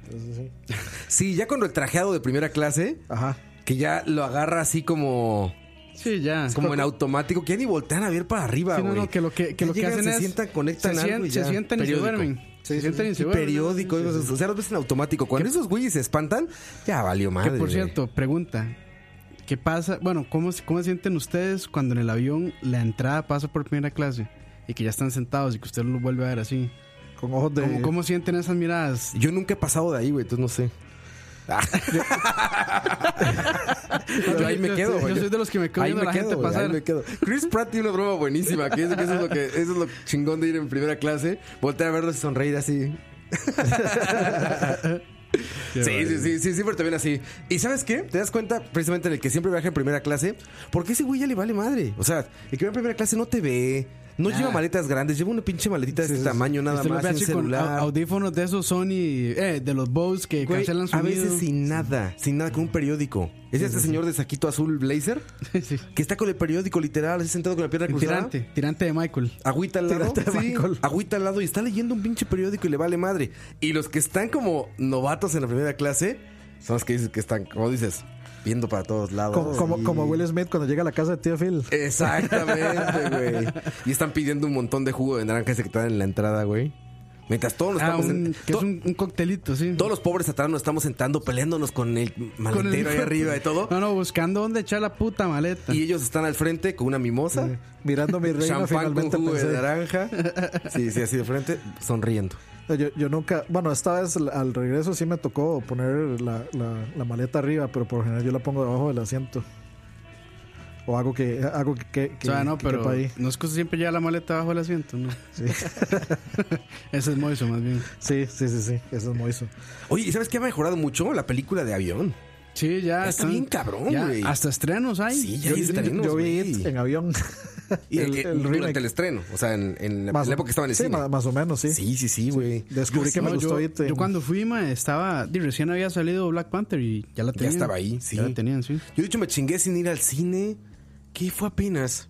[SPEAKER 3] Entonces, sí.
[SPEAKER 4] Sí, ya cuando el trajeado de primera clase,
[SPEAKER 3] Ajá.
[SPEAKER 4] que ya lo agarra así como
[SPEAKER 6] Sí, ya.
[SPEAKER 4] como en automático, que ya ni voltean a ver para arriba,
[SPEAKER 6] Sí,
[SPEAKER 4] güey.
[SPEAKER 6] no, no, que lo que, que
[SPEAKER 4] Ya
[SPEAKER 6] lo que
[SPEAKER 4] llegan,
[SPEAKER 6] hacen
[SPEAKER 4] se
[SPEAKER 6] es.
[SPEAKER 4] sientan, conectan
[SPEAKER 6] se,
[SPEAKER 4] algo
[SPEAKER 6] sien-
[SPEAKER 4] y ya.
[SPEAKER 6] se sientan y se
[SPEAKER 4] Periódico.
[SPEAKER 6] duermen.
[SPEAKER 4] Sí,
[SPEAKER 6] se
[SPEAKER 4] sí,
[SPEAKER 6] sientan y
[SPEAKER 4] sí.
[SPEAKER 6] se duermen.
[SPEAKER 4] Periódico,
[SPEAKER 6] Sí, sí, sí.
[SPEAKER 4] o sea, lo ves en automático. Cuando esos güeyes se espantan, ya valió
[SPEAKER 6] Que
[SPEAKER 4] madre.
[SPEAKER 6] por
[SPEAKER 4] güey.
[SPEAKER 6] cierto, pregunta. ¿Qué pasa? Bueno, ¿cómo, se- ¿cómo se sienten ustedes cuando en el avión la entrada pasa por primera clase? Y que ya están sentados y que usted los vuelve a ver así.
[SPEAKER 3] Con ojos de...
[SPEAKER 6] ¿Cómo, cómo sienten esas miradas?
[SPEAKER 4] Pues, Yo nunca he pasado de ahí, güey, entonces no sé.
[SPEAKER 6] Ah.
[SPEAKER 4] yo ahí me quedo,
[SPEAKER 6] Yo
[SPEAKER 4] güey.
[SPEAKER 6] soy de los que me quedo
[SPEAKER 4] Ahí
[SPEAKER 6] viendo
[SPEAKER 4] me
[SPEAKER 6] a la
[SPEAKER 4] quedo,
[SPEAKER 6] gente
[SPEAKER 4] güey, ahí
[SPEAKER 6] pasar.
[SPEAKER 4] me quedo. Chris Pratt tiene una broma buenísima, que dice que eso es lo que eso es lo chingón de ir en primera clase, voltear a verlos y sonreír así. Sí, sí, sí, sí, siempre te ven así. ¿Y sabes qué? Te das cuenta precisamente en el que siempre viaja en primera clase, porque ese güey ya le vale madre. O sea, el que va en primera clase no te ve, no lleva
[SPEAKER 6] Ah.
[SPEAKER 4] maletas grandes, lleva una pinche maletita de este tamaño nada
[SPEAKER 6] Usted los
[SPEAKER 4] más,
[SPEAKER 6] ve
[SPEAKER 4] un
[SPEAKER 6] así con au-
[SPEAKER 4] celular.
[SPEAKER 6] audífonos de esos Sony, eh, de los Bose que
[SPEAKER 4] Güey,
[SPEAKER 6] cancelan su
[SPEAKER 4] a veces sin nada, sin nada, con un periódico. Es este señor de saquito azul blazer
[SPEAKER 6] sí.
[SPEAKER 4] que está con el periódico literal, así sentado con la pierna cruzada. Ah,
[SPEAKER 6] Tirante, tirante de Michael.
[SPEAKER 4] Agüita al lado.
[SPEAKER 3] Tirante de
[SPEAKER 4] sí,
[SPEAKER 3] Michael.
[SPEAKER 4] agüita al lado y está leyendo un pinche periódico y le vale madre. Y los que están como novatos en la primera clase son los que dicen que están, como dices, viendo para todos lados.
[SPEAKER 3] Como, como,
[SPEAKER 4] Sí.
[SPEAKER 3] como Will Smith cuando llega a la casa de tío Phil.
[SPEAKER 4] Exactamente, güey. Y están pidiendo un montón de jugo de naranja ese que te dan en la entrada, güey. Mientras todos nos
[SPEAKER 6] Ah,
[SPEAKER 4] pues estamos
[SPEAKER 6] un-
[SPEAKER 4] en-
[SPEAKER 6] que es
[SPEAKER 4] to-
[SPEAKER 6] un, un coctelito, sí.
[SPEAKER 4] todos los pobres atrás nos estamos sentando, peleándonos con el
[SPEAKER 6] Con el-
[SPEAKER 4] maletero ahí arriba y todo.
[SPEAKER 6] No, no, buscando dónde echar la puta maleta.
[SPEAKER 4] Y ellos están al frente con una mimosa.
[SPEAKER 3] eh, Mirando mi reina
[SPEAKER 4] Champán con
[SPEAKER 3] finalmente
[SPEAKER 4] jugo de
[SPEAKER 3] pensé.
[SPEAKER 4] naranja. Sí, sí, así de frente, sonriendo.
[SPEAKER 3] Yo, yo nunca, bueno, esta vez al- al regreso sí me tocó poner la, la- la maleta arriba, pero por lo general yo la pongo debajo del asiento. O hago que, hago que, que,
[SPEAKER 6] o sea, no,
[SPEAKER 3] que
[SPEAKER 6] pero
[SPEAKER 3] quepa ahí.
[SPEAKER 6] no es que usted siempre lleva la maleta bajo el asiento, ¿no?
[SPEAKER 3] Sí.
[SPEAKER 6] Ese es Moiso, más bien.
[SPEAKER 3] sí, sí, sí, sí, eso es Moiso.
[SPEAKER 4] Oye, ¿y sabes qué ha mejorado mucho? La película de avión.
[SPEAKER 6] Sí, ya.
[SPEAKER 4] Está
[SPEAKER 6] están-
[SPEAKER 4] bien cabrón,
[SPEAKER 6] ya,
[SPEAKER 4] güey.
[SPEAKER 6] Hasta estrenos hay.
[SPEAKER 4] Sí, ya
[SPEAKER 6] Yo-
[SPEAKER 4] hay
[SPEAKER 6] yo-
[SPEAKER 4] estrenos.
[SPEAKER 3] Yo vi
[SPEAKER 4] güey.
[SPEAKER 3] It en avión.
[SPEAKER 4] Y el,
[SPEAKER 3] el
[SPEAKER 4] durante
[SPEAKER 3] remake.
[SPEAKER 4] el estreno, o sea, en, en la,
[SPEAKER 3] Más-
[SPEAKER 4] en la época que estaba en el
[SPEAKER 3] sí,
[SPEAKER 4] cine.
[SPEAKER 3] ma- Más o menos, sí.
[SPEAKER 4] Sí, sí, sí, güey.
[SPEAKER 3] Descubrí que me
[SPEAKER 6] no,
[SPEAKER 3] gustó
[SPEAKER 6] yo,
[SPEAKER 3] It en-
[SPEAKER 6] yo cuando fui, ma, estaba. di, recién había salido Black Panther y ya la
[SPEAKER 4] Ya
[SPEAKER 6] tenían.
[SPEAKER 4] estaba ahí, sí.
[SPEAKER 6] Ya la tenían, sí.
[SPEAKER 4] Yo de hecho me chingué sin ir al cine. ¿Qué fue apenas?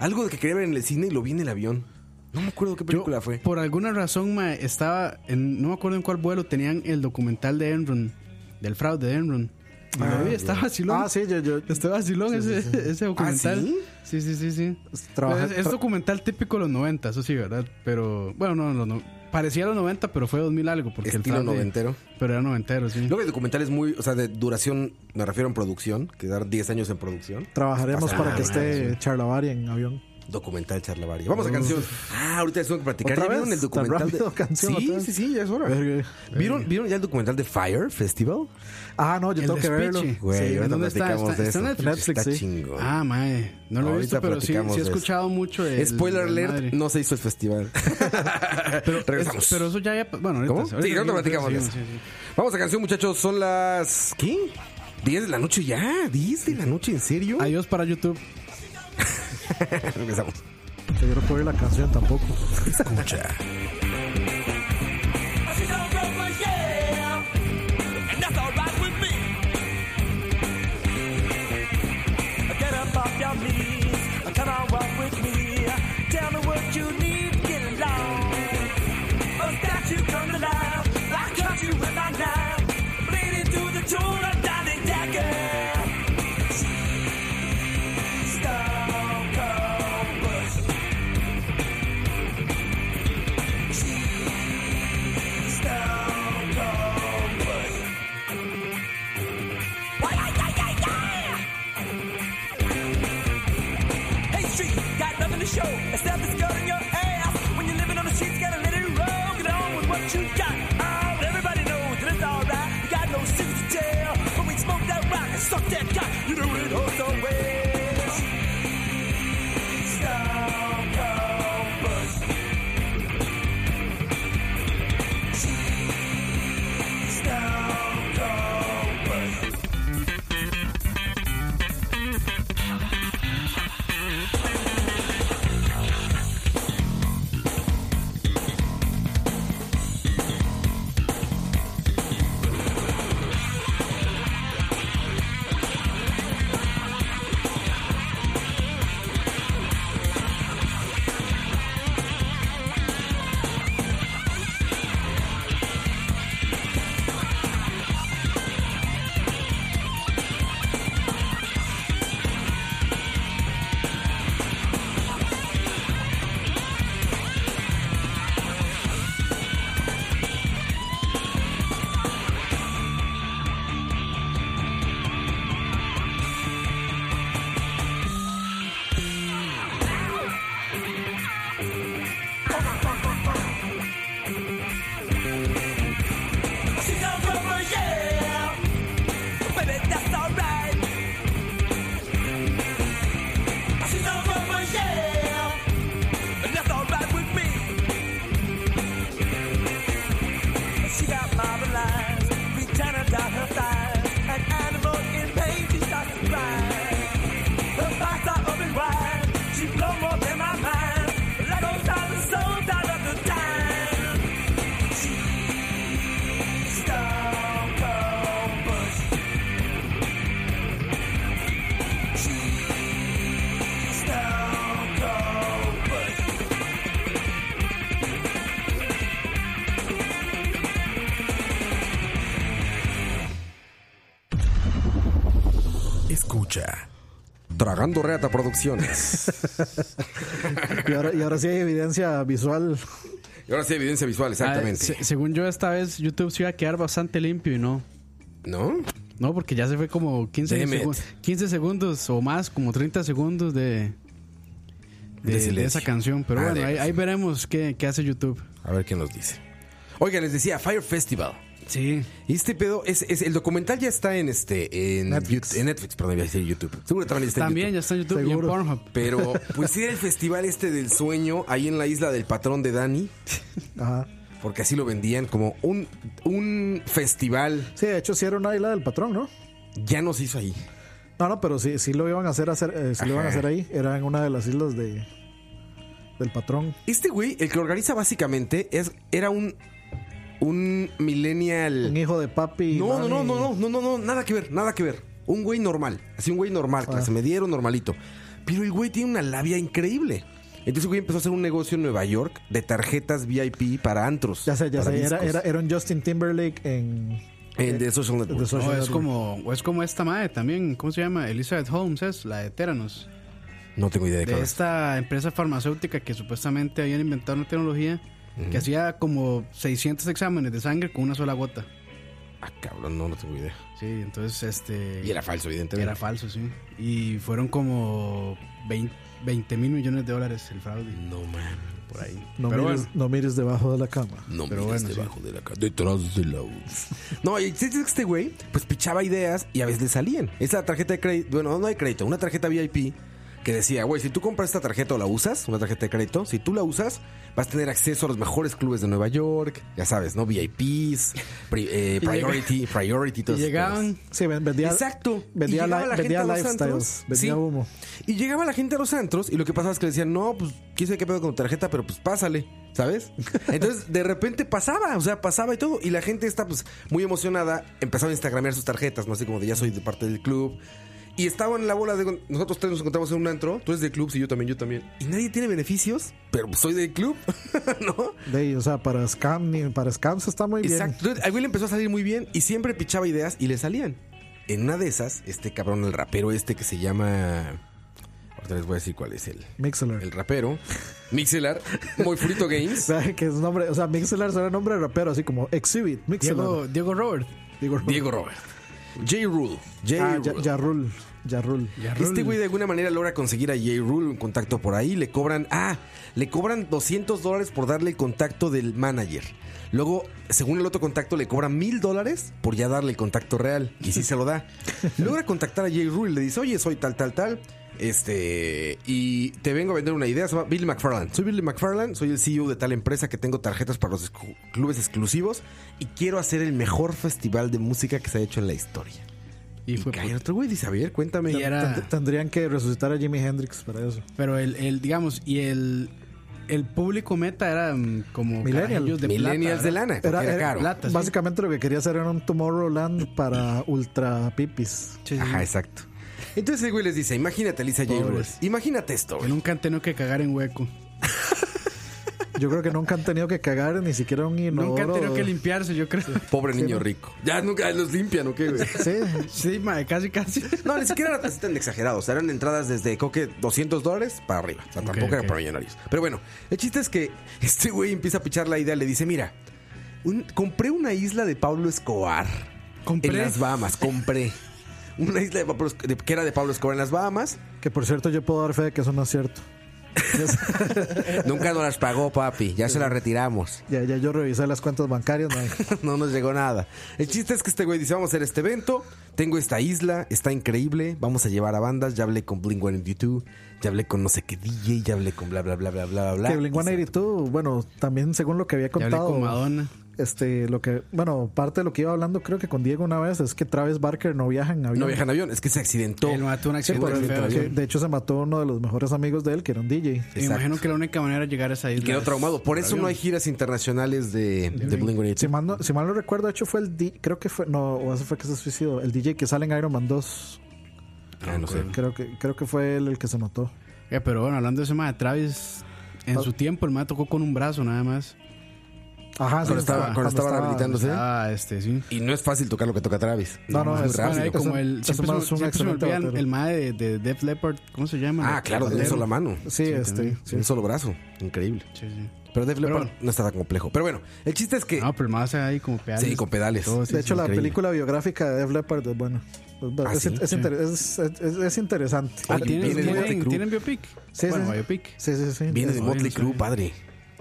[SPEAKER 4] Algo que quería ver en el cine y lo vi en el avión. No me acuerdo qué película
[SPEAKER 6] Yo,
[SPEAKER 4] fue.
[SPEAKER 6] Por alguna razón, ma, estaba. En, no me acuerdo en cuál vuelo tenían el documental de Enron. Del fraude de Enron. Y lo vi, estaba así
[SPEAKER 3] Ah, sí, yo, yo
[SPEAKER 4] Este,
[SPEAKER 6] Estaba vacilón ese, ese documental.
[SPEAKER 4] ¿sí?
[SPEAKER 6] sí, sí, sí, sí.
[SPEAKER 3] trabajé-
[SPEAKER 6] es, es documental típico de los 90, eso sí, ¿verdad? Pero, bueno, no, no, no. Parecía los 90, pero fue 2000 algo. Porque el
[SPEAKER 4] Estilo
[SPEAKER 6] trap de-
[SPEAKER 4] noventero.
[SPEAKER 6] Pero era noventero, sí.
[SPEAKER 4] Luego hay documentales muy, o sea, de duración, me refiero en producción, quedar 10 años en producción.
[SPEAKER 3] Trabajaremos
[SPEAKER 4] Pasa
[SPEAKER 3] para
[SPEAKER 4] nada,
[SPEAKER 3] que
[SPEAKER 4] ¿verdad?
[SPEAKER 3] esté Charlavari en avión.
[SPEAKER 4] Documental Charlavaria. Vamos a
[SPEAKER 3] Uf.
[SPEAKER 4] canción. Ah, ahorita les tengo que platicar.
[SPEAKER 3] ¿Otra
[SPEAKER 4] ¿Ya vieron
[SPEAKER 3] vez?
[SPEAKER 4] el
[SPEAKER 3] ¿Tan
[SPEAKER 4] documental?
[SPEAKER 3] rápido, canción,
[SPEAKER 4] sí,
[SPEAKER 3] otra vez?
[SPEAKER 4] sí, sí, ya es hora.
[SPEAKER 3] Verga.
[SPEAKER 4] ¿Vieron, ¿Vieron ya el documental de Fire Festival?
[SPEAKER 3] Ah, no, yo
[SPEAKER 6] El
[SPEAKER 3] tengo que verlo.
[SPEAKER 6] despiche.
[SPEAKER 4] Güey,
[SPEAKER 6] Sí,
[SPEAKER 4] ahorita
[SPEAKER 6] ¿dónde está?
[SPEAKER 4] platicamos
[SPEAKER 6] Está-
[SPEAKER 4] de
[SPEAKER 6] está en
[SPEAKER 4] eso.
[SPEAKER 6] Netflix,
[SPEAKER 4] Está
[SPEAKER 6] sí.
[SPEAKER 4] chingón.
[SPEAKER 6] Ah, mae. No lo he visto, pero sí- sí he
[SPEAKER 4] platicamos de eso.
[SPEAKER 6] escuchado mucho el-
[SPEAKER 4] Spoiler
[SPEAKER 6] la
[SPEAKER 4] alert,
[SPEAKER 6] madre.
[SPEAKER 4] no se hizo el festival. pero regresamos.
[SPEAKER 6] Es- pero eso ya había. Bueno, ahorita,
[SPEAKER 4] ¿Cómo?
[SPEAKER 6] ahorita
[SPEAKER 4] Sí, ahorita
[SPEAKER 6] seguimos,
[SPEAKER 4] platicamos de
[SPEAKER 6] seguimos,
[SPEAKER 4] eso.
[SPEAKER 6] sí, sí.
[SPEAKER 4] Vamos a canción, muchachos. Son las. ¿Qué? 10 de la noche ya. 10 de la noche, ¿en serio?
[SPEAKER 6] Adiós para YouTube.
[SPEAKER 4] Regresamos.
[SPEAKER 3] Que yo no puedo oír la canción tampoco.
[SPEAKER 4] Escucha.
[SPEAKER 13] And that's alright with me. Get up off your knees. Come on, walk with me. Tell me what you need. Get along. Oh, that you come alive. I cut you with my knife. Bleeding through the tune of Donnie Decker. Stone Cold Bush. Stone Cold Bush. Why, yeah, yeah, yeah, yeah. Hey, street, got nothing to show except this girl in your ass. When you're living on the streets, gotta let it roll. Get on with what you got. Oh, everybody knows that it's alright. You got no secrets to tell. But we smoke that rock and suck that cock. You know it all so well. Stone Cold Bush. Stone Cold Bush. She comes from a yeah. Baby, that's alright. She comes from a yeah. And that's alright with me. She got marble lines. We down her thighs. An animal in pain, she starts to cry. Her eyes are open wide. She blow more than my mind. Like a thousand souls out of the time. Stone Cold Bush. Stone Cold Bush.
[SPEAKER 4] Escucha. Tragando Reata Producciones.
[SPEAKER 3] Y ahora, y ahora sí hay evidencia visual.
[SPEAKER 4] y ahora sí, evidencia visual,
[SPEAKER 6] Ah,
[SPEAKER 4] exactamente.
[SPEAKER 6] se- según yo, esta vez YouTube se iba a quedar bastante limpio y no.
[SPEAKER 4] ¿No?
[SPEAKER 6] No, porque ya se fue como 15,
[SPEAKER 4] Damn it.
[SPEAKER 6] segun- 15 segundos o más, como 30 segundos de,
[SPEAKER 4] De
[SPEAKER 6] de, de
[SPEAKER 4] silencio.
[SPEAKER 6] esa canción. Pero
[SPEAKER 4] Ah,
[SPEAKER 6] bueno,
[SPEAKER 4] de-
[SPEAKER 6] ahí, ahí veremos qué, qué hace YouTube.
[SPEAKER 4] A ver qué nos dice. Oigan, les decía, Fire Festival.
[SPEAKER 6] Sí.
[SPEAKER 4] Y este pedo es, es- el documental ya está en este en Netflix, en Netflix perdón, iba a decir YouTube. Seguro también está en YouTube.
[SPEAKER 6] También ya está en YouTube y en Pornhub.
[SPEAKER 4] Pero pues sí era el festival este del sueño ahí en la isla del patrón de Dani,
[SPEAKER 3] Ajá.
[SPEAKER 4] porque así lo vendían como un un festival.
[SPEAKER 3] Sí, de hecho sí era una isla del patrón, ¿no?
[SPEAKER 4] Ya nos hizo ahí.
[SPEAKER 3] No, no, pero sí, sí lo iban a hacer, hacer eh, sí lo iban a
[SPEAKER 4] Ajá.
[SPEAKER 3] hacer ahí. Era en una de las islas de del patrón.
[SPEAKER 4] Este güey, el que organiza básicamente es era un un millennial.
[SPEAKER 3] Un hijo de papi.
[SPEAKER 4] No, no,
[SPEAKER 3] mami.
[SPEAKER 4] no, no, no, no, no, no, nada que ver, nada que ver. Un güey normal, así un güey normal, clase mediero normalito. Pero el güey tiene una labia increíble. Entonces el güey empezó a hacer un negocio en Nueva York de tarjetas VIP para antros.
[SPEAKER 3] Ya sé, ya
[SPEAKER 4] para
[SPEAKER 3] sé. Era,
[SPEAKER 4] discos.
[SPEAKER 3] era, era un Justin Timberlake en.
[SPEAKER 4] En The Social Network.
[SPEAKER 3] The Social
[SPEAKER 6] No, Oh, es
[SPEAKER 3] Network.
[SPEAKER 6] como, o es como esta madre también, ¿cómo se llama? Elizabeth Holmes es, la de Teranos.
[SPEAKER 4] No tengo idea de qué
[SPEAKER 6] De
[SPEAKER 4] hablas.
[SPEAKER 6] esta empresa farmacéutica que supuestamente habían inventado una tecnología que hacía como 600 exámenes de sangre con una sola gota.
[SPEAKER 4] Ah, cabrón, no, no tengo idea.
[SPEAKER 6] Sí, entonces este.
[SPEAKER 4] Y era falso, evidentemente.
[SPEAKER 6] Era falso, sí. Y fueron como 20 mil millones de dólares el fraude.
[SPEAKER 4] No man.
[SPEAKER 6] Por ahí.
[SPEAKER 3] No,
[SPEAKER 6] Pero
[SPEAKER 3] mires,
[SPEAKER 6] bueno.
[SPEAKER 3] no mires debajo de la cama.
[SPEAKER 4] No
[SPEAKER 6] Pero
[SPEAKER 4] mires
[SPEAKER 6] bueno,
[SPEAKER 4] debajo de la ca- detrás de la voz. No, y el chiste es que este güey, pues pichaba ideas y a veces le salían. Esa tarjeta de crédito, bueno, no hay crédito, una tarjeta VIP que decía, güey, si tú compras esta tarjeta o la usas, una tarjeta de crédito, si tú la usas, vas a tener acceso a los mejores clubes de Nueva York, ya sabes, ¿no? VIPs, pri- eh,
[SPEAKER 6] Y llega-
[SPEAKER 4] priority, priority,
[SPEAKER 6] Y
[SPEAKER 4] todas esas
[SPEAKER 6] llegaban.
[SPEAKER 3] Sí, ven- vendía.
[SPEAKER 4] Exacto.
[SPEAKER 3] Vendía,
[SPEAKER 4] Y llegaba
[SPEAKER 3] li-
[SPEAKER 4] la
[SPEAKER 3] vendía
[SPEAKER 4] gente a los
[SPEAKER 3] lifestyles,
[SPEAKER 4] antros.
[SPEAKER 3] vendía
[SPEAKER 4] Sí.
[SPEAKER 3] humo.
[SPEAKER 4] Y llegaba la gente a los antros y lo que pasaba es que le decían, no, pues, quién sabe qué pedo con tu tarjeta, pero pues pásale, ¿sabes? Entonces, de repente pasaba, o sea, pasaba y todo. Y la gente está, pues, muy emocionada. Empezaba a instagramear sus tarjetas, ¿no? Así como de ya soy de parte del club. Y estaban en la bola de nosotros tres nos encontramos en un antro, tú eres del club, sí, yo también, yo también. Y nadie tiene beneficios, pero pues, soy del club, ¿no?
[SPEAKER 3] De ahí, o sea, para scam, ni- para scams está muy bien.
[SPEAKER 4] Exacto. Entonces, al güey le empezó a salir muy bien y siempre pichaba ideas y le salían. En una de esas, este cabrón, el rapero este que se llama. Ahorita les voy a decir cuál es el,
[SPEAKER 3] Mixler.
[SPEAKER 4] el rapero. Mixelar, Muy Frito
[SPEAKER 3] O
[SPEAKER 4] Games.
[SPEAKER 3] sea, que es nombre, o sea, Mixler será nombre de rapero, así como Exhibit, Mixler.
[SPEAKER 6] Diego, Diego Robert.
[SPEAKER 3] Digo,
[SPEAKER 4] Diego Robert. J. Rule. J.
[SPEAKER 3] ah, Ya-
[SPEAKER 4] Rule.
[SPEAKER 3] Yarrul, Yarrul.
[SPEAKER 4] Este güey de alguna manera logra conseguir a J. Rule un contacto por ahí. Le cobran, ah, le cobran 200 dólares por darle el contacto del manager. Luego, según el otro contacto, le cobran mil dólares por ya darle el contacto real. Y sí se lo da. Logra contactar a J. Rule. Le dice, oye, soy tal, tal, tal. Este, y te vengo a vender una idea. Se llama Billy McFarland. Soy Billy McFarland, soy el CEO de tal empresa que tengo tarjetas para los escu- clubes exclusivos. Y quiero hacer el mejor festival de música que se ha hecho en la historia.
[SPEAKER 6] Y fue.
[SPEAKER 4] Cae otro güey, dice, a ver, cuéntame.
[SPEAKER 6] Y era-
[SPEAKER 3] Ten- Tendrían que resucitar a Jimi Hendrix para eso.
[SPEAKER 6] Pero el, el, digamos, y el. El público meta eran como
[SPEAKER 3] Millennial.
[SPEAKER 6] carajillos de
[SPEAKER 4] Millennials
[SPEAKER 6] plata,
[SPEAKER 4] de
[SPEAKER 6] ¿verdad?
[SPEAKER 4] lana,
[SPEAKER 3] Era,
[SPEAKER 4] porque era
[SPEAKER 3] era-
[SPEAKER 4] caro.
[SPEAKER 6] Lata, sí.
[SPEAKER 3] básicamente lo que quería hacer era un Tomorrowland para ultra pipis.
[SPEAKER 6] Sí, sí,
[SPEAKER 4] Ajá,
[SPEAKER 6] sí.
[SPEAKER 4] exacto. Entonces el güey les dice, imagínate, Lisa J.
[SPEAKER 6] Pobres.
[SPEAKER 4] Rose, imagínate esto,
[SPEAKER 6] Que
[SPEAKER 4] güey.
[SPEAKER 6] nunca han tenido que cagar en hueco.
[SPEAKER 3] Yo creo que nunca han tenido que cagar ni siquiera un inodoro.
[SPEAKER 6] Nunca han tenido que limpiarse, yo creo.
[SPEAKER 4] Pobre niño rico. Ya nunca los limpian, ¿o qué, güey?
[SPEAKER 3] Sí,
[SPEAKER 6] Sí, mae, casi, casi.
[SPEAKER 4] No, ni siquiera era tan exagerado. O sea, eran entradas desde, creo que 200 dólares para arriba. O sea, tampoco
[SPEAKER 6] ok.
[SPEAKER 4] era para millonarios. Pero bueno, el chiste es que este güey empieza a pichar la idea. Le dice, mira, un- compré una isla de Pablo Escobar.
[SPEAKER 6] Compré.
[SPEAKER 4] En las Bahamas, compré. Una isla de Pablo Esco- de- que era de Pablo Escobar en las Bahamas.
[SPEAKER 3] que por cierto yo puedo dar fe de que eso no es cierto.
[SPEAKER 4] Nunca nos las pagó, papi. Ya se las retiramos.
[SPEAKER 3] Ya, ya yo revisé las cuentas bancarias, no hay.
[SPEAKER 4] no nos llegó nada. El chiste es que este güey dice, vamos a hacer este evento, tengo esta isla, está increíble, vamos a llevar a bandas, ya hablé con Blink-182, ya hablé con no sé qué DJ, ya hablé con bla, bla, bla, bla, bla, bla.
[SPEAKER 3] Que Blink-182, bueno, también según lo que había
[SPEAKER 6] Ya hablé
[SPEAKER 3] contado.
[SPEAKER 6] con Madonna.
[SPEAKER 3] Este, lo que, bueno, parte de lo que iba hablando, creo que con Diego una vez, es que Travis Barker no viaja en avión.
[SPEAKER 4] No viaja en avión, es que se accidentó.
[SPEAKER 6] Él mató un
[SPEAKER 4] Sí,
[SPEAKER 6] accidente
[SPEAKER 4] por el-
[SPEAKER 6] feo.
[SPEAKER 4] en
[SPEAKER 3] Que,
[SPEAKER 4] avión.
[SPEAKER 3] de hecho, se mató uno de los mejores amigos de él, que era un DJ.
[SPEAKER 6] Me imagino que la única manera de llegar a esa isla.
[SPEAKER 4] Quedó
[SPEAKER 6] es
[SPEAKER 4] traumado. Por eso no hay giras internacionales de, de Blink-182.
[SPEAKER 3] Si mal, no, si mal no recuerdo, de hecho fue el di- creo que fue, no, o ese fue que se suicidó, el DJ que sale en Iron Man 2.
[SPEAKER 4] Ah, no sé.
[SPEAKER 3] Creo que, creo que fue él el que se mató.
[SPEAKER 6] Eh, pero bueno, hablando de ese mae, Travis, en
[SPEAKER 3] Ah.
[SPEAKER 6] su tiempo el mae tocó con un brazo nada más.
[SPEAKER 3] Ajá, sí,
[SPEAKER 4] Cuando estaba,
[SPEAKER 3] cuando
[SPEAKER 4] cuando estaba
[SPEAKER 3] estaba-
[SPEAKER 4] rehabilitándose.
[SPEAKER 6] Ah, este, sí.
[SPEAKER 4] Y no es fácil tocar lo que toca Travis.
[SPEAKER 3] No, no,
[SPEAKER 4] es muy
[SPEAKER 3] es-
[SPEAKER 6] Bueno,
[SPEAKER 4] rápido.
[SPEAKER 6] ahí como
[SPEAKER 3] Ese-
[SPEAKER 6] el.
[SPEAKER 3] ese
[SPEAKER 6] Siempre
[SPEAKER 3] mae
[SPEAKER 6] se,
[SPEAKER 3] es un
[SPEAKER 6] siempre se me
[SPEAKER 3] excelente
[SPEAKER 6] olvidan
[SPEAKER 3] batero.
[SPEAKER 6] el mae de, de Def Leppard. ¿cómo se llama?
[SPEAKER 4] Ah, claro, de una
[SPEAKER 6] Batero.
[SPEAKER 4] sola mano.
[SPEAKER 3] Sí, este.
[SPEAKER 4] De un solo brazo. Increíble.
[SPEAKER 6] Sí, sí.
[SPEAKER 4] Pero Def Leppard
[SPEAKER 6] bueno.
[SPEAKER 4] no está tan complejo. Pero bueno, el chiste es que
[SPEAKER 6] No, pero el mae hace ahí como pedales.
[SPEAKER 4] Sí, con pedales.
[SPEAKER 6] Todo, sí,
[SPEAKER 3] De hecho,
[SPEAKER 6] sí.
[SPEAKER 3] la
[SPEAKER 4] increíble.
[SPEAKER 3] película biográfica de Def Leppard es buena. Es-
[SPEAKER 4] ¿Ah,
[SPEAKER 3] es,
[SPEAKER 4] sí?
[SPEAKER 3] es inter- es- es- es- es interesante.
[SPEAKER 6] Ah,
[SPEAKER 4] Oye,
[SPEAKER 6] ¿tienen,
[SPEAKER 4] viene de Motley
[SPEAKER 6] ¿tienen,
[SPEAKER 4] Crue.
[SPEAKER 6] ¿tienen biopic?
[SPEAKER 3] Sí,
[SPEAKER 6] bueno,
[SPEAKER 3] sí.
[SPEAKER 6] biopic.
[SPEAKER 3] Sí, sí, sí.
[SPEAKER 4] viene de
[SPEAKER 6] Oye,
[SPEAKER 4] Motley
[SPEAKER 6] no
[SPEAKER 4] Crue,
[SPEAKER 6] sabía.
[SPEAKER 4] padre.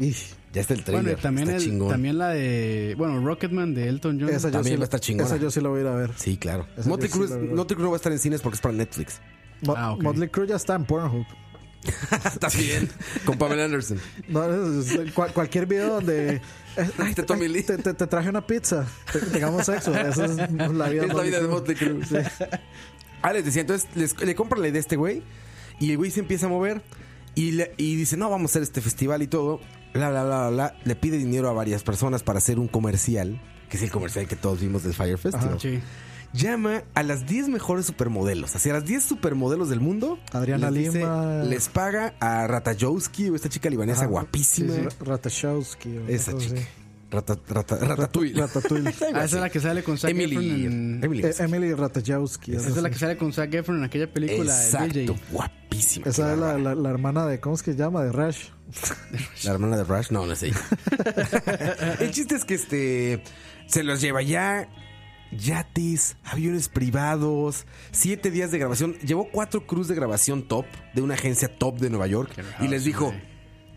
[SPEAKER 3] Y
[SPEAKER 4] Ya está el trailer.
[SPEAKER 6] Bueno, y también,
[SPEAKER 4] está
[SPEAKER 6] el-
[SPEAKER 4] chingón.
[SPEAKER 6] también la de. Bueno, Rocketman de Elton John.
[SPEAKER 3] esa yo,
[SPEAKER 4] También
[SPEAKER 3] sí,
[SPEAKER 4] va a estar chingona.
[SPEAKER 3] esa yo sí la voy a ir a ver.
[SPEAKER 4] Sí, claro.
[SPEAKER 3] Esa yo
[SPEAKER 4] Motley
[SPEAKER 3] sí
[SPEAKER 4] Crue,
[SPEAKER 3] la
[SPEAKER 4] es-
[SPEAKER 3] veo.
[SPEAKER 4] Motley Crue va a estar en cines porque es para Netflix.
[SPEAKER 3] Mo-
[SPEAKER 6] Ah, ok.
[SPEAKER 3] Motley Crue ya está en Pornhub.
[SPEAKER 4] está bien. Con Pamela Anderson.
[SPEAKER 3] No, es- es- cual- cualquier video donde.
[SPEAKER 4] Ay, te tomé Lee.
[SPEAKER 3] te, te- te traje una pizza. te- Tengamos sexo. Esa es la vida,
[SPEAKER 4] Es la vida de
[SPEAKER 3] Crue.
[SPEAKER 4] Motley Crue. Ah, les decía, entonces les- le compran la idea a este güey y el güey se empieza a mover y, le- y dice, no, vamos a hacer este festival y todo. Bla, bla, bla, bla, bla. Le pide dinero a varias personas para hacer un comercial, que es el comercial que todos vimos del Fire Festival.
[SPEAKER 6] Ah, Sí.
[SPEAKER 4] Llama a las 10 mejores supermodelos, hacia las 10 supermodelos del mundo.
[SPEAKER 3] Adriana
[SPEAKER 4] les dice-
[SPEAKER 3] Lima.
[SPEAKER 4] les paga a Ratajowski, o esta chica libanesa guapísima.
[SPEAKER 3] Ratashowski. o
[SPEAKER 4] Esa
[SPEAKER 3] algo así. E-,
[SPEAKER 4] chica. Rata- rata- ratatouille.
[SPEAKER 3] Ratatouille.
[SPEAKER 6] Ah, esa es la que sale con Zac
[SPEAKER 4] Emily-
[SPEAKER 6] Efron en-
[SPEAKER 4] Emily.
[SPEAKER 3] Eh, Emily Ratajkowski.
[SPEAKER 6] Esa es la que sale con Zac Efron en aquella película de
[SPEAKER 4] Exacto,
[SPEAKER 6] DJ.
[SPEAKER 4] guapísima.
[SPEAKER 3] Esa es la, la- la hermana de, ¿cómo es que se llama? De Rash.
[SPEAKER 4] La hermana de Rush, no, no es ella. El chiste es que este se los lleva ya yates, aviones privados, siete días de grabación. Llevó cuatro crews de grabación top de una agencia top de Nueva York y les dijo: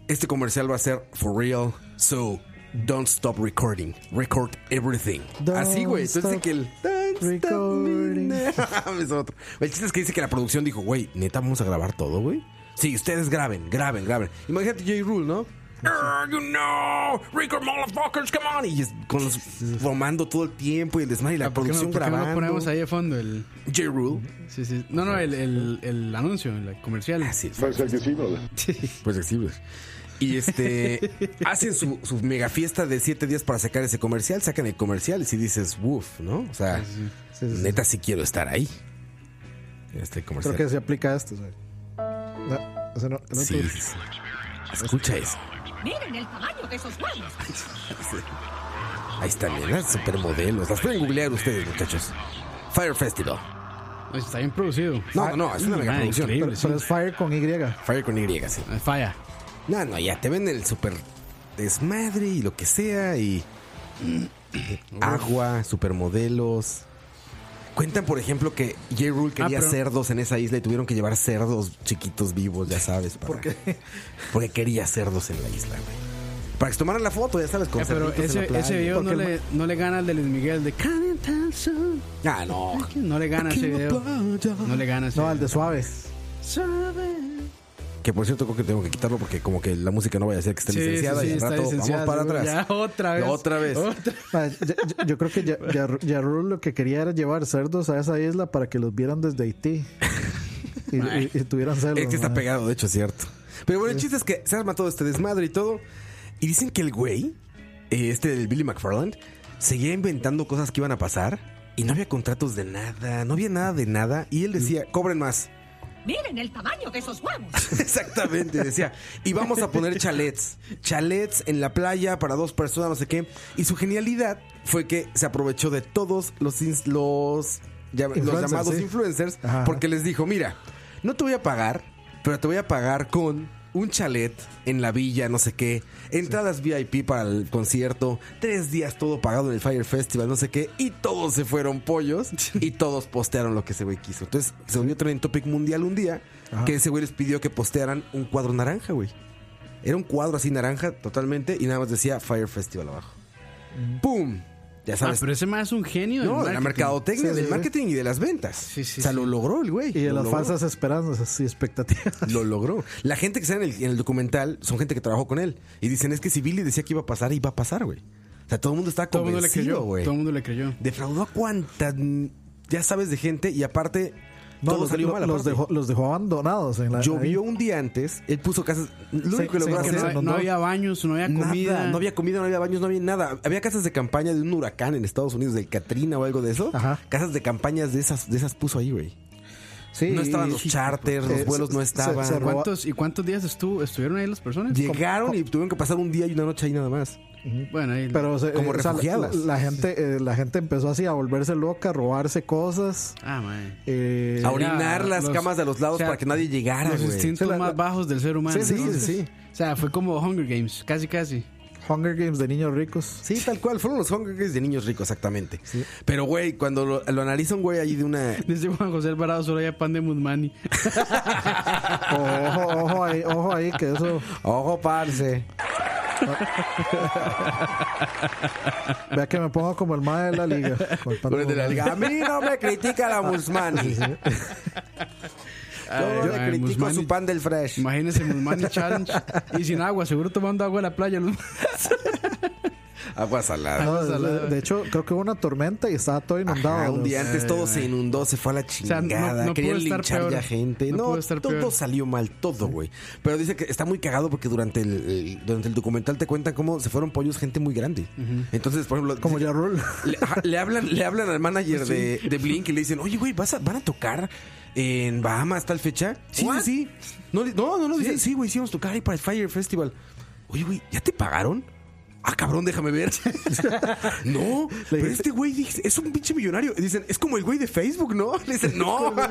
[SPEAKER 4] Este comercial va a ser for real, so don't stop recording. Record everything. Así, güey. Entonces de que el. Es otro. El chiste es que dice que la producción dijo, güey, neta, vamos a grabar todo, güey. Sí, ustedes graben, graben, graben. Imagínate J. Rule, ¿no? "Ah, You know, record motherfuckers, come on. Y es- con los romando todo el tiempo y el desmadre y la
[SPEAKER 6] Ah, ¿Por qué no-
[SPEAKER 4] producción
[SPEAKER 6] por qué no
[SPEAKER 4] grabando.
[SPEAKER 6] ponemos ahí de fondo el.
[SPEAKER 4] J. Rule.
[SPEAKER 6] Sí, sí. No, no, el, el, el anuncio, el comercial.
[SPEAKER 4] Así es.
[SPEAKER 6] Sí.
[SPEAKER 4] Pues accesibles. Y este hacen su, su mega fiesta de siete días para sacar ese comercial, sacan el comercial y si dices, woof, ¿no? O sea, neta sí quiero estar ahí. Este
[SPEAKER 3] Creo
[SPEAKER 4] comercial.
[SPEAKER 3] que se aplica a esto. ¿sabes? No, ese no, el otro.
[SPEAKER 4] Sí, sí, sí. Escucha eso.
[SPEAKER 5] Miren el tamaño de esos huevos.
[SPEAKER 4] Ahí están, bien, las supermodelos. Las pueden googlear ustedes, muchachos. Fire Festival.
[SPEAKER 6] Está bien producido.
[SPEAKER 4] No, no, es una
[SPEAKER 6] Ah,
[SPEAKER 4] mega producción.
[SPEAKER 6] increíble,
[SPEAKER 4] Pero-
[SPEAKER 6] sí.
[SPEAKER 3] Pero es Fire con Y.
[SPEAKER 4] Fire con Y, sí.
[SPEAKER 6] Falla.
[SPEAKER 4] No, no, ya te venden el super desmadre y lo que sea y agua, supermodelos. Cuentan, por ejemplo, que J. Rule quería
[SPEAKER 6] Ah, pero-
[SPEAKER 4] cerdos en esa isla y tuvieron que llevar cerdos chiquitos vivos, ya sabes. para- Porque quería cerdos en la isla, güey. Para que se tomaran la foto, ya sabes, con
[SPEAKER 6] Eh, pero
[SPEAKER 4] cerditos en la
[SPEAKER 6] ese,
[SPEAKER 4] playa.
[SPEAKER 6] ese video no
[SPEAKER 4] Porque el
[SPEAKER 6] le, no le gana al de Luis Miguel de Can't Tell Soon.
[SPEAKER 4] ma- Ah, no.
[SPEAKER 6] No le gana ese video. No le gana ese
[SPEAKER 3] No, al de Suave.
[SPEAKER 4] Que por cierto, creo que tengo que quitarlo porque como que la música no vaya a ser que esté
[SPEAKER 6] Sí, sí,
[SPEAKER 4] licenciada
[SPEAKER 6] sí,
[SPEAKER 4] y al
[SPEAKER 6] está
[SPEAKER 4] rato
[SPEAKER 6] licenciada,
[SPEAKER 4] vamos
[SPEAKER 6] seguro.
[SPEAKER 4] para atrás.
[SPEAKER 6] Ya, otra vez.
[SPEAKER 4] Otra vez.
[SPEAKER 6] Otra-
[SPEAKER 3] Ma, ya- ya- yo creo que ya, ya, ya Rule lo que quería era llevar cerdos a esa isla para que los vieran desde Haití. Y, y- y tuvieran celos.
[SPEAKER 4] Es que está
[SPEAKER 3] ma.
[SPEAKER 4] pegado, de hecho, es cierto. Pero bueno, el chiste es que se arma todo este desmadre y todo. Y dicen que el güey, eh, este del Billy McFarland, seguía inventando cosas que iban a pasar. Y no había contratos de nada, no había nada de nada. Y él
[SPEAKER 3] Mm.
[SPEAKER 4] decía, cobren más.
[SPEAKER 5] Miren el tamaño de esos huevos.
[SPEAKER 4] Exactamente, decía. Y vamos a poner chalets. Chalets en la playa para dos personas, no sé qué. Y su genialidad fue que se aprovechó de todos los, ins- los, ya- los
[SPEAKER 3] Influencers,
[SPEAKER 4] llamados
[SPEAKER 3] sí.
[SPEAKER 4] influencers
[SPEAKER 3] Ajá.
[SPEAKER 4] porque les dijo, mira, no te voy a pagar, pero te voy a pagar con un chalet en la villa, no sé qué, entradas VIP para el concierto, tres días todo pagado en el Fire Festival, no sé qué, y todos se fueron pollos y todos postearon lo que ese güey quiso. Entonces se unió trending topic mundial un día
[SPEAKER 3] Ajá.
[SPEAKER 4] que ese güey les pidió que postearan un cuadro naranja, güey. Era un cuadro así naranja totalmente y nada más decía Fire Festival abajo. ¡Pum! Ya
[SPEAKER 6] Ah,
[SPEAKER 4] sabes.
[SPEAKER 6] pero ese más es un genio.
[SPEAKER 4] no, de la mercadotecnia,
[SPEAKER 3] Sí, sí,
[SPEAKER 4] del
[SPEAKER 3] sí.
[SPEAKER 4] marketing y de las ventas.
[SPEAKER 6] sí,
[SPEAKER 4] o sea,
[SPEAKER 6] sí.
[SPEAKER 4] lo logró el güey.
[SPEAKER 3] Y de
[SPEAKER 4] lo
[SPEAKER 3] las
[SPEAKER 4] logró.
[SPEAKER 3] falsas esperanzas y expectativas.
[SPEAKER 4] Lo logró. La gente que sale en el, en el documental son gente que trabajó con él. Y dicen, es que si Billy decía que iba a pasar, iba a pasar, güey. O sea, todo el mundo está
[SPEAKER 6] Todo el mundo le
[SPEAKER 4] convencido,
[SPEAKER 6] creyó.
[SPEAKER 4] güey.
[SPEAKER 6] Todo el mundo le creyó.
[SPEAKER 4] Defraudó a cuanta, mm, ya sabes, de gente. Y aparte,
[SPEAKER 3] No,
[SPEAKER 4] todo
[SPEAKER 3] los,
[SPEAKER 4] salió
[SPEAKER 3] lo-
[SPEAKER 4] mal.
[SPEAKER 3] los
[SPEAKER 4] aparte.
[SPEAKER 3] dejó, los dejó abandonados. En la, ahí.
[SPEAKER 4] Llovió un día antes, él puso casas. Lo
[SPEAKER 3] Se-
[SPEAKER 4] único que
[SPEAKER 3] se
[SPEAKER 4] logró
[SPEAKER 3] inundó,
[SPEAKER 4] hacer.
[SPEAKER 3] se
[SPEAKER 6] No,
[SPEAKER 3] inundó.
[SPEAKER 6] no había baños, no había
[SPEAKER 4] Nada,
[SPEAKER 6] comida.
[SPEAKER 4] no había comida, no había baños, no había nada. Había casas de campaña de un huracán en Estados Unidos, del Katrina o algo de eso.
[SPEAKER 3] Ajá.
[SPEAKER 4] Casas de campañas de esas, de esas puso ahí, güey.
[SPEAKER 3] Sí,
[SPEAKER 4] no estaban los
[SPEAKER 3] y-
[SPEAKER 4] charters, los
[SPEAKER 3] eh,
[SPEAKER 4] vuelos no
[SPEAKER 3] se-
[SPEAKER 4] estaban.
[SPEAKER 3] se- se robó-
[SPEAKER 6] ¿Cuántos, ¿Y cuántos días estuvo, estuvieron ahí las personas?
[SPEAKER 4] Llegaron y tuvieron que pasar un día y una noche ahí nada más.
[SPEAKER 6] Bueno, ahí.
[SPEAKER 3] Pero se-
[SPEAKER 4] como
[SPEAKER 3] eh, o sea, la-
[SPEAKER 4] refugiadas.
[SPEAKER 3] la, la gente, eh, la gente empezó así a volverse loca, a robarse cosas.
[SPEAKER 6] Ah, man.
[SPEAKER 3] eh,
[SPEAKER 4] A orinar
[SPEAKER 6] Era
[SPEAKER 4] las
[SPEAKER 6] los-
[SPEAKER 4] camas de los lados
[SPEAKER 6] o sea,
[SPEAKER 4] para que nadie llegara,
[SPEAKER 6] Los
[SPEAKER 4] güey.
[SPEAKER 6] instintos
[SPEAKER 3] Sí, la-
[SPEAKER 6] más
[SPEAKER 3] la-
[SPEAKER 6] bajos del ser humano.
[SPEAKER 4] Sí, sí,
[SPEAKER 6] entonces.
[SPEAKER 4] sí.
[SPEAKER 6] O sea, fue como Hunger Games, casi, casi.
[SPEAKER 3] Hunger Games de niños ricos.
[SPEAKER 4] Sí, tal cual. Fueron los Hunger Games de niños ricos, exactamente. Pero, güey, cuando lo, lo analiza un güey ahí de una...
[SPEAKER 6] Dice Juan José Alvarado, solo hay pan de Musmani.
[SPEAKER 3] Ojo, ojo ahí, ojo ahí, que eso.
[SPEAKER 4] Ojo, parce.
[SPEAKER 3] Vea que me pongo como el más de la liga. con el pantalón.
[SPEAKER 4] Pero de la liga, A mí no me critica la Musmani. Yo no le critico su pan del fresh.
[SPEAKER 6] Imagínense Musmani Challenge y sin agua, seguro tomando agua en la playa. los-
[SPEAKER 4] Agua salada.
[SPEAKER 3] No, de- de, de hecho, creo que hubo una tormenta y estaba todo inundado.
[SPEAKER 4] Ajá, un
[SPEAKER 3] los- eh,
[SPEAKER 4] día antes todo se inundó, se fue a la
[SPEAKER 6] sea, no-
[SPEAKER 4] chingada.
[SPEAKER 6] no
[SPEAKER 4] Querían
[SPEAKER 6] pudo estar
[SPEAKER 4] linchar
[SPEAKER 6] peor.
[SPEAKER 4] ya gente.
[SPEAKER 6] No
[SPEAKER 4] No,
[SPEAKER 6] pudo estar
[SPEAKER 4] todo
[SPEAKER 6] peor.
[SPEAKER 4] salió mal, todo, güey. Pero dice que está muy cagado porque durante el, el- durante el documental te cuentan cómo se fueron pollos gente muy grande. Entonces, por ejemplo,
[SPEAKER 3] Como
[SPEAKER 4] dice-
[SPEAKER 3] ya Rule.
[SPEAKER 4] le, ajá, le hablan, le hablan al manager de, de Blink y le dicen, oye, güey, ¿vas a- ¿van a tocar en Bahamas tal fecha? Sí, sí, sí. No, le- no, no, no, dicen, sí, güey, sí, vamos a tocar ahí para el Fire Festival. Oye, güey, ¿ya te pagaron? ah, cabrón, déjame ver. no, pero este güey dice, es un pinche millonario. Y dicen, es como el güey de Facebook, ¿no? Le dicen, no, no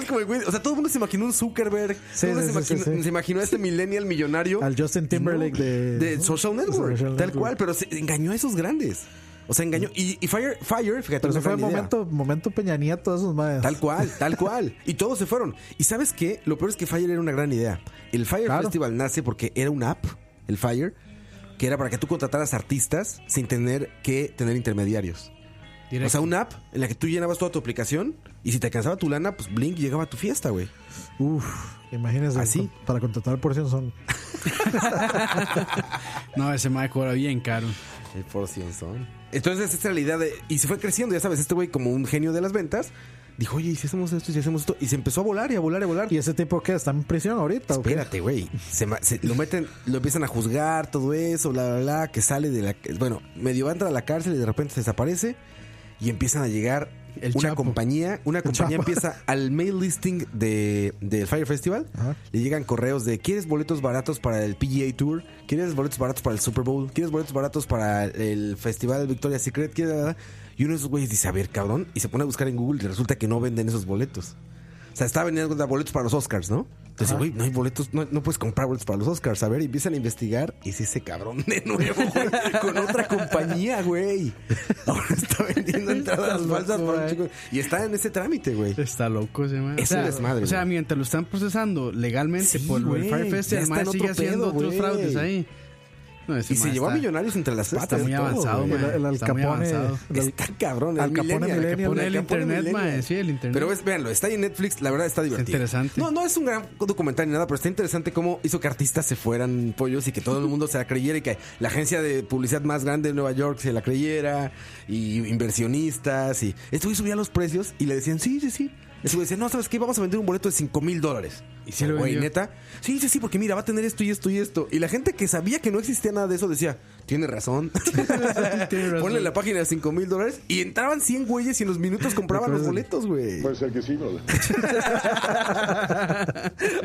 [SPEAKER 4] es como el güey. de-". O sea, todo el mundo se imaginó un Zuckerberg.
[SPEAKER 3] Sí,
[SPEAKER 4] todo el mundo
[SPEAKER 3] sí,
[SPEAKER 4] se,
[SPEAKER 3] sí,
[SPEAKER 4] imaginó,
[SPEAKER 3] sí.
[SPEAKER 4] se imaginó a este millennial millonario.
[SPEAKER 3] Al Justin Timberlake de-
[SPEAKER 4] de Social Network.
[SPEAKER 3] Social
[SPEAKER 4] tal
[SPEAKER 3] Network.
[SPEAKER 4] cual, pero se engañó a esos grandes. O sea, engañó. Y, y Fire, Fire, fíjate,
[SPEAKER 3] Pero
[SPEAKER 4] una
[SPEAKER 3] ese fue el
[SPEAKER 4] gran idea.
[SPEAKER 3] momento, momento Peña Nieto de esos madres.
[SPEAKER 4] Tal cual, tal cual. Y todos se fueron. Y sabes qué? Lo peor es que Fire era una gran idea. El Fire Festival nace porque era una app, el Fire, que era para que tú contrataras artistas sin tener que tener intermediarios. O sea, una app en la que tú llenabas toda tu aplicación y si te alcanzaba tu lana, pues Blink llegaba a tu fiesta, güey.
[SPEAKER 3] Uf, imagínense.
[SPEAKER 4] Así.
[SPEAKER 3] con- Para contratar por son.
[SPEAKER 6] No, ese mae cobra bien caro.
[SPEAKER 4] El por son. Entonces, esta era la idea de. Y se fue creciendo, ya sabes, este güey, como un genio de las ventas, dijo, oye, ¿y si hacemos esto, ¿Y si hacemos esto. Y se empezó a volar y a volar y a volar.
[SPEAKER 3] ¿Y ese tipo qué? ¿Está en prisión ahorita? o qué?
[SPEAKER 4] Espérate, güey. Se, ma- se- lo meten, lo empiezan a juzgar, todo eso, bla, bla, bla, que sale de la. Bueno, medio va a entrar a la cárcel y de repente se desaparece y empiezan a llegar una compañía. Una compañía
[SPEAKER 3] Chapo.
[SPEAKER 4] empieza al mail listing de, del Fire Festival. Le llegan correos de: ¿Quieres boletos baratos para el PGA Tour? ¿Quieres boletos baratos para el Super Bowl? ¿Quieres boletos baratos para el Festival Victoria's Secret? ¿Quieres, bla, bla, bla? Y uno de esos güeyes dice: A ver, cabrón. Y se pone a buscar en Google y resulta que no venden esos boletos. O sea, estaba vendiendo boletos para los Oscars, ¿no? Entonces, güey, no hay boletos, no, no puedes comprar boletos para los Oscars. A ver, y empiezan a investigar y es ese cabrón de nuevo, güey, con otra compañía, güey. Ahora está vendiendo entradas falsas para un chico. Y está en ese trámite, güey.
[SPEAKER 6] Está loco ese mae.
[SPEAKER 4] Es un desmadre,
[SPEAKER 6] O sea,
[SPEAKER 4] güey.
[SPEAKER 6] mientras lo están procesando legalmente
[SPEAKER 4] Sí,
[SPEAKER 6] por el
[SPEAKER 4] güey,
[SPEAKER 6] Fire
[SPEAKER 4] ya
[SPEAKER 6] Festival, el
[SPEAKER 4] está
[SPEAKER 6] mae
[SPEAKER 4] en otro
[SPEAKER 6] sigue haciendo
[SPEAKER 4] pedo,
[SPEAKER 6] otros
[SPEAKER 4] güey.
[SPEAKER 6] fraudes ahí. No, ese
[SPEAKER 4] Y se
[SPEAKER 6] mae
[SPEAKER 4] llevó a
[SPEAKER 6] está-
[SPEAKER 4] millonarios entre las
[SPEAKER 6] está
[SPEAKER 4] patas.
[SPEAKER 6] muy
[SPEAKER 4] todo,
[SPEAKER 6] avanzado,
[SPEAKER 4] güey.
[SPEAKER 6] mae. El- el Está Al muy Capone- avanzado. el-
[SPEAKER 4] Está cabrón. el
[SPEAKER 6] Al Capone millennial,
[SPEAKER 4] millennial.
[SPEAKER 6] Al Capone, el
[SPEAKER 4] Capone
[SPEAKER 6] internet,
[SPEAKER 4] millennial.
[SPEAKER 6] mae, sí, el internet.
[SPEAKER 4] Pero es, véanlo, está ahí en Netflix, la verdad está divertido.
[SPEAKER 6] interesante.
[SPEAKER 4] No, no es un gran documental ni nada, pero está interesante cómo hizo que artistas se fueran pollos y que todo el mundo se la creyera y que la agencia de publicidad más grande de Nueva York se la creyera y inversionistas y esto y subía los precios y le decían, sí, sí, sí. Ese güey decía, no, ¿sabes qué? Vamos a vender un boleto de 5 mil dólares. Y
[SPEAKER 6] sí lo
[SPEAKER 4] Güey,
[SPEAKER 6] vendió.
[SPEAKER 4] neta. Sí, sí, sí, porque mira, va a tener esto y esto y esto. Y la gente que sabía que no existía nada de eso decía, tiene razón. Ponle la página de 5 mil dólares y entraban 100 güeyes y en los minutos compraban los boletos, güey.
[SPEAKER 6] Pues-
[SPEAKER 4] Puede ser que sí,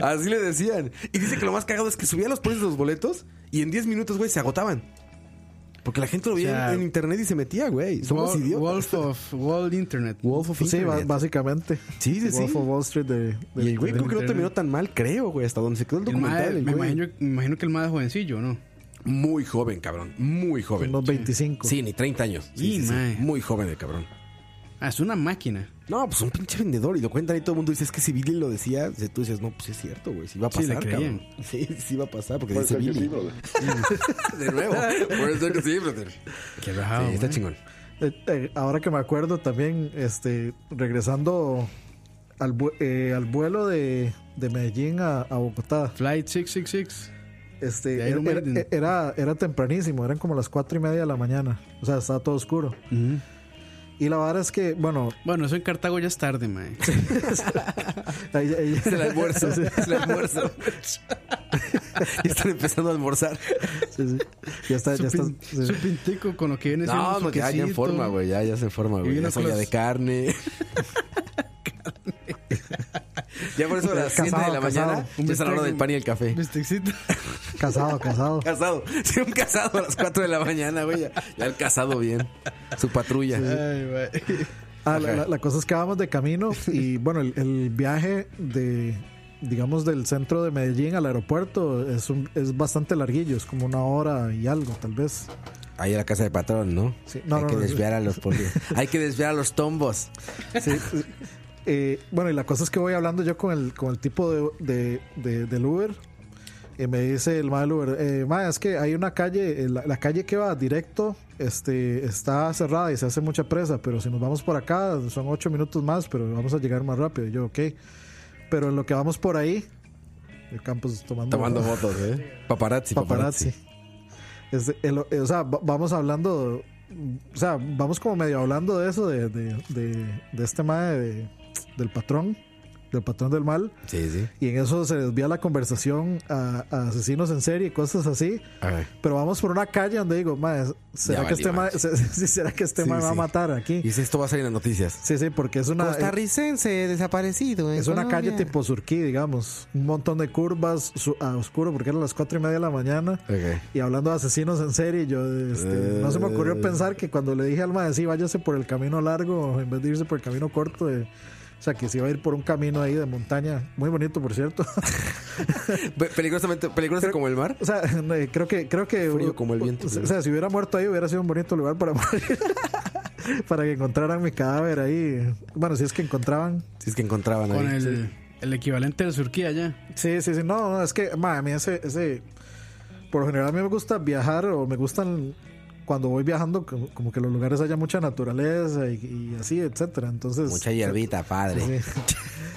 [SPEAKER 4] Así le decían. Y dice que lo más cagado es que subía los precios de los boletos y en 10 minutos, güey, se agotaban. Porque la gente lo veía
[SPEAKER 6] O sea,
[SPEAKER 4] en, en internet y se metía, güey. Somos
[SPEAKER 6] Wol-
[SPEAKER 4] idiotas.
[SPEAKER 6] Wolf of Wall Internet.
[SPEAKER 4] Wolf of
[SPEAKER 3] Sí, ba-
[SPEAKER 4] Internet.
[SPEAKER 3] básicamente.
[SPEAKER 4] Sí, sí, sí.
[SPEAKER 3] Wolf of Wall Street de.
[SPEAKER 4] y el
[SPEAKER 3] del
[SPEAKER 4] güey creo que no
[SPEAKER 3] internet.
[SPEAKER 4] terminó tan mal, creo, güey. Hasta donde se quedó el
[SPEAKER 6] El mae,
[SPEAKER 4] documental. el
[SPEAKER 6] me,
[SPEAKER 4] güey.
[SPEAKER 6] imagino, me imagino que el más jovencillo, ¿no?
[SPEAKER 4] Muy joven, cabrón. Muy joven.
[SPEAKER 3] Unos 25.
[SPEAKER 4] Sí, ni 30 años. Sí,
[SPEAKER 6] Y,
[SPEAKER 4] sí, sí.
[SPEAKER 6] mae.
[SPEAKER 4] Muy joven el cabrón.
[SPEAKER 6] Ah, es una máquina.
[SPEAKER 4] No, pues un pinche vendedor. Y lo cuentan y todo el mundo dice, es que si Billy lo decía, se- tú dices, no, pues sí es cierto, güey. Sí va a
[SPEAKER 6] Sí, le
[SPEAKER 4] pasar,
[SPEAKER 6] creían.
[SPEAKER 4] cabrón. Sí, sí va a pasar, porque
[SPEAKER 7] Puede
[SPEAKER 4] dice
[SPEAKER 7] ser que
[SPEAKER 4] Billy.
[SPEAKER 7] sí, brother.
[SPEAKER 4] De nuevo. Puede ser que sí, brother.
[SPEAKER 6] Qué
[SPEAKER 4] Sí,
[SPEAKER 6] rajado.
[SPEAKER 4] está
[SPEAKER 6] mae.
[SPEAKER 4] chingón.
[SPEAKER 3] Eh, eh, ahora que me acuerdo también, este, regresando al, vu- eh, al vuelo de, de Medellín a, a Bogotá.
[SPEAKER 6] Flight 666.
[SPEAKER 3] Este,
[SPEAKER 6] De Iron
[SPEAKER 3] era,
[SPEAKER 6] Maiden.
[SPEAKER 3] era, era tempranísimo, eran como las cuatro y media de la mañana. O sea, estaba todo oscuro. Y la verdad es que, bueno,
[SPEAKER 6] Bueno, eso en Cartago ya es tarde, mae.
[SPEAKER 3] ahí- ahí-
[SPEAKER 4] Es el almuerzo.
[SPEAKER 3] Sí,
[SPEAKER 4] Es el almuerzo. y están empezando a almorzar.
[SPEAKER 3] sí, sí. Ya está, ya
[SPEAKER 6] Su
[SPEAKER 3] está.
[SPEAKER 6] pin-
[SPEAKER 3] sí.
[SPEAKER 6] su pintico con lo que viene siendo
[SPEAKER 4] No,
[SPEAKER 6] su
[SPEAKER 4] no, ya, ya en
[SPEAKER 6] quesito.
[SPEAKER 4] forma, güey. Ya, ya se en forma, güey.
[SPEAKER 6] viene
[SPEAKER 4] Ya
[SPEAKER 6] con
[SPEAKER 4] soya
[SPEAKER 6] las-
[SPEAKER 4] de carne. ya por eso a las 7 de la
[SPEAKER 3] Casado,
[SPEAKER 4] mañana
[SPEAKER 3] casado.
[SPEAKER 4] ya es a la hora del pan y el café.
[SPEAKER 6] Bistecito.
[SPEAKER 3] Casado, casado.
[SPEAKER 4] Casado. Sí, un casado a las 4 de la mañana, güey. Ya, ya el casado bien. Su patrulla.
[SPEAKER 6] Ay, mae.
[SPEAKER 3] Ah, la, la- la cosa es que vamos de camino y bueno, el, el viaje de, digamos, del centro de Medellín al aeropuerto es, un- es bastante larguillo, es como una hora y algo, tal vez.
[SPEAKER 4] Ahí a la casa de patrón, ¿no?
[SPEAKER 3] Sí, no,
[SPEAKER 4] Hay
[SPEAKER 3] no,
[SPEAKER 4] que
[SPEAKER 3] no,
[SPEAKER 4] desviar a los policías. Hay que desviar a los tombos.
[SPEAKER 3] Sí, sí. Eh, bueno, y la cosa es que voy hablando yo con el, con el tipo de, de- de- del Uber. Y me dice el madre del Uber, eh, "Mae, es que hay una calle, eh, la, la calle que va directo este, está cerrada y se hace mucha presa, pero si nos vamos por acá son ocho minutos más, pero vamos a llegar más rápido. Y yo, ok. Pero en lo que vamos por ahí, el Campos tomando,
[SPEAKER 4] Tomando fotos, ¿eh? Paparazzi, paparazzi.
[SPEAKER 3] paparazzi. Este, el- eh, o sea, va- vamos hablando, o sea, vamos como medio hablando de eso, de, de, de- de este madre de- del patrón, del patrón del mal.
[SPEAKER 4] Sí, sí.
[SPEAKER 3] Y en eso se desvía la conversación a, a asesinos en serie y cosas así. Pero vamos por una calle donde digo, "Mae, ¿será,
[SPEAKER 4] Ya
[SPEAKER 3] que este
[SPEAKER 4] valió,
[SPEAKER 3] mae- se- se- ¿será que este
[SPEAKER 4] Sí,
[SPEAKER 3] mae va a
[SPEAKER 4] sí.
[SPEAKER 3] matar aquí? eh.
[SPEAKER 4] Y si esto va a salir en las noticias.
[SPEAKER 3] Sí, sí, porque es una...
[SPEAKER 4] Costarricense desaparecido. en
[SPEAKER 3] Es una
[SPEAKER 4] Colombia.
[SPEAKER 3] calle tipo Surquí, digamos. Un montón de curvas su- a oscuro porque eran las cuatro y media de la mañana.
[SPEAKER 4] Ok.
[SPEAKER 3] Y hablando de asesinos en serie, yo este, no se me ocurrió
[SPEAKER 4] Eh.
[SPEAKER 3] pensar que cuando le dije al mae, sí, váyase por el camino largo en vez de irse por el camino corto. de- o sea, que se iba a ir por un camino ahí de montaña. Muy bonito, por cierto.
[SPEAKER 4] Pe- Peligrosamente, peligroso como el mar.
[SPEAKER 3] o sea, no, eh, creo que... Creo que
[SPEAKER 4] Frío como el viento.
[SPEAKER 3] o sea, si hubiera muerto ahí, hubiera sido un bonito lugar para morir. para que encontraran mi cadáver ahí. Bueno, si es que encontraban.
[SPEAKER 4] Si es que encontraban
[SPEAKER 6] Con
[SPEAKER 4] ahí.
[SPEAKER 6] el, el equivalente de Surquía ya.
[SPEAKER 3] Sí, sí, sí. No, no, es que, ma, a mí ese, ese. Por lo general, a mí me gusta viajar o me gustan. Cuando voy viajando, como, como que los lugares haya mucha naturaleza y, y así, etcétera. Entonces.
[SPEAKER 4] Mucha hierbita, padre.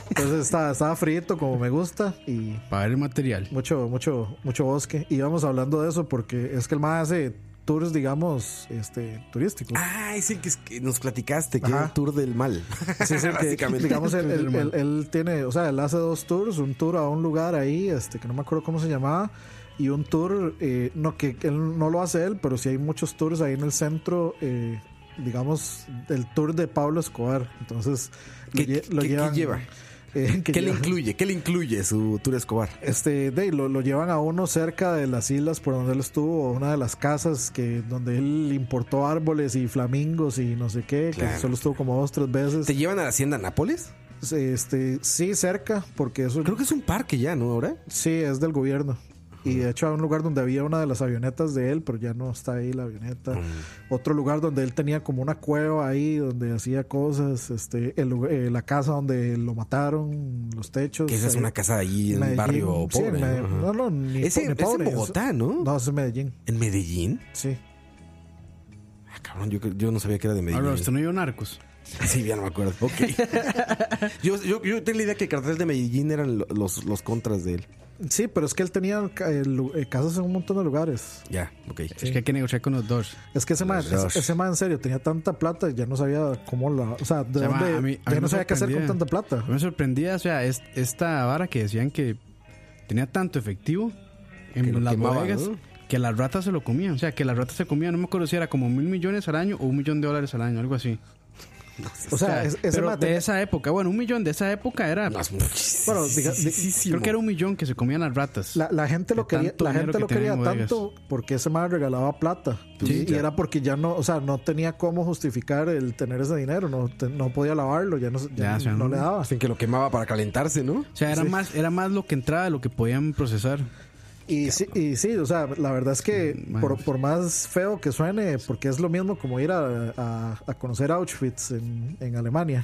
[SPEAKER 3] Sí. Entonces estaba, estaba frito como me gusta y.
[SPEAKER 6] Para ver el material.
[SPEAKER 3] Mucho, mucho, mucho bosque. Y íbamos hablando de eso porque es que el más hace tours, digamos, este, turísticos.
[SPEAKER 4] Ay, sí, que, es que nos platicaste que
[SPEAKER 3] Ajá.
[SPEAKER 4] era un tour del mal.
[SPEAKER 3] Sí, sí, que,
[SPEAKER 4] Básicamente.
[SPEAKER 3] digamos, él, él-
[SPEAKER 4] Del
[SPEAKER 3] él- él tiene, o sea, él hace dos tours, un tour a un lugar ahí, este, que no me acuerdo cómo se llamaba, y un tour, eh, no, que él no lo hace él, pero sí hay muchos tours ahí en el centro, eh, digamos, el tour de Pablo Escobar. Entonces,
[SPEAKER 4] ¿Qué-
[SPEAKER 3] lle-
[SPEAKER 4] qué- qué lleva?
[SPEAKER 3] eh, que
[SPEAKER 4] ¿Qué le
[SPEAKER 3] llevan-
[SPEAKER 4] incluye? ¿Qué le incluye su tour Escobar?
[SPEAKER 3] este de, ahí, lo, lo llevan a uno cerca de las islas por donde él estuvo, una de las casas que donde él importó árboles y flamingos y no sé qué,
[SPEAKER 4] Claro.
[SPEAKER 3] que solo estuvo como dos tres veces.
[SPEAKER 4] ¿Te llevan a la hacienda Nápoles?
[SPEAKER 3] Este, sí, cerca, porque eso.
[SPEAKER 4] Creo que es un parque ya, ¿no? Ahora.
[SPEAKER 3] Sí, es del gobierno. Y de hecho, hay un lugar donde había una de las avionetas de él, pero ya no está ahí la avioneta.
[SPEAKER 4] Mm.
[SPEAKER 3] Otro lugar donde él tenía como una cueva ahí, donde hacía cosas. Este, el lu- eh, la casa donde lo mataron, los techos.
[SPEAKER 4] Que esa es
[SPEAKER 3] ahí.
[SPEAKER 4] una casa ahí en un
[SPEAKER 3] Pues, Medellín.
[SPEAKER 4] barrio
[SPEAKER 3] Sí,
[SPEAKER 4] pobre.
[SPEAKER 3] en Medellín.
[SPEAKER 4] Ajá.
[SPEAKER 3] no, no, ni,
[SPEAKER 4] Ese-
[SPEAKER 3] po- ni
[SPEAKER 4] ese en
[SPEAKER 3] pobre, es-
[SPEAKER 4] Bogotá, ¿no?
[SPEAKER 3] No, es en Medellín.
[SPEAKER 4] ¿En Medellín?
[SPEAKER 3] Sí.
[SPEAKER 4] Ah, cabrón, yo, yo no sabía que era de Medellín.
[SPEAKER 6] Ahora, ¿usted Ah, no vio Narcos?
[SPEAKER 4] Sí, ya no me acuerdo. Ok. yo, yo, yo tenía la idea que el cartel de Medellín eran lo- los, los contras de él.
[SPEAKER 3] Sí, pero es que él tenía ca- eh, lu- eh, casas en un montón de lugares.
[SPEAKER 4] Ya, ok.
[SPEAKER 6] Es que hay que negociar con los dos.
[SPEAKER 3] Es que ese man,
[SPEAKER 6] Los dos.
[SPEAKER 3] ese, ese man, en serio tenía tanta plata, ya no sabía cómo la. O sea, de
[SPEAKER 6] O sea, ma,
[SPEAKER 3] dónde.
[SPEAKER 6] a mí-
[SPEAKER 3] ya
[SPEAKER 6] a mí
[SPEAKER 3] no
[SPEAKER 6] me
[SPEAKER 3] sabía qué hacer con
[SPEAKER 6] sorprendía.
[SPEAKER 3] tanta plata.
[SPEAKER 6] Me sorprendía, o sea, es- esta vara que decían que tenía tanto efectivo en
[SPEAKER 4] Que lo
[SPEAKER 6] las
[SPEAKER 4] quemaba,
[SPEAKER 6] bodegas
[SPEAKER 4] ¿no?
[SPEAKER 6] que las ratas se lo comían. O sea, que las ratas se comían, no me acuerdo si era como mil millones al año o un millón de dólares al año, algo así.
[SPEAKER 3] O sea, es- ese
[SPEAKER 6] Pues, pero
[SPEAKER 3] man
[SPEAKER 6] de
[SPEAKER 3] tenía-
[SPEAKER 6] esa época, bueno, un millón de esa época era.
[SPEAKER 3] Bueno, diga- di-
[SPEAKER 6] creo que era un millón que se comían las ratas.
[SPEAKER 3] La, la gente lo
[SPEAKER 6] De
[SPEAKER 3] quería,
[SPEAKER 6] tanto
[SPEAKER 3] la
[SPEAKER 6] dinero
[SPEAKER 3] gente
[SPEAKER 6] que
[SPEAKER 3] lo
[SPEAKER 6] tenían
[SPEAKER 3] quería
[SPEAKER 6] en bodegas.
[SPEAKER 3] tanto porque ese man regalaba plata.
[SPEAKER 6] Sí,
[SPEAKER 3] y, y
[SPEAKER 6] claro.
[SPEAKER 3] era porque ya no, o sea, no tenía cómo justificar el tener ese dinero, no, te- no podía lavarlo, ya no, ya
[SPEAKER 6] Ya, o sea,
[SPEAKER 3] no,
[SPEAKER 6] no-
[SPEAKER 3] le daba.
[SPEAKER 4] Dicen que lo quemaba para calentarse, ¿no?
[SPEAKER 6] O sea, era
[SPEAKER 3] Sí.
[SPEAKER 6] más, era más lo que entraba de lo que podían procesar.
[SPEAKER 3] Y sí, y sí, o sea, la verdad es que
[SPEAKER 6] Mm,
[SPEAKER 3] por, por más feo que suene, porque es lo mismo como ir a, a- a conocer Auschwitz en, en Alemania.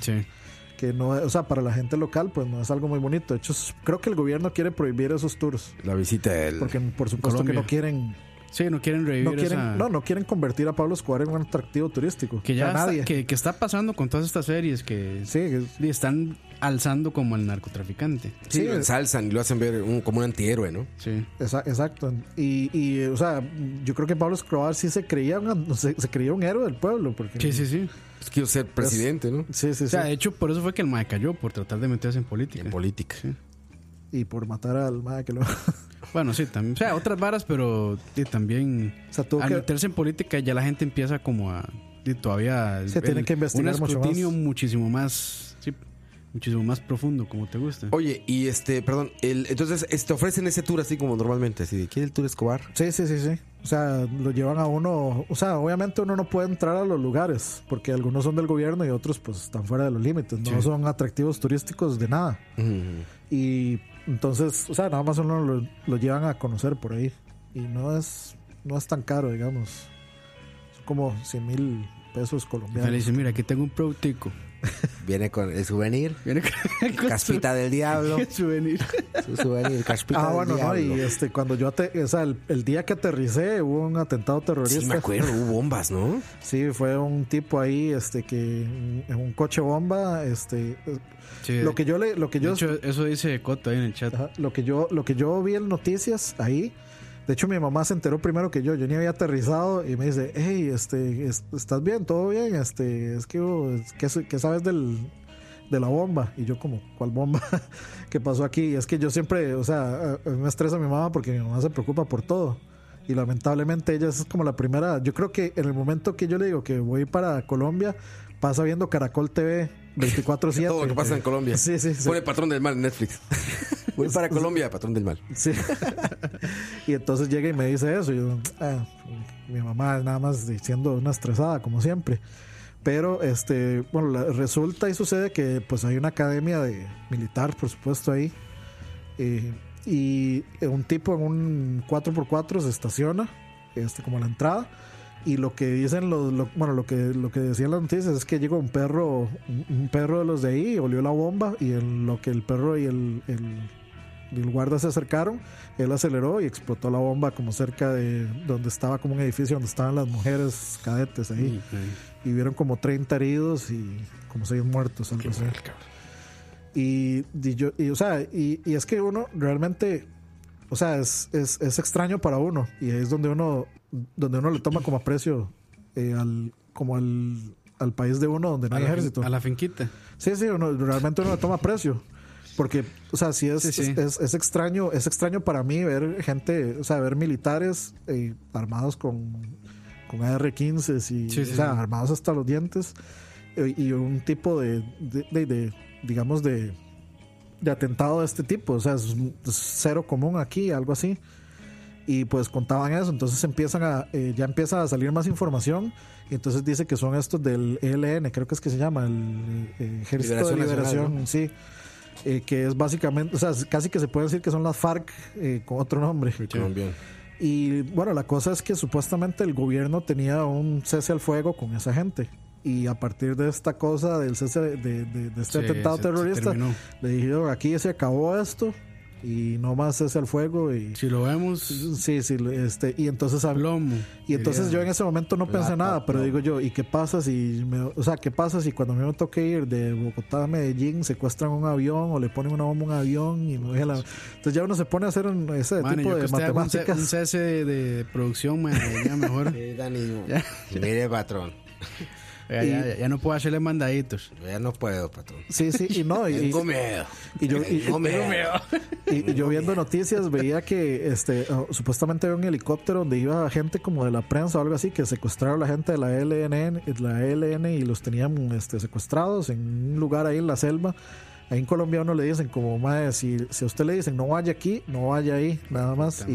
[SPEAKER 3] Que no, o sea, para la gente local, pues no es algo muy bonito. De hecho, es- creo que el gobierno quiere prohibir esos tours.
[SPEAKER 4] La visita del.
[SPEAKER 3] Porque por supuesto
[SPEAKER 6] Colombia.
[SPEAKER 3] que no quieren
[SPEAKER 6] Sí, no quieren revivir
[SPEAKER 3] no quieren,
[SPEAKER 6] esa-
[SPEAKER 3] no, no quieren convertir a Pablo Escobar en un atractivo turístico.
[SPEAKER 6] que ya
[SPEAKER 3] O sea,
[SPEAKER 6] está-
[SPEAKER 3] nadie.
[SPEAKER 6] que, que está pasando con todas estas series que
[SPEAKER 3] y
[SPEAKER 6] están alzando como el narcotraficante.
[SPEAKER 3] Sí,
[SPEAKER 4] Sí, lo
[SPEAKER 3] es-
[SPEAKER 4] ensalzan y lo hacen ver un- como un antihéroe, ¿no?
[SPEAKER 6] Sí.
[SPEAKER 3] Esa- exacto. Y, y, o sea, yo creo que Pablo Escobar sí se creía un, se, se creía un héroe del pueblo. Porque
[SPEAKER 6] Sí, sí, sí.
[SPEAKER 4] Pues quiero ser presidente, ¿no?
[SPEAKER 3] Sí, sí,
[SPEAKER 6] O sea, eh,
[SPEAKER 3] sí.
[SPEAKER 6] de hecho, por eso fue que el MAE cayó, por tratar de meterse en política. En
[SPEAKER 4] política.
[SPEAKER 3] Y por matar al madre que lo.
[SPEAKER 6] Bueno, sí, también. O sea, otras varas, pero sí, también.
[SPEAKER 3] tuvo
[SPEAKER 6] al
[SPEAKER 3] que-
[SPEAKER 6] meterse en política ya la gente empieza como a. y todavía.
[SPEAKER 3] Se tiene que investigar
[SPEAKER 6] Un
[SPEAKER 3] mucho más.
[SPEAKER 6] escrutinio muchísimo más. Sí, muchísimo más profundo, como te gusta.
[SPEAKER 4] Oye, y este, perdón, el, entonces es- te ofrecen ese tour así como normalmente, así de ¿quiere el tour Escobar?
[SPEAKER 3] Sí, sí, sí, sí. O sea, lo llevan a uno. O sea, obviamente uno no puede entrar a los lugares porque algunos son del gobierno y otros, pues, están fuera de los límites. No
[SPEAKER 4] Sí.
[SPEAKER 3] son atractivos turísticos de nada.
[SPEAKER 4] Mm.
[SPEAKER 3] Y entonces, o sea, nada más uno lo, lo llevan a conocer por ahí. Y no es, no es tan caro, digamos. Son como 100 mil pesos
[SPEAKER 6] Y le
[SPEAKER 3] colombianos.
[SPEAKER 6] dice, mira, aquí tengo un protico.
[SPEAKER 4] Viene con el souvenir.
[SPEAKER 6] Viene con con
[SPEAKER 4] Caspita
[SPEAKER 6] su-
[SPEAKER 4] del diablo.
[SPEAKER 6] el souvenir.
[SPEAKER 4] Su souvenir, caspita
[SPEAKER 3] Ah,
[SPEAKER 4] del
[SPEAKER 3] bueno, no,
[SPEAKER 4] diablo.
[SPEAKER 3] y este, cuando yo, ate- o sea, el, el día que aterricé hubo un atentado terrorista.
[SPEAKER 4] Sí, me acuerdo, hubo bombas, ¿no?
[SPEAKER 3] Sí, fue un tipo ahí, este, que en en un coche bomba, este,
[SPEAKER 6] Sí.
[SPEAKER 3] lo que yo le, lo que
[SPEAKER 6] De
[SPEAKER 3] yo,
[SPEAKER 6] hecho, eso dice Coto ahí en el chat.
[SPEAKER 3] Ajá, lo que yo, lo que yo vi en noticias ahí. De hecho, mi mamá se enteró primero que yo. Yo ni había aterrizado y me dice, hey, este, es- ¿estás bien? ¿Todo bien? Este, es que, oh, es- ¿qué, su- qué sabes del, de la bomba. Y yo como, ¿cuál bomba? ¿Qué pasó aquí? Y es que yo siempre, o sea, a- a mí me estresa mi mamá porque mi mamá se preocupa por todo. Y lamentablemente ella es como la primera, yo creo que en el momento que yo le digo que voy para Colombia, pasa viendo Caracol TV 24/7.
[SPEAKER 4] Todo lo que pasa en Colombia.
[SPEAKER 3] Sí, sí, sí.
[SPEAKER 4] Pone patrón del mal en Netflix. Voy para Colombia, patrón del mal.
[SPEAKER 3] Sí. y entonces llega y me dice eso. Y yo, "Ah, mi mamá nada más diciendo una estresada, como siempre. Pero este, bueno, la- resulta y sucede que pues hay una academia de militar, por supuesto, ahí. Eh, y un tipo en un 4x4 se estaciona, este, como a la entrada. Y lo que dicen los, lo- bueno, lo que, lo que decían las noticias es que llegó un perro, un, un perro de los de ahí, olió la bomba, y en lo que el perro y el- el y el guarda se acercaron, él aceleró y explotó la bomba como cerca de donde estaba como un edificio donde estaban las mujeres cadetes ahí. Y vieron como 30 heridos y como 6 muertos, algo así. Y, y yo, y, o sea, y, y es que uno realmente, o sea, es, es, es extraño para uno. Y ahí es donde uno, donde uno le toma como aprecio eh, al, como al, al país de uno donde no
[SPEAKER 6] A
[SPEAKER 3] hay
[SPEAKER 6] la fin-
[SPEAKER 3] ejército.
[SPEAKER 6] a la finquita.
[SPEAKER 3] Sí, sí, uno, realmente uno le toma aprecio. Porque, o sea, sí, es,
[SPEAKER 6] Sí, sí.
[SPEAKER 3] Es, es extraño, es extraño para mí ver gente, o sea, ver militares eh, armados con, con AR-15 y
[SPEAKER 6] Sí, sí,
[SPEAKER 3] o sea,
[SPEAKER 6] sí.
[SPEAKER 3] armados hasta los dientes eh, y un tipo de, de- de- de, digamos, de, de atentado de este tipo. O sea, es es cero común aquí, algo así y pues contaban eso, entonces empiezan a, eh, ya empieza a salir más información, y entonces dice que son estos del ELN, creo que es que se llama, el eh, Ejército
[SPEAKER 4] Liberación
[SPEAKER 3] de
[SPEAKER 4] Nacional,
[SPEAKER 3] Liberación,
[SPEAKER 4] ¿no?
[SPEAKER 3] sí, eh, que es básicamente, o sea, es- casi que se puede decir que son las FARC eh, con otro nombre. Y bueno, la cosa es que supuestamente el gobierno tenía un cese al fuego con esa gente. Y a partir de esta cosa, del cese de, de- de- de este
[SPEAKER 6] Sí,
[SPEAKER 3] atentado
[SPEAKER 6] se- se
[SPEAKER 3] terrorista,
[SPEAKER 6] terminó.
[SPEAKER 3] le dijeron aquí se acabó esto y no más cese al fuego. Y,
[SPEAKER 6] si lo vemos.
[SPEAKER 3] Sí, sí, este, y entonces hab- Y entonces
[SPEAKER 6] diría.
[SPEAKER 3] yo en ese momento no pensé
[SPEAKER 6] Lata,
[SPEAKER 3] nada, pero digo yo, ¿y qué pasa si, me- o sea, qué pasa si cuando a mí me toque ir de Bogotá a Medellín secuestran un avión o le ponen una bomba a un avión y me voy a la... Entonces ya uno se pone a hacer un- ese
[SPEAKER 6] Mane,
[SPEAKER 3] tipo
[SPEAKER 6] yo que
[SPEAKER 3] de
[SPEAKER 6] usted haga un, ce-
[SPEAKER 3] matemáticas.
[SPEAKER 6] un cese de, de producción, man, ya mejor. Ya.
[SPEAKER 4] Eh, Mire, patrón.
[SPEAKER 6] Ya, ya- ya- ya no puedo hacerle mandaditos.
[SPEAKER 4] Ya no puedo, patrón.
[SPEAKER 3] Sí, sí, y no, y,
[SPEAKER 4] Tengo miedo.
[SPEAKER 3] y yo, y-
[SPEAKER 4] Tengo miedo.
[SPEAKER 3] y- y yo viendo noticias veía que este oh, supuestamente había un helicóptero donde iba gente como de la prensa o algo así que secuestraron a la gente de la LNN, la LN y los tenían este, secuestrados en un lugar ahí en la selva. Ahí en Colombia a uno le dicen como, madre, si, si a usted le dicen no vaya aquí, no vaya ahí, nada más.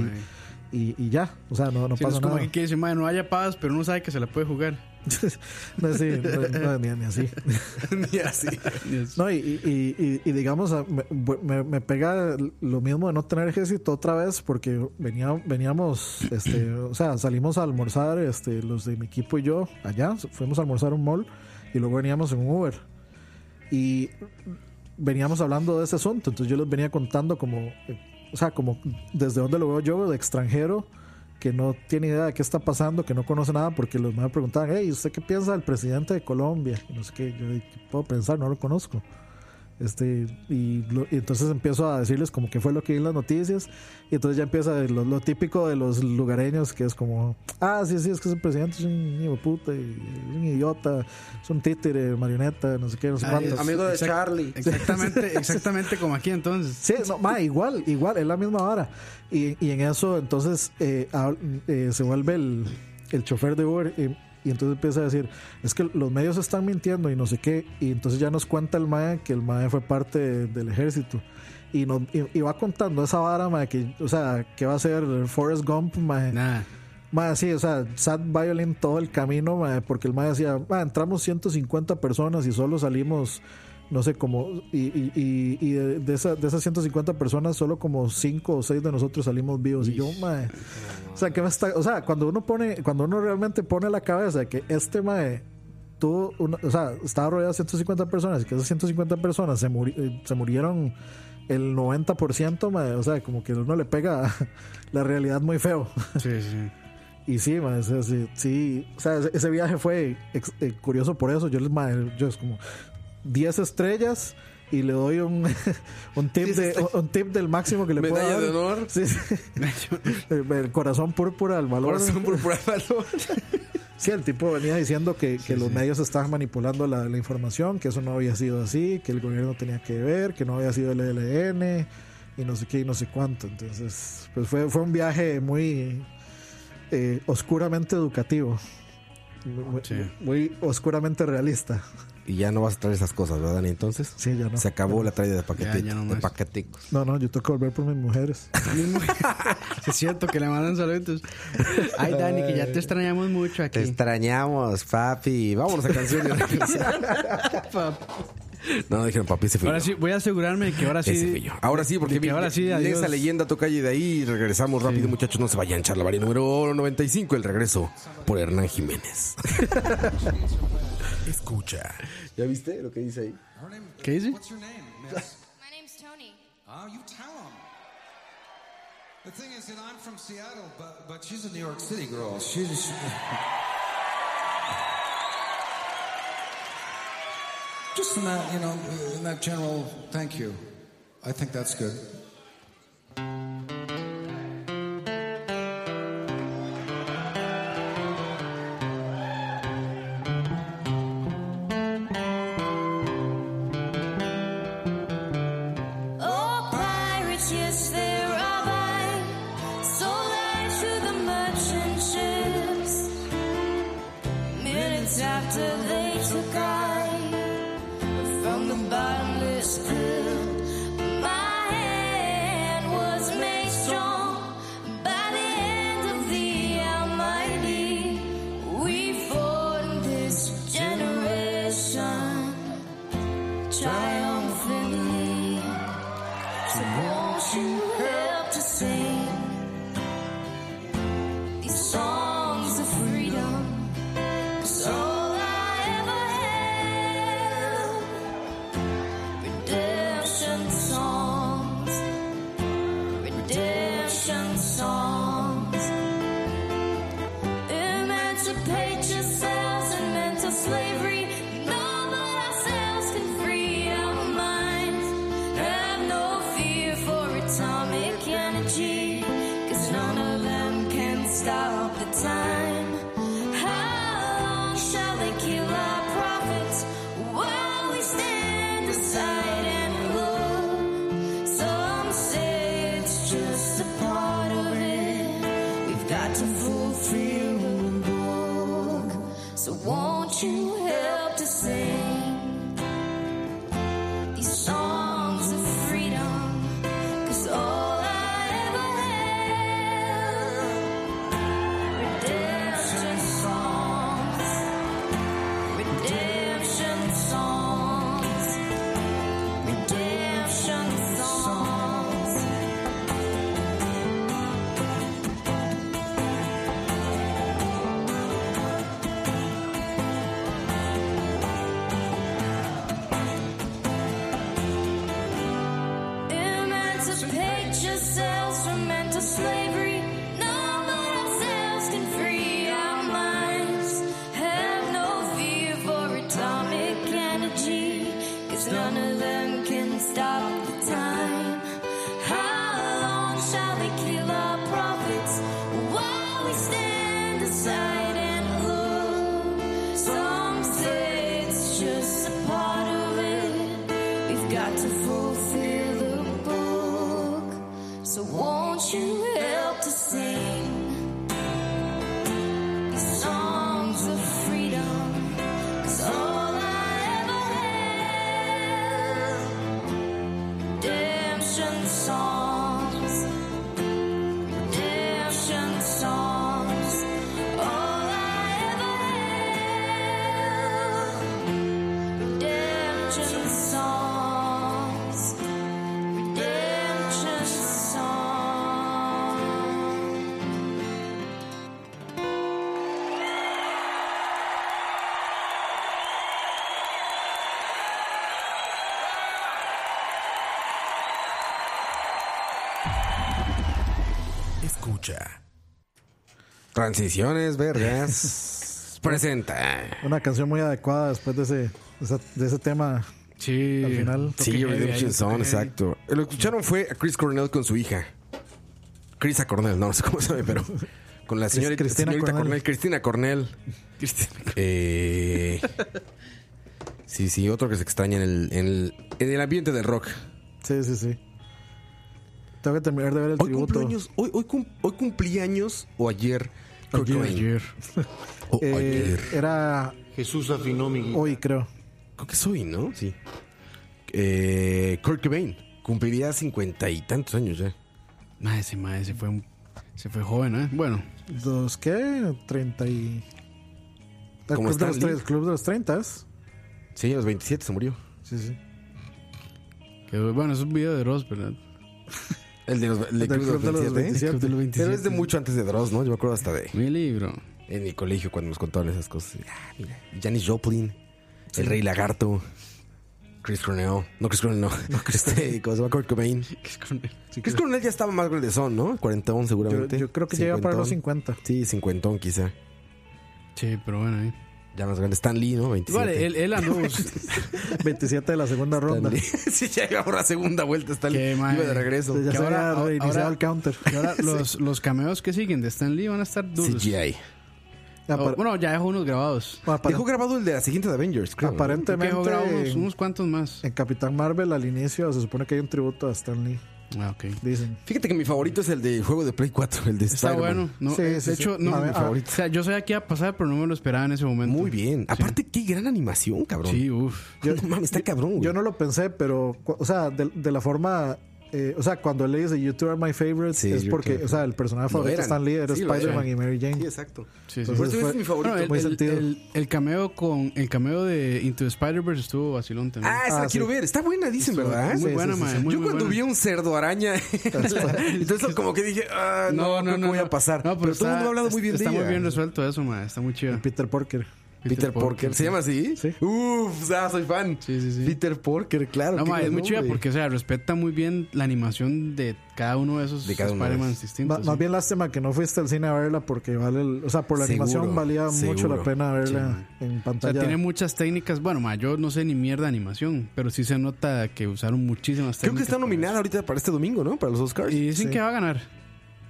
[SPEAKER 3] Y, y, y ya, o sea, no, no
[SPEAKER 6] Sí, no
[SPEAKER 3] pasa
[SPEAKER 6] es como
[SPEAKER 3] nada.
[SPEAKER 6] que quiere decir, "Mae, no haya paz, pero uno sabe que se la puede jugar.
[SPEAKER 3] No, sí, no, no, ni- ni así.
[SPEAKER 4] Ni así.
[SPEAKER 6] Pues.
[SPEAKER 3] No, y, y- y- y digamos, a- me, me- me pega lo mismo de no tener ejército otra vez, porque venía, veníamos, este, o sea, salimos a almorzar, este, los de mi equipo y yo, allá, fuimos a almorzar a un mall y luego veníamos en un Uber. Y veníamos hablando de ese asunto, entonces yo les venía contando como, eh, o sea, como desde donde lo veo yo, de extranjero, que no tiene idea de qué está pasando, que no conoce nada, porque los me preguntaban, hey, ¿usted qué piensa del presidente de Colombia? Y no sé qué, yo ¿qué puedo pensar, no lo conozco. Este, y, lo- y entonces empiezo a decirles como qué fue lo que vi en las noticias, y entonces ya empieza lo, lo típico de los lugareños, que es como, ah, sí, sí, es que ese presidente es un hijo de puta, y- es un idiota, es un títere, marioneta, no sé qué, no sé
[SPEAKER 6] Ay,
[SPEAKER 3] cuántos.
[SPEAKER 6] amigo de Ah, Exact- Charlie. exactamente- exactamente como aquí entonces.
[SPEAKER 3] Sí, no, ma, igual, igual, es la misma vara. Y, y en eso entonces eh, hab- eh, se vuelve el, el chofer de Uber eh, y entonces empieza a decir, es que los medios están mintiendo y no sé qué. Y entonces ya nos cuenta el MAE que el MAE fue parte de- del ejército. Y, nos, y, y va contando esa vara, mae, que, o sea, que va a ser Forrest Gump, mae. Mae, sí, o sea, sad violin todo el camino, mae, porque el mae decía, "Ah, entramos 150 personas y solo salimos, no sé, como, y, y, y- y de, de esa- de esas 150 personas, solo como 5 o 6 de nosotros salimos vivos. Y yo, mae, o sea, que me está, o sea, cuando uno pone, cuando uno realmente pone la cabeza que este mae tuvo, una- o sea, estaba rodeado de 150 personas y que esas 150 personas se, muri- eh, se murieron el 90%, mae, o sea, como que uno le pega la realidad muy feo.
[SPEAKER 6] Sí, sí.
[SPEAKER 3] Y sí, mae, o sea, sí, sí, o sea, ese, ese viaje fue ex- eh, curioso por eso. Yo les, mae, yo es como 10 estrellas y le doy un, un, tip de, un tip del máximo que le puedo
[SPEAKER 4] Medalla
[SPEAKER 3] dar.
[SPEAKER 4] de honor.
[SPEAKER 3] Sí, sí. el, el corazón púrpura al valor.
[SPEAKER 4] Corazón púrpura al valor.
[SPEAKER 3] Sí, el tipo venía diciendo que, que los medios estaban manipulando la, la información, que eso no había sido así, que el gobierno tenía que ver, que no había sido el ELN y no sé qué y no sé cuánto. Entonces, pues fue, fue un viaje muy eh, oscuramente educativo, muy, muy- muy oscuramente realista.
[SPEAKER 4] Y ya no vas a traer esas cosas, ¿verdad, Dani? Entonces,
[SPEAKER 3] sí, ya no.
[SPEAKER 4] Se acabó la traída de paquetitos.
[SPEAKER 6] Ya, ya no
[SPEAKER 4] de
[SPEAKER 6] más.
[SPEAKER 4] paqueticos.
[SPEAKER 3] No, no, yo tengo que volver por mis mujeres.
[SPEAKER 6] Sí, es cierto que le mandan saludos. Ay, Dani, que ya te extrañamos mucho
[SPEAKER 4] Te
[SPEAKER 6] aquí.
[SPEAKER 4] extrañamos, papi. Vámonos a canciones. no, dijeron, papi, se fue.
[SPEAKER 6] Ahora sí, voy a asegurarme de que ahora sí.
[SPEAKER 4] Ese fui yo. Ahora sí, porque
[SPEAKER 6] de que
[SPEAKER 4] vi-
[SPEAKER 6] ahora sí,
[SPEAKER 4] vi
[SPEAKER 6] adiós.
[SPEAKER 4] esa leyenda tu calle de ahí. Regresamos rápido, muchachos. No se vayan, charla varia número 95. El regreso por Hernán Jiménez. Escucha. ¿Ya viste lo que dice ahí?
[SPEAKER 6] ¿Qué dice?
[SPEAKER 14] What's your name, miss? My name's Tony. Oh, you tell him. The thing is that I'm from Seattle, but, but she's a New York City girl. She's. She... Just in that, you know, in that general thank you. I think that's good.
[SPEAKER 15] Oh, pirates, yes, there are I, sold out to the merchant ships. Minutes after they took I from the bottomless pit, my hand was made strong by the hand of the Almighty. We formed this generation triumphantly. So won't you help to sing these songs of freedom? It's all I ever had. Redemption songs, redemption songs. Emancipate yourselves in mental slavery. Know that ourselves can free our minds. Have no fear for atomic energy, cause none of them can stop the time. How long shall they kill our prophets while we stand aside and look? Some say it's just a part of it. We've got to fulfill the book. So won't you help to sing? these songs of freedom. Cause all I ever had, redemption songs, redemption songs, redemption songs. Emancipate yourselves from mental slavery. No but ourselves can free our minds. Have no fear for atomic energy, cause none of them can stop the time. How long shall they kill our prophets while we stand aside and look? Some say it's just a part of it. We've got to fulfill the book. So won't you help to sing these songs of freedom? 'Cause all I ever had, redemption songs, redemption songs. All I ever had. Redemption songs. Redemption songs.
[SPEAKER 4] Escucha. Transiciones, vergas. Presenta.
[SPEAKER 3] Una canción muy adecuada después de ese, de ese, de ese tema.
[SPEAKER 6] Sí.
[SPEAKER 3] Al final.
[SPEAKER 4] Sí, Redemption Zone, exacto. Lo que escucharon fue a Chris Cornell con su hija. Chris Cornell, no, no sé cómo sabe, pero con la
[SPEAKER 3] Cris-
[SPEAKER 4] señora
[SPEAKER 3] Cristina
[SPEAKER 4] señorita
[SPEAKER 3] Cornell.
[SPEAKER 4] Cornell. Cristina Cornell. Eh, sí, sí, otro que se extraña en el, en el, en el ambiente del rock.
[SPEAKER 3] Sí, sí, sí. Tengo que terminar de ver el
[SPEAKER 4] Hoy
[SPEAKER 3] tributo.
[SPEAKER 4] cumplo años- hoy, hoy, cum- hoy cumplí años o ayer. Kurt
[SPEAKER 3] Ayer,
[SPEAKER 4] Cobain.
[SPEAKER 3] ayer.
[SPEAKER 4] O
[SPEAKER 3] Eh,
[SPEAKER 4] ayer.
[SPEAKER 3] Era
[SPEAKER 4] Jesús afinó mi
[SPEAKER 3] hoy, creo.
[SPEAKER 4] Creo que es hoy, ¿no? Sí. Eh, Kurt Cobain cumpliría cincuenta y tantos años ya.
[SPEAKER 6] Madre, ese madre se fue, un- se fue joven, ¿eh? Bueno,
[SPEAKER 3] ¿Dos qué? ¿Treinta y...? El
[SPEAKER 4] Como
[SPEAKER 3] club, de los
[SPEAKER 4] Stan Lee.
[SPEAKER 3] tres, club de los treintas.
[SPEAKER 4] Sí, a los 27 se murió.
[SPEAKER 3] Sí, sí.
[SPEAKER 6] que, bueno, es un video de Ross, ¿verdad?
[SPEAKER 4] El de los, el de
[SPEAKER 6] Del
[SPEAKER 4] Club de los 27.
[SPEAKER 6] Club de los
[SPEAKER 4] Pero es
[SPEAKER 6] 27.
[SPEAKER 4] de mucho antes de Dross, ¿no? Yo me acuerdo hasta de.
[SPEAKER 6] Mi libro.
[SPEAKER 4] En el colegio cuando nos contaban esas cosas. Ah, mira. Janis Joplin, El Rey Lagarto, Chris Cornell. No, Chris Cornell no. este, ¿Cómo se llama? Kurt Cobain. Chris Cornell. Chris Cornell ya estaba más grandezón, ¿no? Cuarentón seguramente.
[SPEAKER 3] Yo- yo creo que llega para los
[SPEAKER 4] 50. Sí, cincuentón quizá.
[SPEAKER 6] Sí, pero bueno, ahí.
[SPEAKER 4] Ya más grande. Stan Lee, ¿no? 27.
[SPEAKER 6] Vale, él, él andó.
[SPEAKER 3] 27 de la segunda ronda.
[SPEAKER 4] sí, ya iba por la segunda vuelta. Stan Lee
[SPEAKER 6] Qué
[SPEAKER 4] iba
[SPEAKER 6] madre.
[SPEAKER 4] de regreso.
[SPEAKER 3] Ya
[SPEAKER 6] Que
[SPEAKER 3] se
[SPEAKER 6] ahora-
[SPEAKER 3] había reiniciado
[SPEAKER 6] ahora-
[SPEAKER 3] el counter.
[SPEAKER 6] Y ahora los, los cameos que siguen de Stan Lee van a estar duros.
[SPEAKER 4] CGI.
[SPEAKER 6] Oh, bueno, ya dejó unos grabados.
[SPEAKER 4] Dejó grabado el de la siguiente de Avengers, creo. ¿no?
[SPEAKER 3] Aparentemente.
[SPEAKER 6] Creo que jugaba unos- unos cuantos más.
[SPEAKER 3] En Capitán Marvel al inicio se supone que hay un tributo a Stan Lee.
[SPEAKER 6] Ah, ok.
[SPEAKER 3] Dicen.
[SPEAKER 4] Fíjate que mi favorito es el de juego de Play 4, el de
[SPEAKER 6] Está
[SPEAKER 4] Spider-Man.
[SPEAKER 6] bueno. No, Eh, de hecho, no.
[SPEAKER 4] Es mi favorito.
[SPEAKER 6] O sea, yo sabía que iba a pasar, pero no me lo esperaba en ese momento.
[SPEAKER 4] Muy bien. Aparte, qué gran animación, cabrón.
[SPEAKER 6] Sí, uff.
[SPEAKER 4] Yo, no mames, está cabrón, güey.
[SPEAKER 3] Yo no lo pensé, pero, cu- o sea, de, de la forma. eh, o sea, cuando él le dice You two are my favorite,
[SPEAKER 4] Sí,
[SPEAKER 3] es
[SPEAKER 4] you two
[SPEAKER 3] porque,
[SPEAKER 4] are
[SPEAKER 3] o sea, el personaje
[SPEAKER 4] Lo
[SPEAKER 3] favorito de
[SPEAKER 4] eran.
[SPEAKER 3] Stan Lee era
[SPEAKER 4] Sí, lo
[SPEAKER 3] Spider-Man
[SPEAKER 4] eran.
[SPEAKER 3] y Mary Jane.
[SPEAKER 4] Sí, exacto.
[SPEAKER 6] Sí, sí.
[SPEAKER 3] Entonces Por eso fue- es mi favorito.
[SPEAKER 6] Bueno, el,
[SPEAKER 3] Muy
[SPEAKER 6] el-
[SPEAKER 3] sentido.
[SPEAKER 6] el- el cameo con el cameo de Into the Spider-Verse estuvo vacilón también.
[SPEAKER 4] Ah, esa la quiero ver. Está buena, dicen,
[SPEAKER 6] Estuvo
[SPEAKER 4] ¿verdad?
[SPEAKER 6] Muy buena, mae, muy,
[SPEAKER 4] Yo
[SPEAKER 6] muy
[SPEAKER 4] cuando
[SPEAKER 6] buena.
[SPEAKER 4] vi a un cerdo araña, entonces como que dije, ah, no, no, no, voy a pasar.
[SPEAKER 6] No,
[SPEAKER 4] pero,
[SPEAKER 6] pero,
[SPEAKER 4] todo el
[SPEAKER 6] está-
[SPEAKER 4] mundo ha hablado muy bien
[SPEAKER 6] Está
[SPEAKER 4] de ella.
[SPEAKER 6] muy bien resuelto eso, mae. Está muy chido.
[SPEAKER 3] Peter Porker.
[SPEAKER 4] Peter Porker. ¿Se llama así? Sí. Uf, ah, soy fan.
[SPEAKER 6] Sí, sí, sí.
[SPEAKER 4] Peter Porker, claro.
[SPEAKER 6] No,
[SPEAKER 4] qué
[SPEAKER 6] mae, es
[SPEAKER 4] gran
[SPEAKER 6] muy chida
[SPEAKER 4] nombre.
[SPEAKER 6] porque, o sea, respeta muy bien la animación de cada uno de esos
[SPEAKER 4] De cada uno de
[SPEAKER 6] Spider-Man
[SPEAKER 4] esos.
[SPEAKER 3] Ma-
[SPEAKER 6] distintos.
[SPEAKER 3] Más
[SPEAKER 6] sí.
[SPEAKER 3] bien lástima que no fuiste al cine a verla porque vale, el- o sea, por la
[SPEAKER 6] Seguro,
[SPEAKER 3] animación valía mucho
[SPEAKER 6] seguro.
[SPEAKER 3] la pena verla en
[SPEAKER 6] O sea,
[SPEAKER 3] pantalla.
[SPEAKER 6] tiene muchas técnicas. Bueno, mae, yo no sé ni mierda de animación, pero sí se nota que usaron muchísimas
[SPEAKER 4] Creo que
[SPEAKER 6] técnicas.
[SPEAKER 4] está nominada ahorita para este domingo, ¿no? Para los Oscars.
[SPEAKER 6] Y dicen que va a ganar.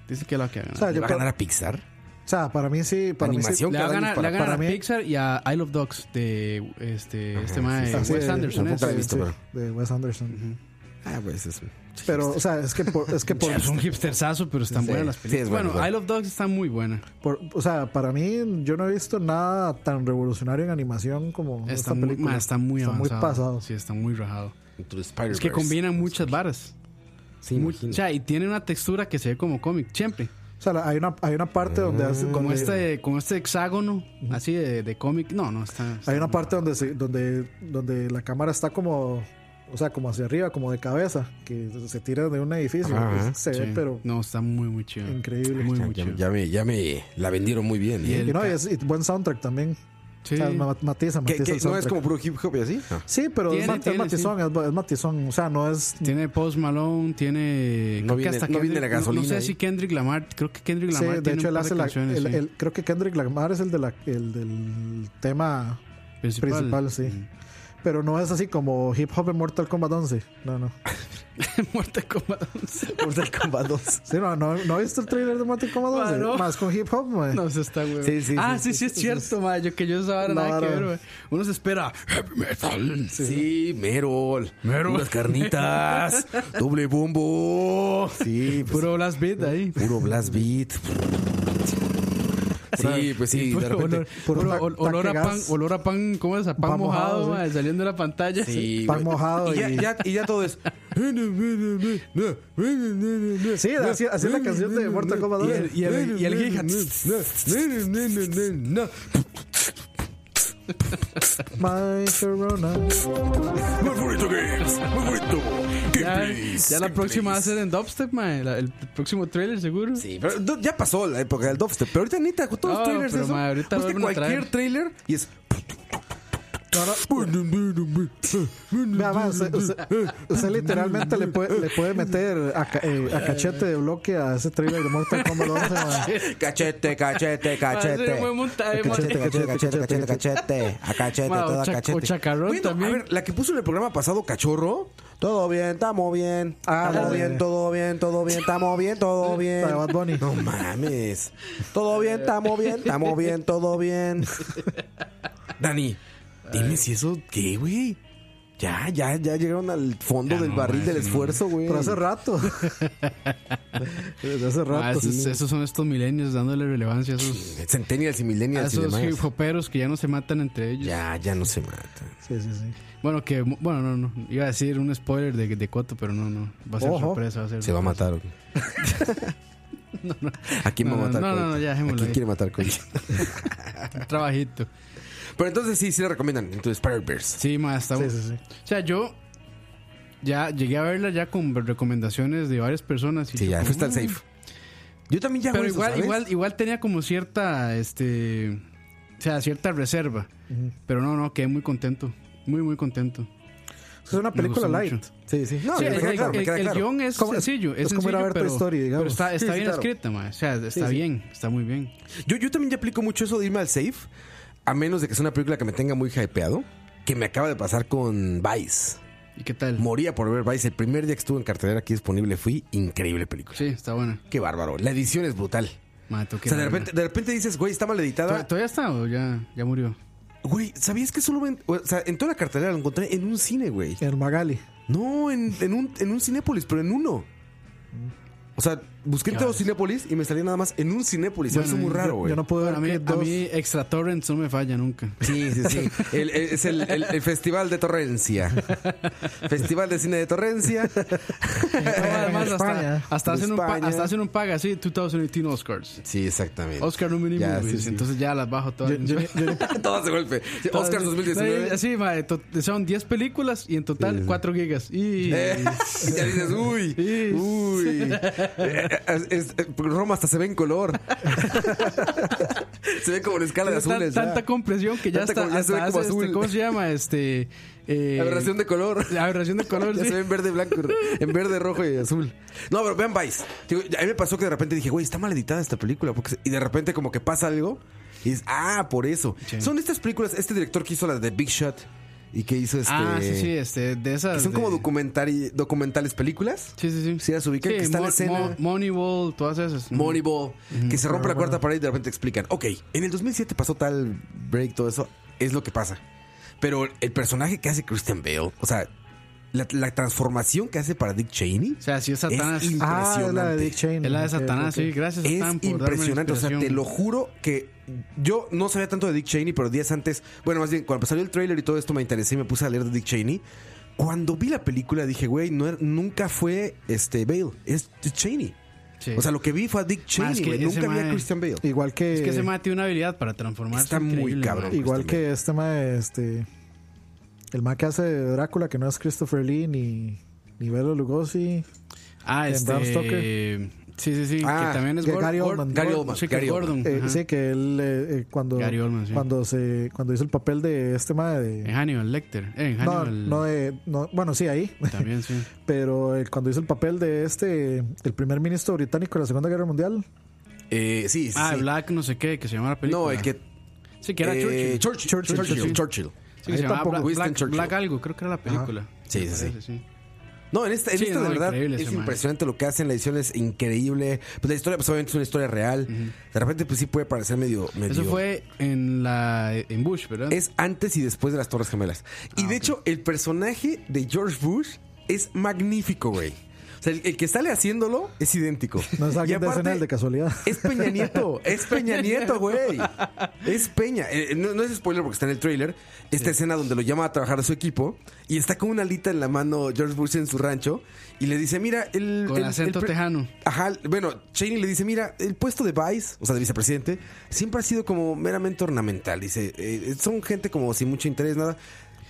[SPEAKER 6] Dicen que la va a ganar.
[SPEAKER 3] O sea, yo
[SPEAKER 4] ¿Va a
[SPEAKER 3] creo-
[SPEAKER 4] ganar a Pixar?
[SPEAKER 3] O sea, para mí sí, para mí sí.
[SPEAKER 4] Animación
[SPEAKER 6] Le va a ganar, le va a ganar
[SPEAKER 3] para
[SPEAKER 6] a
[SPEAKER 3] mí-
[SPEAKER 6] Pixar y a I Love Dogs de este, este mae,
[SPEAKER 3] Ah, sí,
[SPEAKER 6] Wes
[SPEAKER 3] de-
[SPEAKER 6] Anderson. eh.
[SPEAKER 3] sí,
[SPEAKER 6] ¿es?
[SPEAKER 4] la he visto,
[SPEAKER 3] sí,
[SPEAKER 4] pero-
[SPEAKER 3] De Wes Anderson.
[SPEAKER 4] Ah, pues es.
[SPEAKER 3] Pero, o sea, es que por, es que por,
[SPEAKER 6] Ya, Pues, Es un hipsterzazo, pero están
[SPEAKER 4] Sí,
[SPEAKER 6] buenas las
[SPEAKER 4] sí,
[SPEAKER 6] películas.
[SPEAKER 4] es bueno,
[SPEAKER 6] bueno,
[SPEAKER 4] bueno.
[SPEAKER 6] I Love Dogs está muy buena.
[SPEAKER 3] por- o sea, para mí yo no he visto nada tan revolucionario en animación como
[SPEAKER 6] Está
[SPEAKER 3] esta
[SPEAKER 6] muy,
[SPEAKER 3] película.
[SPEAKER 6] ma, está muy
[SPEAKER 3] Está muy
[SPEAKER 6] avanzado.
[SPEAKER 3] pasado.
[SPEAKER 6] Sí, está muy rajado.
[SPEAKER 4] Into the Spider-Verse.
[SPEAKER 6] Es que combinan muchas varas.
[SPEAKER 4] Sí,
[SPEAKER 6] Mu-
[SPEAKER 4] imagino.
[SPEAKER 6] o sea, y tiene una textura que se ve como cómic, siempre.
[SPEAKER 3] O sea, la- hay una hay una parte donde hace-
[SPEAKER 6] Como
[SPEAKER 3] donde-
[SPEAKER 6] este, como este hexágono, así de, de cómic. No, no, está. está
[SPEAKER 3] hay una
[SPEAKER 6] muy
[SPEAKER 3] parte donde se- donde donde la cámara está como o sea, como hacia arriba, como de cabeza, que se tira de un edificio,
[SPEAKER 4] Ajá.
[SPEAKER 3] Es- se
[SPEAKER 6] Sí.
[SPEAKER 3] ve pero
[SPEAKER 6] No, está muy, muy chido.
[SPEAKER 3] increíble.
[SPEAKER 6] Muy,
[SPEAKER 4] Ya-
[SPEAKER 6] muy
[SPEAKER 4] ya,
[SPEAKER 6] chido.
[SPEAKER 4] ya me, ya me la vendieron muy bien. ¿eh?
[SPEAKER 3] Y no, y es y buen soundtrack también.
[SPEAKER 6] Sí.
[SPEAKER 3] O sea, ma- matiza, matiza
[SPEAKER 4] ¿Qué-
[SPEAKER 3] el
[SPEAKER 4] qué- ¿No es
[SPEAKER 3] soundtrack.
[SPEAKER 4] como puro hip hop y así? No.
[SPEAKER 3] Sí, pero es,
[SPEAKER 6] Tiene-
[SPEAKER 3] mat- es
[SPEAKER 6] tiene,
[SPEAKER 3] matizón, es, es matizón, o sea, no es
[SPEAKER 6] Tiene Post Malone, tiene.
[SPEAKER 4] No
[SPEAKER 6] creo que
[SPEAKER 4] viene- no viene la gasolina
[SPEAKER 6] No, sé
[SPEAKER 4] ahí.
[SPEAKER 6] si Kendrick Lamar. Creo que Kendrick
[SPEAKER 3] Sí,
[SPEAKER 6] Lamar
[SPEAKER 3] de
[SPEAKER 6] tiene
[SPEAKER 3] hecho,
[SPEAKER 6] un
[SPEAKER 3] él
[SPEAKER 6] par
[SPEAKER 3] hace
[SPEAKER 6] de
[SPEAKER 3] la,
[SPEAKER 6] canciones.
[SPEAKER 3] el-
[SPEAKER 6] sí.
[SPEAKER 3] el- creo que Kendrick Lamar es el, de la, el del tema
[SPEAKER 6] Principal. Mm.
[SPEAKER 3] principal, sí. Pero no es así como hip hop en Mortal Kombat 11. No, no.
[SPEAKER 6] Mortal Kombat 11.
[SPEAKER 4] Mortal Kombat 2.
[SPEAKER 3] Sí, no, no, ¿no viste el trailer de Mortal Kombat 11?
[SPEAKER 6] Bueno.
[SPEAKER 3] Más con hip hop, mae.
[SPEAKER 6] Ah, No, se está, güey.
[SPEAKER 3] Sí, sí,
[SPEAKER 6] Ah,
[SPEAKER 3] sí,
[SPEAKER 6] sí, sí, es cierto, ma. Yo que yo esa vara nada
[SPEAKER 3] Claro.
[SPEAKER 6] que ver, güey. Uno se espera. Heavy metal.
[SPEAKER 4] Sí, Merol.
[SPEAKER 6] Merol.
[SPEAKER 4] Unas carnitas. doble bombo. Sí, pues,
[SPEAKER 6] Puro Blast Beat ahí.
[SPEAKER 4] puro blast beat. Sí, pues sí, de
[SPEAKER 6] Puro olor,
[SPEAKER 4] repente.
[SPEAKER 3] Puro
[SPEAKER 6] puro
[SPEAKER 3] ta-
[SPEAKER 6] ol- olor a
[SPEAKER 3] taque
[SPEAKER 6] pan,
[SPEAKER 3] gas.
[SPEAKER 6] olor a pan, ¿cómo es? A pan,
[SPEAKER 3] Pan
[SPEAKER 6] mojado,
[SPEAKER 3] mojado,
[SPEAKER 6] ma, saliendo de la pantalla.
[SPEAKER 4] Sí,
[SPEAKER 3] Pan
[SPEAKER 4] güey.
[SPEAKER 3] mojado
[SPEAKER 4] Y ya,
[SPEAKER 3] y-
[SPEAKER 4] ya- y ya todo es.
[SPEAKER 3] Sí, así, así es la canción de Mortal Kombat 11.
[SPEAKER 6] Y el, y el hi-hat.
[SPEAKER 3] My Corona.
[SPEAKER 7] My favorito games. My favorito.
[SPEAKER 6] Ya,
[SPEAKER 7] Gameplays.
[SPEAKER 6] ya la próxima va a ser en dubstep, ma. la- el próximo trailer, seguro.
[SPEAKER 4] Sí, pero do- ya pasó la época del dubstep. Pero ahorita, neta, con todos los
[SPEAKER 6] No,
[SPEAKER 4] trailers, pues,
[SPEAKER 6] pero,
[SPEAKER 4] eso,
[SPEAKER 6] ma, ahorita
[SPEAKER 4] busca
[SPEAKER 6] vuelven a
[SPEAKER 4] cualquier
[SPEAKER 6] traer.
[SPEAKER 4] trailer y es.
[SPEAKER 3] Vea, ma, usted, usted- usted literalmente le puede, le puede meter a, ca- eh, a cachete de bloque a ese trailer de Mortal Kombat 11. ma.
[SPEAKER 4] Cachete, cachete,
[SPEAKER 3] Parece
[SPEAKER 4] cachete.
[SPEAKER 3] un buen montaje,
[SPEAKER 4] Cachete,
[SPEAKER 3] madre.
[SPEAKER 4] cachete, cachete, cachete, cachete. A cachete,
[SPEAKER 3] Ma, o
[SPEAKER 4] todo a
[SPEAKER 3] chac-
[SPEAKER 4] cachete.
[SPEAKER 3] o chacarrón
[SPEAKER 4] Bueno, A ver, la que puso en el programa pasado, Cachorro. Todo bien, estamos bien. Ah,
[SPEAKER 3] Tamo
[SPEAKER 4] todo bien,
[SPEAKER 3] bien.
[SPEAKER 4] todo bien, todo bien, estamos bien, todo bien.
[SPEAKER 3] de Bad Bunny.
[SPEAKER 4] No mames. Todo bien, estamos bien, estamos bien, todo bien. Dani, dime si eso, ¿qué, güey? Ya, ya, ya llegaron al fondo
[SPEAKER 6] Ya
[SPEAKER 4] del
[SPEAKER 6] no,
[SPEAKER 4] barril
[SPEAKER 6] ma,
[SPEAKER 4] del
[SPEAKER 6] sí, no.
[SPEAKER 4] esfuerzo, güey.
[SPEAKER 3] Pero hace rato. hace rato.
[SPEAKER 6] Ah, esos,
[SPEAKER 3] sí.
[SPEAKER 6] esos son estos milenios dándole relevancia a esos.
[SPEAKER 4] Centennials y
[SPEAKER 6] a
[SPEAKER 4] millennials y
[SPEAKER 6] esos
[SPEAKER 4] demás.
[SPEAKER 6] hip hoperos que ya no se matan entre ellos.
[SPEAKER 4] Ya, ya no se matan.
[SPEAKER 3] Sí, sí, sí.
[SPEAKER 6] Bueno, que. Bueno, no, no. Iba a decir un spoiler de, de Coto, pero no, no. Va a ser
[SPEAKER 4] Ojo.
[SPEAKER 6] sorpresa. Va a ser
[SPEAKER 4] Se va a
[SPEAKER 6] sorpresa.
[SPEAKER 4] matar. ¿A quién va
[SPEAKER 6] No,
[SPEAKER 4] a matar?
[SPEAKER 6] no, no,
[SPEAKER 4] Coito?
[SPEAKER 6] no, ya,
[SPEAKER 4] ¿A
[SPEAKER 6] dejémoslo
[SPEAKER 4] quién
[SPEAKER 6] ahí.
[SPEAKER 4] quiere matar Coito?
[SPEAKER 6] Trabajito.
[SPEAKER 4] Pero entonces sí, sí la recomiendan. Entonces, Spider-Verse.
[SPEAKER 6] Sí, más está
[SPEAKER 3] Sí, sí, sí.
[SPEAKER 6] O sea, yo. Ya llegué a verla ya con recomendaciones de varias personas. Y
[SPEAKER 4] Sí,
[SPEAKER 6] yo
[SPEAKER 4] ya,
[SPEAKER 6] como,
[SPEAKER 4] fuiste al
[SPEAKER 6] "Mm".
[SPEAKER 4] safe. Yo también ya
[SPEAKER 6] Pero
[SPEAKER 4] hago eso,
[SPEAKER 6] igual,
[SPEAKER 4] ¿sabes?
[SPEAKER 6] igual, igual tenía como cierta, este, o sea, cierta reserva. Pero no, no, quedé muy contento. Muy, muy contento.
[SPEAKER 3] Es una
[SPEAKER 6] Me
[SPEAKER 3] película
[SPEAKER 6] gustó
[SPEAKER 3] light.
[SPEAKER 6] mucho.
[SPEAKER 4] Sí, sí.
[SPEAKER 6] Sí, el, el- el- el guión es
[SPEAKER 3] Como-
[SPEAKER 6] sencillo. Es,
[SPEAKER 3] es como ir a
[SPEAKER 6] sencillo,
[SPEAKER 3] ver Toy
[SPEAKER 6] pero-
[SPEAKER 3] Story, digamos.
[SPEAKER 6] Pero está,
[SPEAKER 3] Sí,
[SPEAKER 6] está
[SPEAKER 3] sí,
[SPEAKER 6] bien
[SPEAKER 3] claro.
[SPEAKER 6] escrita, ma. O sea, está
[SPEAKER 3] sí.
[SPEAKER 6] bien, está muy bien.
[SPEAKER 4] Yo, yo también ya aplico mucho eso de irme al safe. A menos de que sea una película que me tenga muy hypeado. Que me acaba de pasar con Vice.
[SPEAKER 6] ¿Y qué tal?
[SPEAKER 4] Moría por ver Vice. El primer día que estuvo en cartelera aquí disponible fui. Increíble película.
[SPEAKER 6] Sí, está buena.
[SPEAKER 4] Qué bárbaro. La edición es brutal.
[SPEAKER 6] Ma, tengo
[SPEAKER 4] O
[SPEAKER 6] que
[SPEAKER 4] sea, de
[SPEAKER 6] verla.
[SPEAKER 4] repente, de repente dices, güey, está mal editada.
[SPEAKER 6] ¿Tod- ¿Todavía está o ya, ya murió?
[SPEAKER 4] Güey, ¿sabías que solo en, o sea, en toda la cartelera lo encontré en un cine, güey?
[SPEAKER 3] El Magali.
[SPEAKER 4] No, en, en un, en un Cinépolis, pero en uno. O sea, busqué en todos Cinépolis y me salía nada más en un Cinépolis. Eso es muy raro, güey.
[SPEAKER 3] Yo no puedo ver
[SPEAKER 6] Bueno, a mí,
[SPEAKER 3] que
[SPEAKER 6] a
[SPEAKER 3] dos.
[SPEAKER 6] mí Extra Torrents no me falla nunca.
[SPEAKER 4] Sí, sí, sí. El- el- es el, el- el Festival de Torrencia. Festival de Cine de Torrencia.
[SPEAKER 6] Además, hasta,
[SPEAKER 3] España.
[SPEAKER 6] hasta,
[SPEAKER 4] En
[SPEAKER 6] hacen un pa-
[SPEAKER 4] España.
[SPEAKER 6] hasta hacen un paga así, 2018 Oscars.
[SPEAKER 4] Sí, exactamente.
[SPEAKER 6] Oscar Nominee
[SPEAKER 4] Ya,
[SPEAKER 6] Movies.
[SPEAKER 4] sí, sí.
[SPEAKER 6] Entonces ya las bajo todas.
[SPEAKER 3] Yo- yo- yo-
[SPEAKER 4] Todas de golpe. Sí, Oscar 2019.
[SPEAKER 6] Así, mae, to- son 10 películas y en total 4 gigas. Y
[SPEAKER 4] Eh, ya dices, uy,
[SPEAKER 6] Sí.
[SPEAKER 4] uy. Eh, eh, es- eh, Roma hasta se ve en color. se ve como en escala de
[SPEAKER 6] Tan-
[SPEAKER 4] azules. ya.
[SPEAKER 6] tanta compresión que ya
[SPEAKER 4] Tanta
[SPEAKER 6] está.
[SPEAKER 4] como- ya se ve
[SPEAKER 6] hasta
[SPEAKER 4] como
[SPEAKER 6] hace,
[SPEAKER 4] azul.
[SPEAKER 6] este, ¿Cómo se llama? Este, eh,
[SPEAKER 4] Aberración de color.
[SPEAKER 6] la aberración de color.
[SPEAKER 4] Ya
[SPEAKER 6] sí.
[SPEAKER 4] se ve en verde, blanco, en verde, rojo y azul. No, pero vean Vice. Digo, a mí me pasó que de repente dije, güey, está mal editada esta película. Porque... se- Y de repente como que pasa algo y dices, ah, por eso.
[SPEAKER 6] Sí.
[SPEAKER 4] Son estas películas, este director que hizo la de Big Shot y que hizo este...
[SPEAKER 6] Ah, sí, sí, este, de esas.
[SPEAKER 4] que son como
[SPEAKER 6] de-
[SPEAKER 4] documentari- documentales películas.
[SPEAKER 6] Sí, sí, sí.
[SPEAKER 4] Si las ubican,
[SPEAKER 6] Sí,
[SPEAKER 4] que está la
[SPEAKER 6] Mo-
[SPEAKER 4] escena.
[SPEAKER 6] Mo- Moneyball, todas esas.
[SPEAKER 4] Moneyball, que se rompe la cuarta pared y de repente explican, ok, en el 2007 pasó tal break, todo eso, es lo que pasa. Pero el personaje que hace Christian Bale, o sea, la, la transformación que hace para Dick Cheney
[SPEAKER 6] O sea, si es Satanás.
[SPEAKER 4] es
[SPEAKER 3] Ah, es la de Dick
[SPEAKER 4] impresionante.
[SPEAKER 3] Cheney.
[SPEAKER 6] Es la de
[SPEAKER 3] Ok,
[SPEAKER 6] Satanás,
[SPEAKER 3] ok.
[SPEAKER 6] sí. Gracias,
[SPEAKER 4] Es
[SPEAKER 6] Satán, por darme la
[SPEAKER 4] impresionante, o sea, te
[SPEAKER 6] inspiración.
[SPEAKER 4] lo juro que yo no sabía tanto de Dick Cheney, pero días antes, bueno, más bien, cuando salió el trailer y todo esto me interesé y me puse a leer de Dick Cheney. Cuando vi la película dije, güey, no era- nunca fue este Bale, es Dick Cheney.
[SPEAKER 6] Sí.
[SPEAKER 4] O sea, lo que vi fue a Dick Cheney,
[SPEAKER 6] Más que
[SPEAKER 4] güey,
[SPEAKER 6] ese
[SPEAKER 4] nunca vi a
[SPEAKER 6] mae-
[SPEAKER 4] Christian Bale.
[SPEAKER 3] Igual que.
[SPEAKER 6] Es que ese mae tiene una habilidad para transformarse.
[SPEAKER 4] Está muy
[SPEAKER 6] increíble,
[SPEAKER 4] cabrón.
[SPEAKER 6] mae.
[SPEAKER 3] Igual
[SPEAKER 4] Christian
[SPEAKER 3] que este mae, este. El mae que hace de Drácula, que no es Christopher Lee ni, ni Bela Lugosi.
[SPEAKER 6] Ah,
[SPEAKER 3] En Bram
[SPEAKER 6] este.
[SPEAKER 3] Stoker.
[SPEAKER 6] Sí, sí, sí.
[SPEAKER 4] Ah,
[SPEAKER 6] que también es
[SPEAKER 3] que
[SPEAKER 6] Gor-
[SPEAKER 3] Gary
[SPEAKER 6] Gor-
[SPEAKER 3] Oldman.
[SPEAKER 4] Gary
[SPEAKER 6] Gor-
[SPEAKER 4] Oldman,
[SPEAKER 6] Sí, que
[SPEAKER 4] Gary
[SPEAKER 6] es
[SPEAKER 4] Oldman.
[SPEAKER 6] Gordon.
[SPEAKER 3] Eh,
[SPEAKER 6] ajá.
[SPEAKER 3] sí, que él eh, eh, cuando,
[SPEAKER 6] Gary Oldman, sí. Eh,
[SPEAKER 3] cuando se cuando hizo el papel de este mae
[SPEAKER 6] En
[SPEAKER 3] de
[SPEAKER 6] Hannibal Lecter. Eh, en
[SPEAKER 3] no,
[SPEAKER 6] Hannibal.
[SPEAKER 3] no de no, bueno sí ahí
[SPEAKER 6] También, sí.
[SPEAKER 3] pero eh, cuando hizo el papel de este el primer ministro británico de la Segunda Guerra Mundial
[SPEAKER 4] Eh, sí, sí.
[SPEAKER 6] Ah,
[SPEAKER 4] sí.
[SPEAKER 6] Black, no sé qué, que se llamaba la película.
[SPEAKER 4] No, el que.
[SPEAKER 6] Sí, que era
[SPEAKER 4] eh,
[SPEAKER 6] Churchill.
[SPEAKER 3] Churchill,
[SPEAKER 4] Churchill. Churchill.
[SPEAKER 6] Churchill.
[SPEAKER 4] Churchill.
[SPEAKER 6] Sí, que
[SPEAKER 3] Ahí
[SPEAKER 6] se llamaba
[SPEAKER 3] tampoco.
[SPEAKER 6] Black,
[SPEAKER 4] Winston
[SPEAKER 6] Black-
[SPEAKER 4] Churchill.
[SPEAKER 6] Black algo, creo que era la película.
[SPEAKER 4] Sí, sí, sí.
[SPEAKER 6] Parece,
[SPEAKER 4] No, en esta, en
[SPEAKER 6] Sí,
[SPEAKER 4] esta de
[SPEAKER 6] no,
[SPEAKER 4] verdad
[SPEAKER 6] increíble ese
[SPEAKER 4] es
[SPEAKER 6] man.
[SPEAKER 4] impresionante lo que hacen. La edición es increíble. Pues la historia, pues obviamente es una historia real. De repente, pues sí puede parecer medio. medio
[SPEAKER 6] Eso fue en la en Bush, ¿verdad?
[SPEAKER 4] Es antes y después de las Torres Gemelas.
[SPEAKER 3] Ah,
[SPEAKER 4] Y de hecho, el personaje de George Bush es magnífico, güey. O sea, el, el que sale haciéndolo es idéntico.
[SPEAKER 3] no es
[SPEAKER 4] Y
[SPEAKER 3] alguien de
[SPEAKER 4] aparte,
[SPEAKER 3] SNL de casualidad
[SPEAKER 4] Es Peña Nieto, es Peña Nieto, güey. Es Peña. Eh, no, no es spoiler porque está en el trailer. Esta escena donde lo llama a trabajar a su equipo y está con una alita en la mano George Bush en su rancho y le dice, mira, el...
[SPEAKER 6] Con
[SPEAKER 4] el-
[SPEAKER 6] acento
[SPEAKER 4] el pre-
[SPEAKER 6] tejano.
[SPEAKER 4] Ajá, bueno, Cheney le dice, mira, el puesto de Vice, o sea, de vicepresidente, eh, siempre ha sido como meramente ornamental. Dice, eh, son gente como sin mucho interés, nada.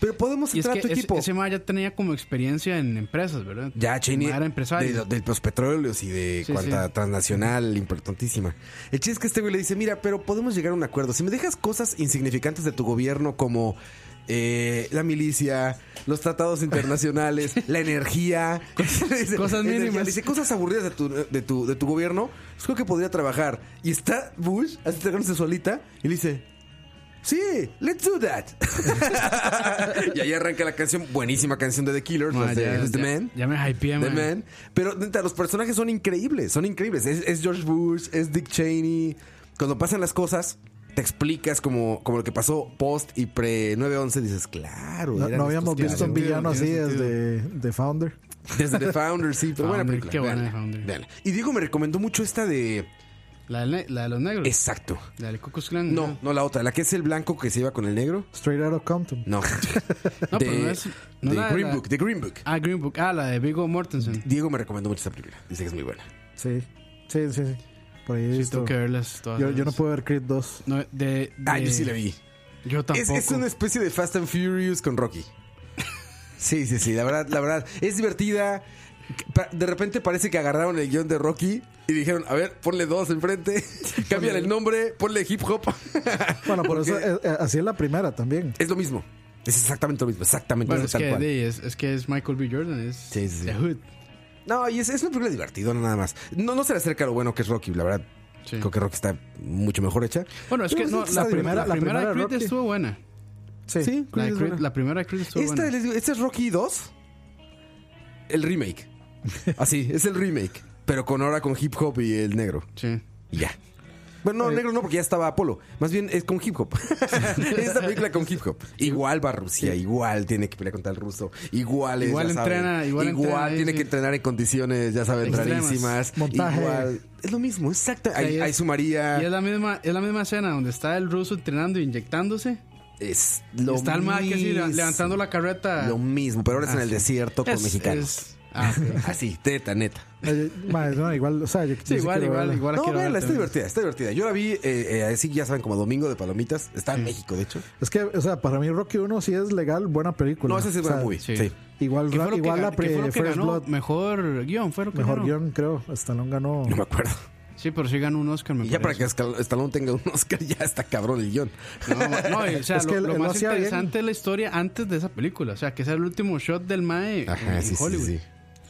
[SPEAKER 4] Pero podemos
[SPEAKER 6] Y es
[SPEAKER 4] entrar
[SPEAKER 6] que
[SPEAKER 4] a tu
[SPEAKER 6] ese-
[SPEAKER 4] equipo.
[SPEAKER 6] ese ma ya tenía como experiencia en empresas, ¿verdad?
[SPEAKER 4] Ya, Cheney.
[SPEAKER 6] Ma era empresario.
[SPEAKER 4] De, de los petróleos y de
[SPEAKER 6] Sí,
[SPEAKER 4] cuanta
[SPEAKER 6] sí.
[SPEAKER 4] transnacional importantísima. El chiste es que este güey le dice: Mira, pero podemos llegar a un acuerdo. Si me dejas cosas insignificantes de tu gobierno como. eh, la milicia, los tratados internacionales, la energía, le dice,
[SPEAKER 6] Cosas
[SPEAKER 4] energía,
[SPEAKER 6] mínimas.
[SPEAKER 4] le dice cosas aburridas de tu, de tu, de tu gobierno. Pues creo que podría trabajar. Y está Bush, así tragándose solita, y le dice: Sí, let's do that. y ahí arranca la canción, buenísima canción de The Killers,
[SPEAKER 6] Ma,
[SPEAKER 4] las de
[SPEAKER 6] ya-
[SPEAKER 4] Who's the
[SPEAKER 6] ya-
[SPEAKER 4] Man.
[SPEAKER 6] ya me hypeé,
[SPEAKER 4] The
[SPEAKER 6] ma.
[SPEAKER 4] Man. Pero neta, los personajes son increíbles, son increíbles. Es, es George Bush, es Dick Cheney. Cuando pasan las cosas, te explicas como, como lo que pasó post y pre 9-11, dices, claro.
[SPEAKER 3] No, no
[SPEAKER 4] eran estos
[SPEAKER 3] habíamos
[SPEAKER 4] que
[SPEAKER 3] visto un
[SPEAKER 4] hacían".
[SPEAKER 3] villano así desde The Founder.
[SPEAKER 4] Desde The Founder, sí, pero buena
[SPEAKER 6] Founder,
[SPEAKER 4] película.
[SPEAKER 6] qué buena
[SPEAKER 4] véanla,
[SPEAKER 6] The Founder.
[SPEAKER 4] véanla. Y Diego me recomendó mucho esta de...
[SPEAKER 6] La, del ne- la de los negros.
[SPEAKER 4] Exacto.
[SPEAKER 6] La del Cucus Clan.
[SPEAKER 4] No, no la otra, la que es el blanco que se iba con el negro.
[SPEAKER 3] Straight Outta Compton.
[SPEAKER 4] No.
[SPEAKER 6] No,
[SPEAKER 4] de,
[SPEAKER 6] pero no es- no
[SPEAKER 4] de
[SPEAKER 6] la-
[SPEAKER 4] Green
[SPEAKER 6] la-
[SPEAKER 4] Book, de Green Book.
[SPEAKER 6] Ah, Green Book. Ah, la de Vigo Mortensen.
[SPEAKER 4] Diego me recomendó mucho esta película. Dice que es muy buena.
[SPEAKER 3] Sí, sí, sí. sí. Por ahí he visto.
[SPEAKER 6] tengo que verlas todas
[SPEAKER 3] Yo, yo
[SPEAKER 6] esas.
[SPEAKER 3] no puedo ver Creed 2.
[SPEAKER 6] No, de,
[SPEAKER 4] Ah,
[SPEAKER 6] de-
[SPEAKER 4] yo sí la vi.
[SPEAKER 6] Yo Eh,
[SPEAKER 4] Es,
[SPEAKER 6] tampoco.
[SPEAKER 4] es una especie de Fast and Furious con Rocky. Sí, sí, sí, la verdad, la verdad. Es divertida. Pa- De repente parece que agarraron el guión de Rocky y dijeron, a ver, ponle dos enfrente, cámbiale el nombre, ponle hip hop.
[SPEAKER 3] Bueno, por
[SPEAKER 4] Porque
[SPEAKER 3] eso eh, eh, así es la primera también.
[SPEAKER 4] Es lo mismo. Es exactamente lo mismo, exactamente
[SPEAKER 6] Bueno,
[SPEAKER 4] es
[SPEAKER 6] es
[SPEAKER 4] tal
[SPEAKER 6] que,
[SPEAKER 4] cual.
[SPEAKER 6] de- es, es que es Michael B. Jordan. Es
[SPEAKER 4] Sí, sí, sí.
[SPEAKER 6] The Hood.
[SPEAKER 4] No, y es, es una película divertida, nada más. No, no se le acerca a lo bueno que es Rocky, la verdad. Creo que Rocky está mucho mejor hecha.
[SPEAKER 6] Bueno, es que
[SPEAKER 4] Pero
[SPEAKER 6] no,
[SPEAKER 4] está
[SPEAKER 6] la primera,
[SPEAKER 4] divertida.
[SPEAKER 6] la primera de Creed estuvo buena.
[SPEAKER 3] Sí,
[SPEAKER 6] La, de
[SPEAKER 4] Creed es
[SPEAKER 6] Creed-
[SPEAKER 4] buena.
[SPEAKER 6] la primera de Creed estuvo
[SPEAKER 4] Esta,
[SPEAKER 6] buena.
[SPEAKER 4] les digo, ¿esta es Rocky 2? El remake. Así, es el remake. Pero con ahora con hip hop y el negro.
[SPEAKER 6] Sí.
[SPEAKER 4] Y ya. Bueno,
[SPEAKER 6] Eh,
[SPEAKER 4] no, negro no, porque ya estaba Apolo. Más bien es con hip hop. Esta película con hip hop. Igual va a Rusia, igual tiene que pelear contra el ruso. Igual es,
[SPEAKER 6] Igual
[SPEAKER 4] ya saben,
[SPEAKER 6] entrena, igual entrena, ahí,
[SPEAKER 4] tiene
[SPEAKER 6] sí.
[SPEAKER 4] que entrenar en condiciones, ya saben,
[SPEAKER 6] Extremas.
[SPEAKER 4] rarísimas.
[SPEAKER 6] Montaje.
[SPEAKER 4] Igual. Es lo mismo, exacto.
[SPEAKER 6] Sí,
[SPEAKER 4] Ahí,
[SPEAKER 6] es-
[SPEAKER 4] ahí sumaría.
[SPEAKER 6] Y es la misma, es la misma escena donde está el ruso entrenando e inyectándose.
[SPEAKER 4] Es lo
[SPEAKER 6] está el ma que así le-
[SPEAKER 4] mismo.
[SPEAKER 6] levantando la carreta.
[SPEAKER 4] Lo mismo, pero ahora es
[SPEAKER 6] Ah,
[SPEAKER 4] en el
[SPEAKER 6] sí.
[SPEAKER 4] desierto con
[SPEAKER 6] Es-
[SPEAKER 4] mexicanos.
[SPEAKER 6] es- ah, ok.
[SPEAKER 4] Así, teta, neta.
[SPEAKER 3] Eh, ma, no, igual, o sea, yo, yo sí
[SPEAKER 6] igual,
[SPEAKER 3] quiero
[SPEAKER 6] igual,
[SPEAKER 3] verla.
[SPEAKER 6] igual.
[SPEAKER 4] No,
[SPEAKER 6] quiero
[SPEAKER 4] véanla,
[SPEAKER 6] ver
[SPEAKER 4] está
[SPEAKER 6] también.
[SPEAKER 4] divertida, está divertida. Yo la vi, eh, eh, así ya saben, como Domingo de Palomitas. Está en México, de hecho.
[SPEAKER 3] Es que, o sea, para mí Rocky 1 sí es legal, buena película.
[SPEAKER 4] No, esa sí es
[SPEAKER 3] O sea,
[SPEAKER 4] buena movie. Sí.
[SPEAKER 3] Igual,
[SPEAKER 6] ¿Qué fue lo que
[SPEAKER 3] igual la
[SPEAKER 6] gan- qué fue lo
[SPEAKER 3] pre
[SPEAKER 6] que
[SPEAKER 3] First
[SPEAKER 6] ganó?
[SPEAKER 3] Blood,
[SPEAKER 6] Mejor guión, fue lo que
[SPEAKER 3] mejor
[SPEAKER 6] ganó.
[SPEAKER 3] guión, creo. Stallone ganó.
[SPEAKER 4] No me acuerdo.
[SPEAKER 6] Sí, pero sí ganó un Oscar, me
[SPEAKER 4] Y ya para
[SPEAKER 6] parece.
[SPEAKER 4] que Escal- Stallone tenga un Oscar, ya está cabrón el guión.
[SPEAKER 6] No, no, y, o sea,
[SPEAKER 3] Es que
[SPEAKER 6] lo,
[SPEAKER 3] él-
[SPEAKER 6] lo
[SPEAKER 3] él lo
[SPEAKER 6] más
[SPEAKER 3] hacía bien.
[SPEAKER 6] interesante es la historia antes de esa película. O sea, que es el último shot del Mae
[SPEAKER 4] Ajá,
[SPEAKER 6] en
[SPEAKER 4] sí, sí,
[SPEAKER 6] Hollywood.
[SPEAKER 4] sí.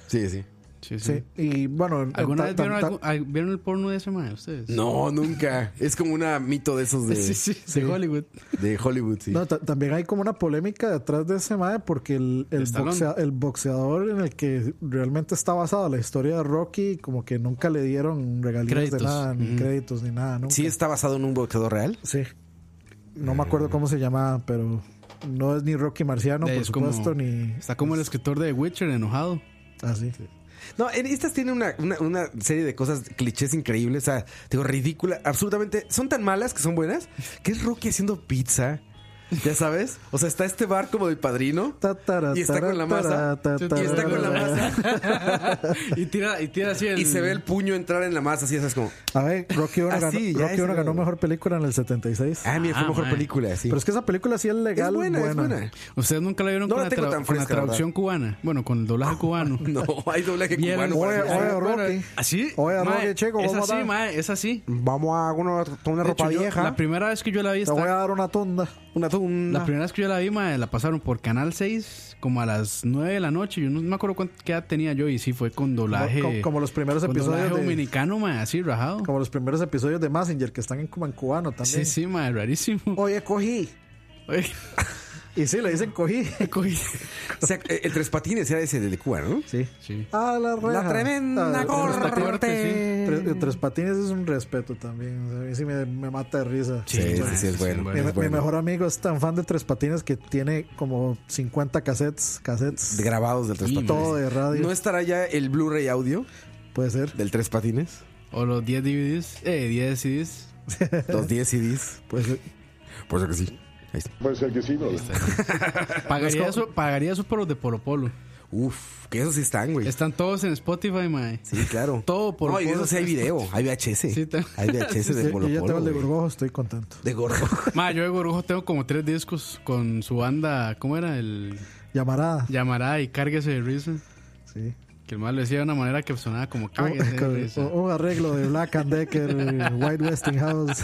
[SPEAKER 4] Sí, sí.
[SPEAKER 6] Sí, sí.
[SPEAKER 3] Sí, y bueno. eh,
[SPEAKER 6] ¿Alguna
[SPEAKER 3] ta-
[SPEAKER 6] vez
[SPEAKER 3] ta-
[SPEAKER 6] vieron,
[SPEAKER 3] ta-
[SPEAKER 6] algún- al- vieron el porno de ese Mae ustedes?
[SPEAKER 4] No, nunca. Es como una mito de esos de,
[SPEAKER 6] Sí, sí, de Hollywood.
[SPEAKER 4] de Hollywood, sí.
[SPEAKER 3] No, ta- también hay como una polémica detrás de ese mae porque el, el,
[SPEAKER 6] Stallone.
[SPEAKER 3] boxea- el boxeador en el que realmente está basada la historia de Rocky, como que nunca le dieron regalías
[SPEAKER 6] Créditos.
[SPEAKER 3] de nada, ni
[SPEAKER 6] Ujú.
[SPEAKER 3] créditos, ni nada, nunca.
[SPEAKER 4] ¿Sí está basado en un boxeador real?
[SPEAKER 3] Sí. No me acuerdo cómo se llamaba, pero no es ni Rocky Marciano,
[SPEAKER 6] De-
[SPEAKER 3] por
[SPEAKER 6] Eh, es como-
[SPEAKER 3] supuesto, ni pues
[SPEAKER 6] Está como el escritor de The Witcher enojado.
[SPEAKER 3] así.
[SPEAKER 4] No, en- estas tienen una, una- una serie de cosas, clichés increíbles, o sea, digo, ridícula, absolutamente. Son tan malas que son buenas, que es Rocky haciendo pizza. Ya sabes, o sea, está este bar como del padrino
[SPEAKER 3] Ta- tara,
[SPEAKER 4] y está
[SPEAKER 3] tara,
[SPEAKER 4] con la masa
[SPEAKER 3] tara, ta-
[SPEAKER 4] y está con la
[SPEAKER 3] tara.
[SPEAKER 4] masa
[SPEAKER 6] y, tira, y tira así el...
[SPEAKER 4] y se ve el puño entrar en la masa, así es como,
[SPEAKER 3] A ver, Rocky 1
[SPEAKER 4] Ah,
[SPEAKER 3] ganó,
[SPEAKER 4] sí, ya
[SPEAKER 3] Rocky
[SPEAKER 4] es
[SPEAKER 3] uno ganó
[SPEAKER 4] algo.
[SPEAKER 3] mejor película en el 76.
[SPEAKER 4] ah, mira, fue
[SPEAKER 6] Ah,
[SPEAKER 4] mejor
[SPEAKER 6] man.
[SPEAKER 4] película, sí.
[SPEAKER 3] Pero es que esa película sí es legal.
[SPEAKER 4] es buena, es buena.
[SPEAKER 6] Ustedes nunca la vieron
[SPEAKER 4] No
[SPEAKER 6] con,
[SPEAKER 4] la
[SPEAKER 6] la
[SPEAKER 4] tengo
[SPEAKER 6] tra-
[SPEAKER 4] tan
[SPEAKER 6] con la
[SPEAKER 4] fresca, la
[SPEAKER 6] traducción cubana. Bueno, con el doblaje cubano.
[SPEAKER 4] No, hay doblaje
[SPEAKER 6] Vieron-
[SPEAKER 4] cubano. para
[SPEAKER 3] Oye,
[SPEAKER 4] que-
[SPEAKER 3] oye,
[SPEAKER 6] Bueno,
[SPEAKER 3] Rocky.
[SPEAKER 6] Así.
[SPEAKER 3] Oye,
[SPEAKER 6] mae,
[SPEAKER 3] Rocky, chico,
[SPEAKER 6] es
[SPEAKER 3] vamos a
[SPEAKER 6] así,
[SPEAKER 3] dar.
[SPEAKER 6] mae, es así.
[SPEAKER 4] Vamos a una, una
[SPEAKER 6] De hecho,
[SPEAKER 4] ropa
[SPEAKER 6] yo-
[SPEAKER 4] vieja.
[SPEAKER 6] la primera vez que yo la vi,
[SPEAKER 3] Te
[SPEAKER 6] está-
[SPEAKER 3] voy a dar una tunda.
[SPEAKER 4] una tunda.
[SPEAKER 6] la primera vez que yo la vi, mae, la pasaron por Canal 6 como a las 9 de la noche. Yo no me acuerdo cuánta qué edad tenía yo y sí fue con doblaje.
[SPEAKER 3] Como- como los primeros
[SPEAKER 6] con
[SPEAKER 3] episodios
[SPEAKER 6] doblaje
[SPEAKER 3] de-
[SPEAKER 6] dominicano, mae, así rajado.
[SPEAKER 3] Como los primeros episodios de Messenger que están en, como en cubano también. Oh.
[SPEAKER 6] Sí, sí, mae, rarísimo.
[SPEAKER 3] Oye, cogí.
[SPEAKER 6] Oye,
[SPEAKER 3] Y sí, le dicen cogí.
[SPEAKER 6] cogí-
[SPEAKER 4] O sea, eh, el tres patines era ese de Cuba, ¿no?
[SPEAKER 3] Sí.
[SPEAKER 6] sí.
[SPEAKER 3] A la reja.
[SPEAKER 4] tremenda
[SPEAKER 3] Ah,
[SPEAKER 4] corte.
[SPEAKER 3] tres patines-
[SPEAKER 6] Corte,
[SPEAKER 3] Tres, tres patines es un respeto también. O sea, a mí sí me, me mata de risa.
[SPEAKER 4] Sí, sí,
[SPEAKER 6] mae,
[SPEAKER 4] sí, es bueno.
[SPEAKER 3] Mi,
[SPEAKER 4] es
[SPEAKER 3] mi
[SPEAKER 4] bueno.
[SPEAKER 3] mejor amigo es tan fan de Tres Patines que tiene como 50 cassettes, cassettes,
[SPEAKER 4] De grabados del tres
[SPEAKER 6] Sí,
[SPEAKER 4] patines.
[SPEAKER 3] todo de radio.
[SPEAKER 4] ¿No estará ya el Blu-ray audio
[SPEAKER 3] Puede ser,
[SPEAKER 4] del tres patines?
[SPEAKER 6] O los 10 DVDs. Eh, 10 CDs.
[SPEAKER 4] Los 10 CDs.
[SPEAKER 3] puede ser.
[SPEAKER 4] Por eso Pues que sí. Ahí está.
[SPEAKER 11] Puede ser que sí, brother.
[SPEAKER 6] Pagaría eso, pagaría eso por los de Polo Polo.
[SPEAKER 4] Uf, que esos sí están, güey.
[SPEAKER 6] Están todos en Spotify, mae.
[SPEAKER 4] Sí, claro.
[SPEAKER 6] Todo por
[SPEAKER 4] No, y de
[SPEAKER 6] por-
[SPEAKER 4] esos sí hay video, hay VHS.
[SPEAKER 6] Sí, ta-
[SPEAKER 4] hay VHS Este del
[SPEAKER 3] Yo- yo ya tengo el
[SPEAKER 4] Polo Polo,
[SPEAKER 3] de
[SPEAKER 4] güey.
[SPEAKER 3] Gorgojo, estoy contento.
[SPEAKER 4] De gorro.
[SPEAKER 6] Ma, yo de Gorujo tengo como tres discos con su banda, ¿cómo era? El
[SPEAKER 3] Llamarada.
[SPEAKER 6] Llamará y Cárguese de Risa.
[SPEAKER 3] Sí.
[SPEAKER 6] Que el mal lo decía de una manera que sonaba como
[SPEAKER 4] Oh,
[SPEAKER 6] Cárguese de
[SPEAKER 3] Un,
[SPEAKER 6] Risa.
[SPEAKER 3] un- un arreglo de Black and Decker, White Westinghouse.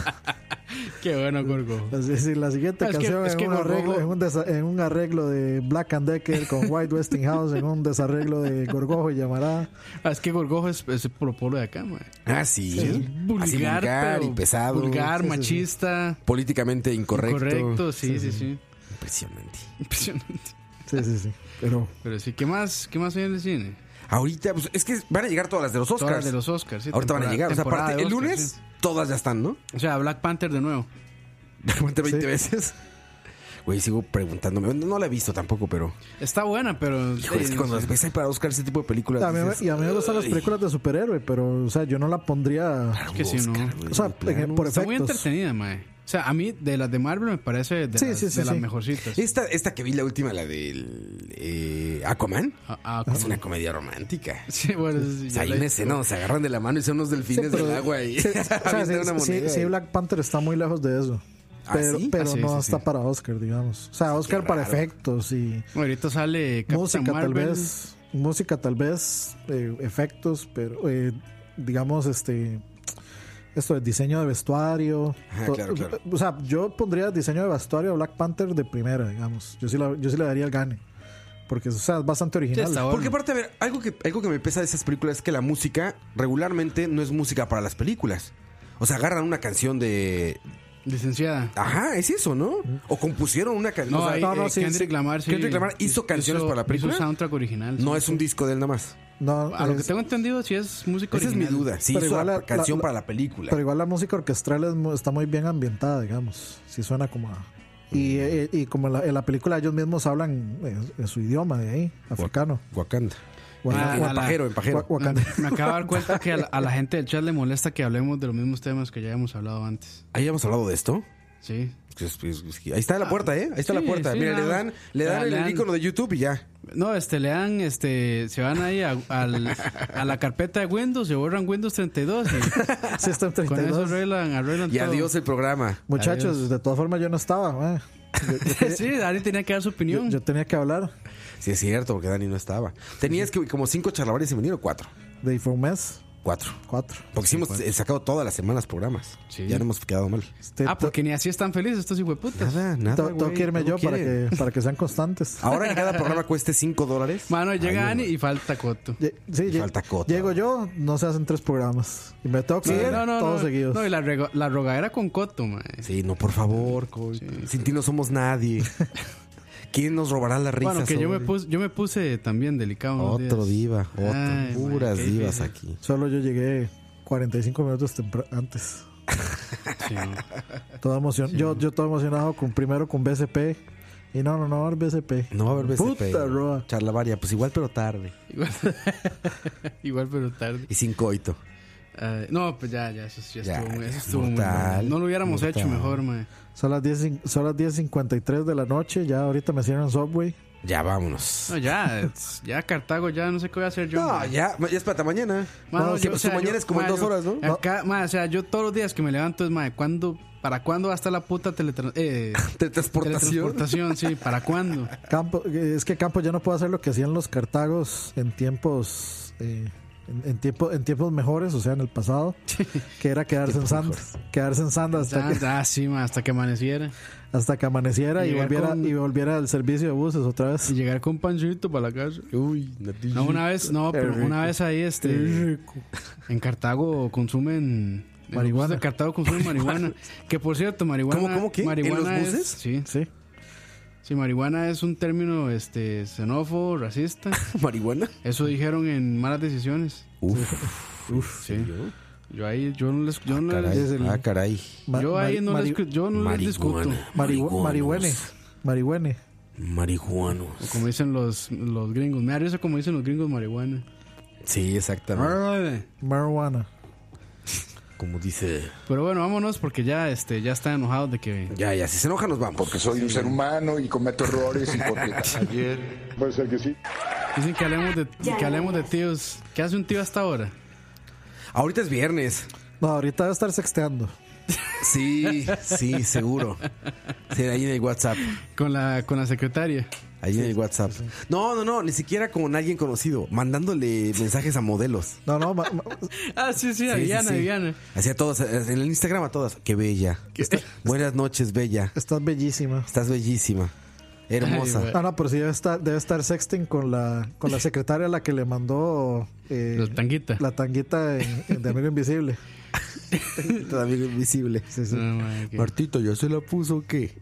[SPEAKER 6] Qué
[SPEAKER 4] Oh.
[SPEAKER 6] bueno, Gorgo.
[SPEAKER 3] Es decir, la siguiente
[SPEAKER 6] Es que-
[SPEAKER 3] canción
[SPEAKER 6] es que
[SPEAKER 3] en, un
[SPEAKER 6] Gorgojo-
[SPEAKER 3] arreglo, en, un desa- en un arreglo de Black and Decker con White Westinghouse, en un desarreglo de Gorgojo y Llamarada.
[SPEAKER 6] Ah, es que Gorgojo es, es el Polo Polo de acá, mae.
[SPEAKER 4] Ah, sí.
[SPEAKER 6] Sí, vulgar,
[SPEAKER 4] Así vulgar
[SPEAKER 6] pero
[SPEAKER 4] y pesado.
[SPEAKER 6] vulgar,
[SPEAKER 4] Sí, sí, sí.
[SPEAKER 6] machista.
[SPEAKER 4] Políticamente incorrecto.
[SPEAKER 6] Correcto, sí, sí, sí.
[SPEAKER 4] Impresionante.
[SPEAKER 6] Impresionante.
[SPEAKER 3] Sí, sí, sí. Pero
[SPEAKER 6] Pero sí, ¿qué más? ¿Qué más hay en el cine?
[SPEAKER 4] Ahorita, pues es que van a llegar todas las de los
[SPEAKER 6] Todas
[SPEAKER 4] Oscars.
[SPEAKER 6] las de los Oscars, sí,
[SPEAKER 4] Ahorita van a
[SPEAKER 6] temporada-
[SPEAKER 4] llegar. O sea,
[SPEAKER 6] temporada
[SPEAKER 4] aparte,
[SPEAKER 6] de
[SPEAKER 4] el
[SPEAKER 6] Oscars,
[SPEAKER 4] lunes
[SPEAKER 6] sí.
[SPEAKER 4] todas ya están, ¿no?
[SPEAKER 6] O sea, Black Panther de nuevo.
[SPEAKER 4] Pregunté 20 veces. Güey, sigo preguntándome. No, no la he visto tampoco, pero.
[SPEAKER 6] Está buena, pero.
[SPEAKER 4] Híjole, es que cuando las ves ahí para Oscar ese tipo de películas.
[SPEAKER 3] a mí, me-
[SPEAKER 4] dices,
[SPEAKER 3] y a mí me gustan las
[SPEAKER 4] "Ay".
[SPEAKER 3] películas de superhéroe, pero, o sea, yo no la pondría.
[SPEAKER 6] que sí, no.
[SPEAKER 3] O sea, en- por
[SPEAKER 6] Está muy
[SPEAKER 3] efectos.
[SPEAKER 6] entretenida, mae. O sea, a mí de las de Marvel me parece de
[SPEAKER 3] Sí,
[SPEAKER 6] las,
[SPEAKER 3] sí, sí,
[SPEAKER 6] de las
[SPEAKER 3] sí.
[SPEAKER 6] mejorcitas.
[SPEAKER 4] Esta, esta que vi, la última, la del eh, Aquaman,
[SPEAKER 6] A- a-
[SPEAKER 4] es una comedia romántica.
[SPEAKER 6] Ah, Sí, bueno, eso sí,
[SPEAKER 4] O sea, hay
[SPEAKER 6] yo la-
[SPEAKER 4] una escena donde se agarran de la mano y son unos
[SPEAKER 3] Sí,
[SPEAKER 4] delfines
[SPEAKER 3] pero-
[SPEAKER 4] del agua y
[SPEAKER 3] sí, o sea,
[SPEAKER 4] avientan
[SPEAKER 3] sí,
[SPEAKER 4] una
[SPEAKER 3] sí,
[SPEAKER 4] moneda
[SPEAKER 3] sí,
[SPEAKER 4] y-
[SPEAKER 3] Black Panther está muy lejos de eso.
[SPEAKER 4] ¿Ah,
[SPEAKER 3] Pero,
[SPEAKER 4] sí?
[SPEAKER 3] pero
[SPEAKER 4] Ah, sí,
[SPEAKER 3] no
[SPEAKER 4] sí,
[SPEAKER 3] está
[SPEAKER 4] sí.
[SPEAKER 3] para Oscar, digamos. O sea, Oscar para efectos y
[SPEAKER 6] Bueno, ahorita sale Captain
[SPEAKER 3] música
[SPEAKER 6] Marvel.
[SPEAKER 3] tal vez, música tal vez, eh, efectos, pero eh, digamos este esto de diseño de vestuario.
[SPEAKER 4] Ajá,
[SPEAKER 3] to-
[SPEAKER 4] claro, claro.
[SPEAKER 3] O sea, yo pondría diseño de vestuario a Black Panther de primera, digamos. Yo sí, la- yo sí le daría el gane. Porque o sea, es bastante original.
[SPEAKER 4] Porque aparte, a ver, algo que, algo que me pesa de esas películas es que la música regularmente no es música para las películas. O sea, agarran una canción de...
[SPEAKER 6] Licenciada.
[SPEAKER 4] Ajá, es eso, ¿no? O compusieron una canción.
[SPEAKER 6] No,
[SPEAKER 4] o sea,
[SPEAKER 6] ahí, eh, Kendrick Lamar. sí,
[SPEAKER 4] Kendrick Lamar hizo canciones para la película.
[SPEAKER 6] Hizo soundtrack original.
[SPEAKER 4] no
[SPEAKER 6] sí.
[SPEAKER 4] es un disco de él nada más.
[SPEAKER 3] No,
[SPEAKER 6] A lo que
[SPEAKER 3] es-
[SPEAKER 6] tengo entendido, sí es música
[SPEAKER 4] Esa es
[SPEAKER 6] original.
[SPEAKER 4] mi duda. Sí,
[SPEAKER 3] Pero
[SPEAKER 4] hizo
[SPEAKER 3] igual
[SPEAKER 4] la,
[SPEAKER 3] la-
[SPEAKER 4] canción
[SPEAKER 3] la-
[SPEAKER 4] para la película.
[SPEAKER 3] Pero igual la música orquestral es mu- está muy bien ambientada, digamos. Si suena como a- Y, eh, y como en la, en la película ellos mismos hablan en, en su idioma de ahí, africano.
[SPEAKER 4] Wakanda.
[SPEAKER 3] Wakanda.
[SPEAKER 6] Ah, la-
[SPEAKER 4] En pajero, en pajero.
[SPEAKER 3] Wa- Wakanda.
[SPEAKER 6] Me acabo de dar cuenta que a la, a la gente del chat le molesta que hablemos de los mismos temas que ya habíamos hablado antes.
[SPEAKER 4] Ahí hemos hablado de esto.
[SPEAKER 6] Sí.
[SPEAKER 4] Pues, pues, pues, Ahí está la puerta, ¿eh? Ahí está
[SPEAKER 6] Sí,
[SPEAKER 4] la puerta.
[SPEAKER 6] sí,
[SPEAKER 4] Mira, le
[SPEAKER 6] nada
[SPEAKER 4] dan,
[SPEAKER 6] más.
[SPEAKER 4] le dan
[SPEAKER 6] Le
[SPEAKER 4] el
[SPEAKER 6] dan-
[SPEAKER 4] icono de YouTube y ya.
[SPEAKER 6] No, este, le dan, este, se van ahí a, al- a la carpeta de Windows, se borran Windows 32 y
[SPEAKER 3] Sí, está en
[SPEAKER 6] con
[SPEAKER 3] 32.
[SPEAKER 6] eso arreglan, arreglan
[SPEAKER 4] Y
[SPEAKER 6] todo.
[SPEAKER 4] adiós el programa.
[SPEAKER 3] Muchachos, de todas formas yo no estaba, mae. Yo, yo tenía,
[SPEAKER 6] sí, Dani tenía que dar su
[SPEAKER 3] yo-
[SPEAKER 6] opinión.
[SPEAKER 3] yo tenía que hablar
[SPEAKER 4] Sí, es cierto, porque Dani no estaba. Tenías que como cinco charlavares y vinieron cuatro.
[SPEAKER 3] de fue un mes,
[SPEAKER 4] Cuatro.
[SPEAKER 3] cuatro.
[SPEAKER 4] Porque hicimos eh, sacado todas las semanas programas.
[SPEAKER 6] Sí.
[SPEAKER 4] Ya no hemos quedado mal.
[SPEAKER 3] Este,
[SPEAKER 6] ah, porque ni así están felices estos hijueputas.
[SPEAKER 4] Nada, nada.
[SPEAKER 3] to- tengo
[SPEAKER 4] güey, Ah,
[SPEAKER 3] que irme
[SPEAKER 4] luego
[SPEAKER 3] yo para
[SPEAKER 4] quieren.
[SPEAKER 3] que, para que sean constantes.
[SPEAKER 4] Ahora que cada programa cueste cinco dólares.
[SPEAKER 6] Mano, llega
[SPEAKER 4] Ay,
[SPEAKER 6] Dani y falta Coto.
[SPEAKER 3] Lle- sí, lle-
[SPEAKER 4] falta cota.
[SPEAKER 3] Llego yo, no se hacen tres programas. Y me tengo que ir
[SPEAKER 6] no, no,
[SPEAKER 3] todos
[SPEAKER 6] no,
[SPEAKER 3] seguidos.
[SPEAKER 6] No, y la, rego- la rogadera con Coto, mae.
[SPEAKER 4] Sí, no, por favor, Coy. Sin ti no somos nadie. ¿Quién nos robará la risa?
[SPEAKER 6] Bueno, que yo me,
[SPEAKER 4] hoy?
[SPEAKER 6] puse, yo me puse también delicado. unos
[SPEAKER 4] Otro
[SPEAKER 6] días.
[SPEAKER 4] diva, otro.
[SPEAKER 6] Oh, Ay,
[SPEAKER 4] puras
[SPEAKER 6] mae, qué
[SPEAKER 4] divas
[SPEAKER 6] difícil.
[SPEAKER 4] aquí.
[SPEAKER 3] Solo yo llegué 45 minutos tempra- antes.
[SPEAKER 6] Sí, mae.
[SPEAKER 3] Todo emocion- yo, yo todo emocionado con primero con BCP. Y no, no, no va a haber BCP.
[SPEAKER 4] No va a haber BCP.
[SPEAKER 3] Puta, roa.
[SPEAKER 4] Charla varia, pues igual pero tarde.
[SPEAKER 6] Igual, igual, pero tarde.
[SPEAKER 4] Y sin coito.
[SPEAKER 6] Ay, no, pues ya, ya, eso, ya
[SPEAKER 4] Ya,
[SPEAKER 6] estuvo,
[SPEAKER 4] ya,
[SPEAKER 6] eso estuvo muy
[SPEAKER 4] mortal,
[SPEAKER 6] mal. No lo hubiéramos
[SPEAKER 4] mortal.
[SPEAKER 6] hecho mejor, mae.
[SPEAKER 3] Son las 10 cin- son las 10.53 de la noche. Ya ahorita me cierran Subway.
[SPEAKER 4] Ya vámonos.
[SPEAKER 6] No, ya, es- ya Cartago, ya no sé qué voy a hacer yo.
[SPEAKER 4] No,
[SPEAKER 6] mae.
[SPEAKER 4] ya, ya es para mañana.
[SPEAKER 6] Mano,
[SPEAKER 4] No,
[SPEAKER 6] yo,
[SPEAKER 4] si-
[SPEAKER 6] o
[SPEAKER 4] su
[SPEAKER 6] sea,
[SPEAKER 4] mañana
[SPEAKER 6] yo-
[SPEAKER 4] es como en
[SPEAKER 6] mae,
[SPEAKER 4] dos
[SPEAKER 6] yo-
[SPEAKER 4] horas, ¿no?
[SPEAKER 6] Acá, mae, o sea, yo todos los días que me levanto es, mae, ¿cuándo, ¿para cuándo va a estar la puta teletra- eh,
[SPEAKER 4] De transportación.
[SPEAKER 6] teletransportación? Sí, ¿para cuándo?
[SPEAKER 3] Campo, eh, es que Campo ya no puede hacer lo que hacían los cartagos en tiempos eh, en, en tiempo, en tiempos mejores, o sea, en el pasado, que era quedarse en sand, quedarse en sand hasta que,
[SPEAKER 6] Ah, sí, mae, hasta que amaneciera.
[SPEAKER 3] hasta que amaneciera
[SPEAKER 6] Y
[SPEAKER 3] y,
[SPEAKER 6] llegar
[SPEAKER 3] volviera
[SPEAKER 6] con-
[SPEAKER 3] y volviera al servicio de buses otra vez.
[SPEAKER 6] Y llegar con pancito para la casa.
[SPEAKER 4] Uy, natillo.
[SPEAKER 6] No, una vez, no,
[SPEAKER 3] Qué
[SPEAKER 6] pero
[SPEAKER 3] rico.
[SPEAKER 6] una vez ahí, este. En Cartago consumen. en los
[SPEAKER 3] Marihuana.
[SPEAKER 6] buses de Cartago consumen marihuana. Que por cierto, marihuana.
[SPEAKER 4] ¿Cómo, cómo, qué? ¿En
[SPEAKER 6] marihuana
[SPEAKER 4] los
[SPEAKER 6] es-
[SPEAKER 4] buses?
[SPEAKER 6] sí,
[SPEAKER 3] Sí.
[SPEAKER 6] sí, marihuana es un término este, xenófobo, racista.
[SPEAKER 4] ¿Marihuana?
[SPEAKER 6] Eso dijeron en malas decisiones.
[SPEAKER 4] Uf. Uf.
[SPEAKER 6] Sí. Yo ahí, yo no les. Yo, no
[SPEAKER 4] Caray.
[SPEAKER 6] les-
[SPEAKER 4] Ah, caray.
[SPEAKER 3] Ma-
[SPEAKER 6] yo ahí
[SPEAKER 3] mari-
[SPEAKER 6] no
[SPEAKER 3] mari-
[SPEAKER 6] les, cu- yo no les discuto.
[SPEAKER 4] Marihuana.
[SPEAKER 3] marihu-
[SPEAKER 4] Marihuanos.
[SPEAKER 3] marihuene, marihuene.
[SPEAKER 4] Marihuanos.
[SPEAKER 6] Como dicen los, los gringos. Me da risa como dicen los gringos marihuana.
[SPEAKER 4] Sí,
[SPEAKER 6] Ah.
[SPEAKER 4] exactamente.
[SPEAKER 3] Marihuana.
[SPEAKER 4] Como dice.
[SPEAKER 6] Pero bueno, vámonos porque ya, este, ya están enojados de que.
[SPEAKER 4] Ya, ya, si se enoja nos vamos.
[SPEAKER 11] Porque soy un ser humano y cometo errores y porque... Ayer. Puede ser que sí.
[SPEAKER 6] Dicen que hablemos de, que hablemos de tíos. ¿Qué hace un tío hasta ahora?
[SPEAKER 4] Ahorita es viernes.
[SPEAKER 3] No, ahorita va a estar sexteando.
[SPEAKER 4] Sí, sí, seguro. Sí, ahí en el WhatsApp.
[SPEAKER 6] Con la, con la secretaria.
[SPEAKER 4] Ahí en el WhatsApp. No, no, no, ni siquiera con alguien conocido. Mandándole mensajes a modelos.
[SPEAKER 3] No, no, ma- ma-
[SPEAKER 6] Ah, sí, sí, a
[SPEAKER 4] Sí, sí,
[SPEAKER 6] Diana,
[SPEAKER 4] sí.
[SPEAKER 6] a Diana.
[SPEAKER 4] Así a todas, en el Instagram a todas. Qué bella. Está- Buenas noches, bella.
[SPEAKER 3] estás bellísima.
[SPEAKER 4] Estás bellísima. Hermosa.
[SPEAKER 3] No, no, pero sí debe estar, debe estar sexting con la, con la secretaria a la que le mandó eh,
[SPEAKER 6] La tanguita.
[SPEAKER 3] la tanguita en- en de Amigo Invisible.
[SPEAKER 4] Todavía invisible. Ah, Martito, ¿ya se la puso o qué?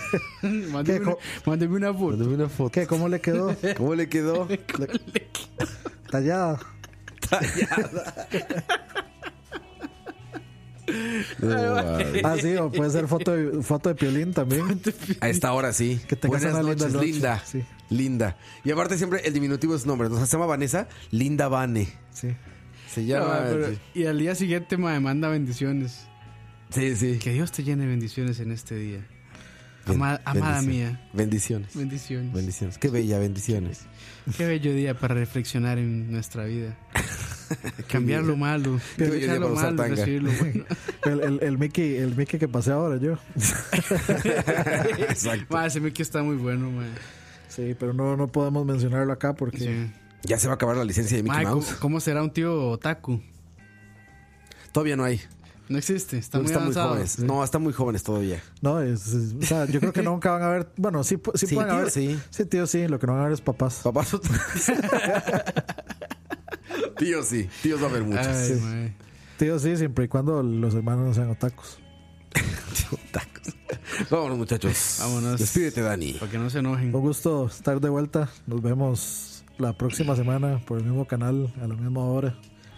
[SPEAKER 6] Mándeme una, mándeme una foto.
[SPEAKER 4] Mándame una foto.
[SPEAKER 3] ¿Qué? ¿Cómo le quedó?
[SPEAKER 4] ¿Cómo le quedó?
[SPEAKER 3] Tallada.
[SPEAKER 4] No, madre.
[SPEAKER 3] Ah, sí, o puede ser foto de, foto de piolín también.
[SPEAKER 4] a esta hora sí.
[SPEAKER 3] Que tengas
[SPEAKER 4] Buenas
[SPEAKER 3] una linda
[SPEAKER 4] noches,
[SPEAKER 3] noche.
[SPEAKER 4] linda.
[SPEAKER 3] Sí.
[SPEAKER 4] Linda. Y aparte siempre el diminutivo es nombre. Nos se llama Vanessa, Linda Vane.
[SPEAKER 3] Sí.
[SPEAKER 4] Se
[SPEAKER 6] No,
[SPEAKER 4] llama.
[SPEAKER 6] pero- y al día siguiente me manda bendiciones.
[SPEAKER 4] Sí, sí.
[SPEAKER 6] Que Dios te llene de bendiciones en este día. Ama- amada
[SPEAKER 4] Bendición.
[SPEAKER 6] mía.
[SPEAKER 4] Bendiciones.
[SPEAKER 6] Bendiciones.
[SPEAKER 4] Bendiciones. Qué bella, bendiciones.
[SPEAKER 6] Qué bello día para reflexionar en nuestra vida. Cambiar lo malo,
[SPEAKER 4] Qué bello
[SPEAKER 6] desechar
[SPEAKER 4] día
[SPEAKER 6] lo
[SPEAKER 4] para usar
[SPEAKER 6] malo,
[SPEAKER 4] tanga.
[SPEAKER 6] recibir lo bueno.
[SPEAKER 3] El, el, el Mickey, el Mickey que pasé ahora yo.
[SPEAKER 4] Exacto.
[SPEAKER 6] Ma, ese Mickey está muy bueno, ma.
[SPEAKER 3] Sí, pero no, no podemos mencionarlo acá porque
[SPEAKER 4] Ya se va a acabar la licencia de Mickey
[SPEAKER 6] Ma, ¿cómo,
[SPEAKER 4] Mouse.
[SPEAKER 6] cómo será un tío otaku?
[SPEAKER 4] Todavía no hay.
[SPEAKER 6] No existe, está
[SPEAKER 4] No,
[SPEAKER 6] muy
[SPEAKER 4] están muy
[SPEAKER 6] avanzado.
[SPEAKER 4] jóvenes. No, están muy jóvenes todavía.
[SPEAKER 3] no, es, es- o sea, yo creo que nunca van a ver, bueno, sí, pu- sí,
[SPEAKER 4] Sí,
[SPEAKER 3] pueden
[SPEAKER 4] tío,
[SPEAKER 3] haber,
[SPEAKER 4] sí.
[SPEAKER 3] sí, tío, sí, lo que no van a ver es papás.
[SPEAKER 4] Papás. Tíos sí. Tíos va a haber muchos.
[SPEAKER 6] Ay,
[SPEAKER 4] Sí.
[SPEAKER 6] ma.
[SPEAKER 3] Tío, sí, siempre y cuando los hermanos no sean otakus.
[SPEAKER 4] Vámonos, muchachos.
[SPEAKER 6] Vámonos.
[SPEAKER 4] Despídete, Dani.
[SPEAKER 6] Para que no se enojen.
[SPEAKER 3] Un gusto estar de vuelta. Nos vemos la próxima semana por el mismo canal, a la misma hora.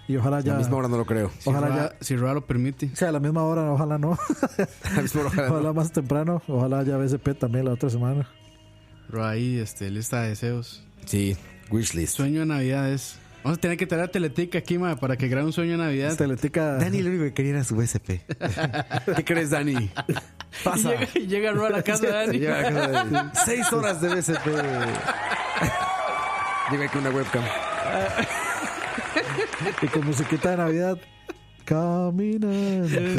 [SPEAKER 3] Y ojalá ya.
[SPEAKER 4] La misma hora no lo creo.
[SPEAKER 6] Si
[SPEAKER 3] Ojalá
[SPEAKER 6] Ra-
[SPEAKER 3] ya.
[SPEAKER 6] si Ra lo permite.
[SPEAKER 3] O sea, a la misma hora, ojalá no.
[SPEAKER 4] La misma hora, ojalá no.
[SPEAKER 3] ojalá más temprano. Ojalá ya BCP también la otra semana.
[SPEAKER 6] Ra ahí, este, lista de deseos.
[SPEAKER 4] Sí, wishlist.
[SPEAKER 6] Sueño de Navidad es. Vamos a tener que traer a Teletica aquí, ma, para que grabe un sueño de Navidad.
[SPEAKER 4] Este
[SPEAKER 3] Teletica.
[SPEAKER 4] Dani lo único que quería era su BSP. ¿Qué crees, Dani?
[SPEAKER 6] Y
[SPEAKER 4] Pasa.
[SPEAKER 6] llega, y llega Ra a la casa de Dani.
[SPEAKER 4] Llega a la casa de Dani. Seis horas de BSP. Llega aquí una webcam.
[SPEAKER 3] Y con musiquita de Navidad. Caminante,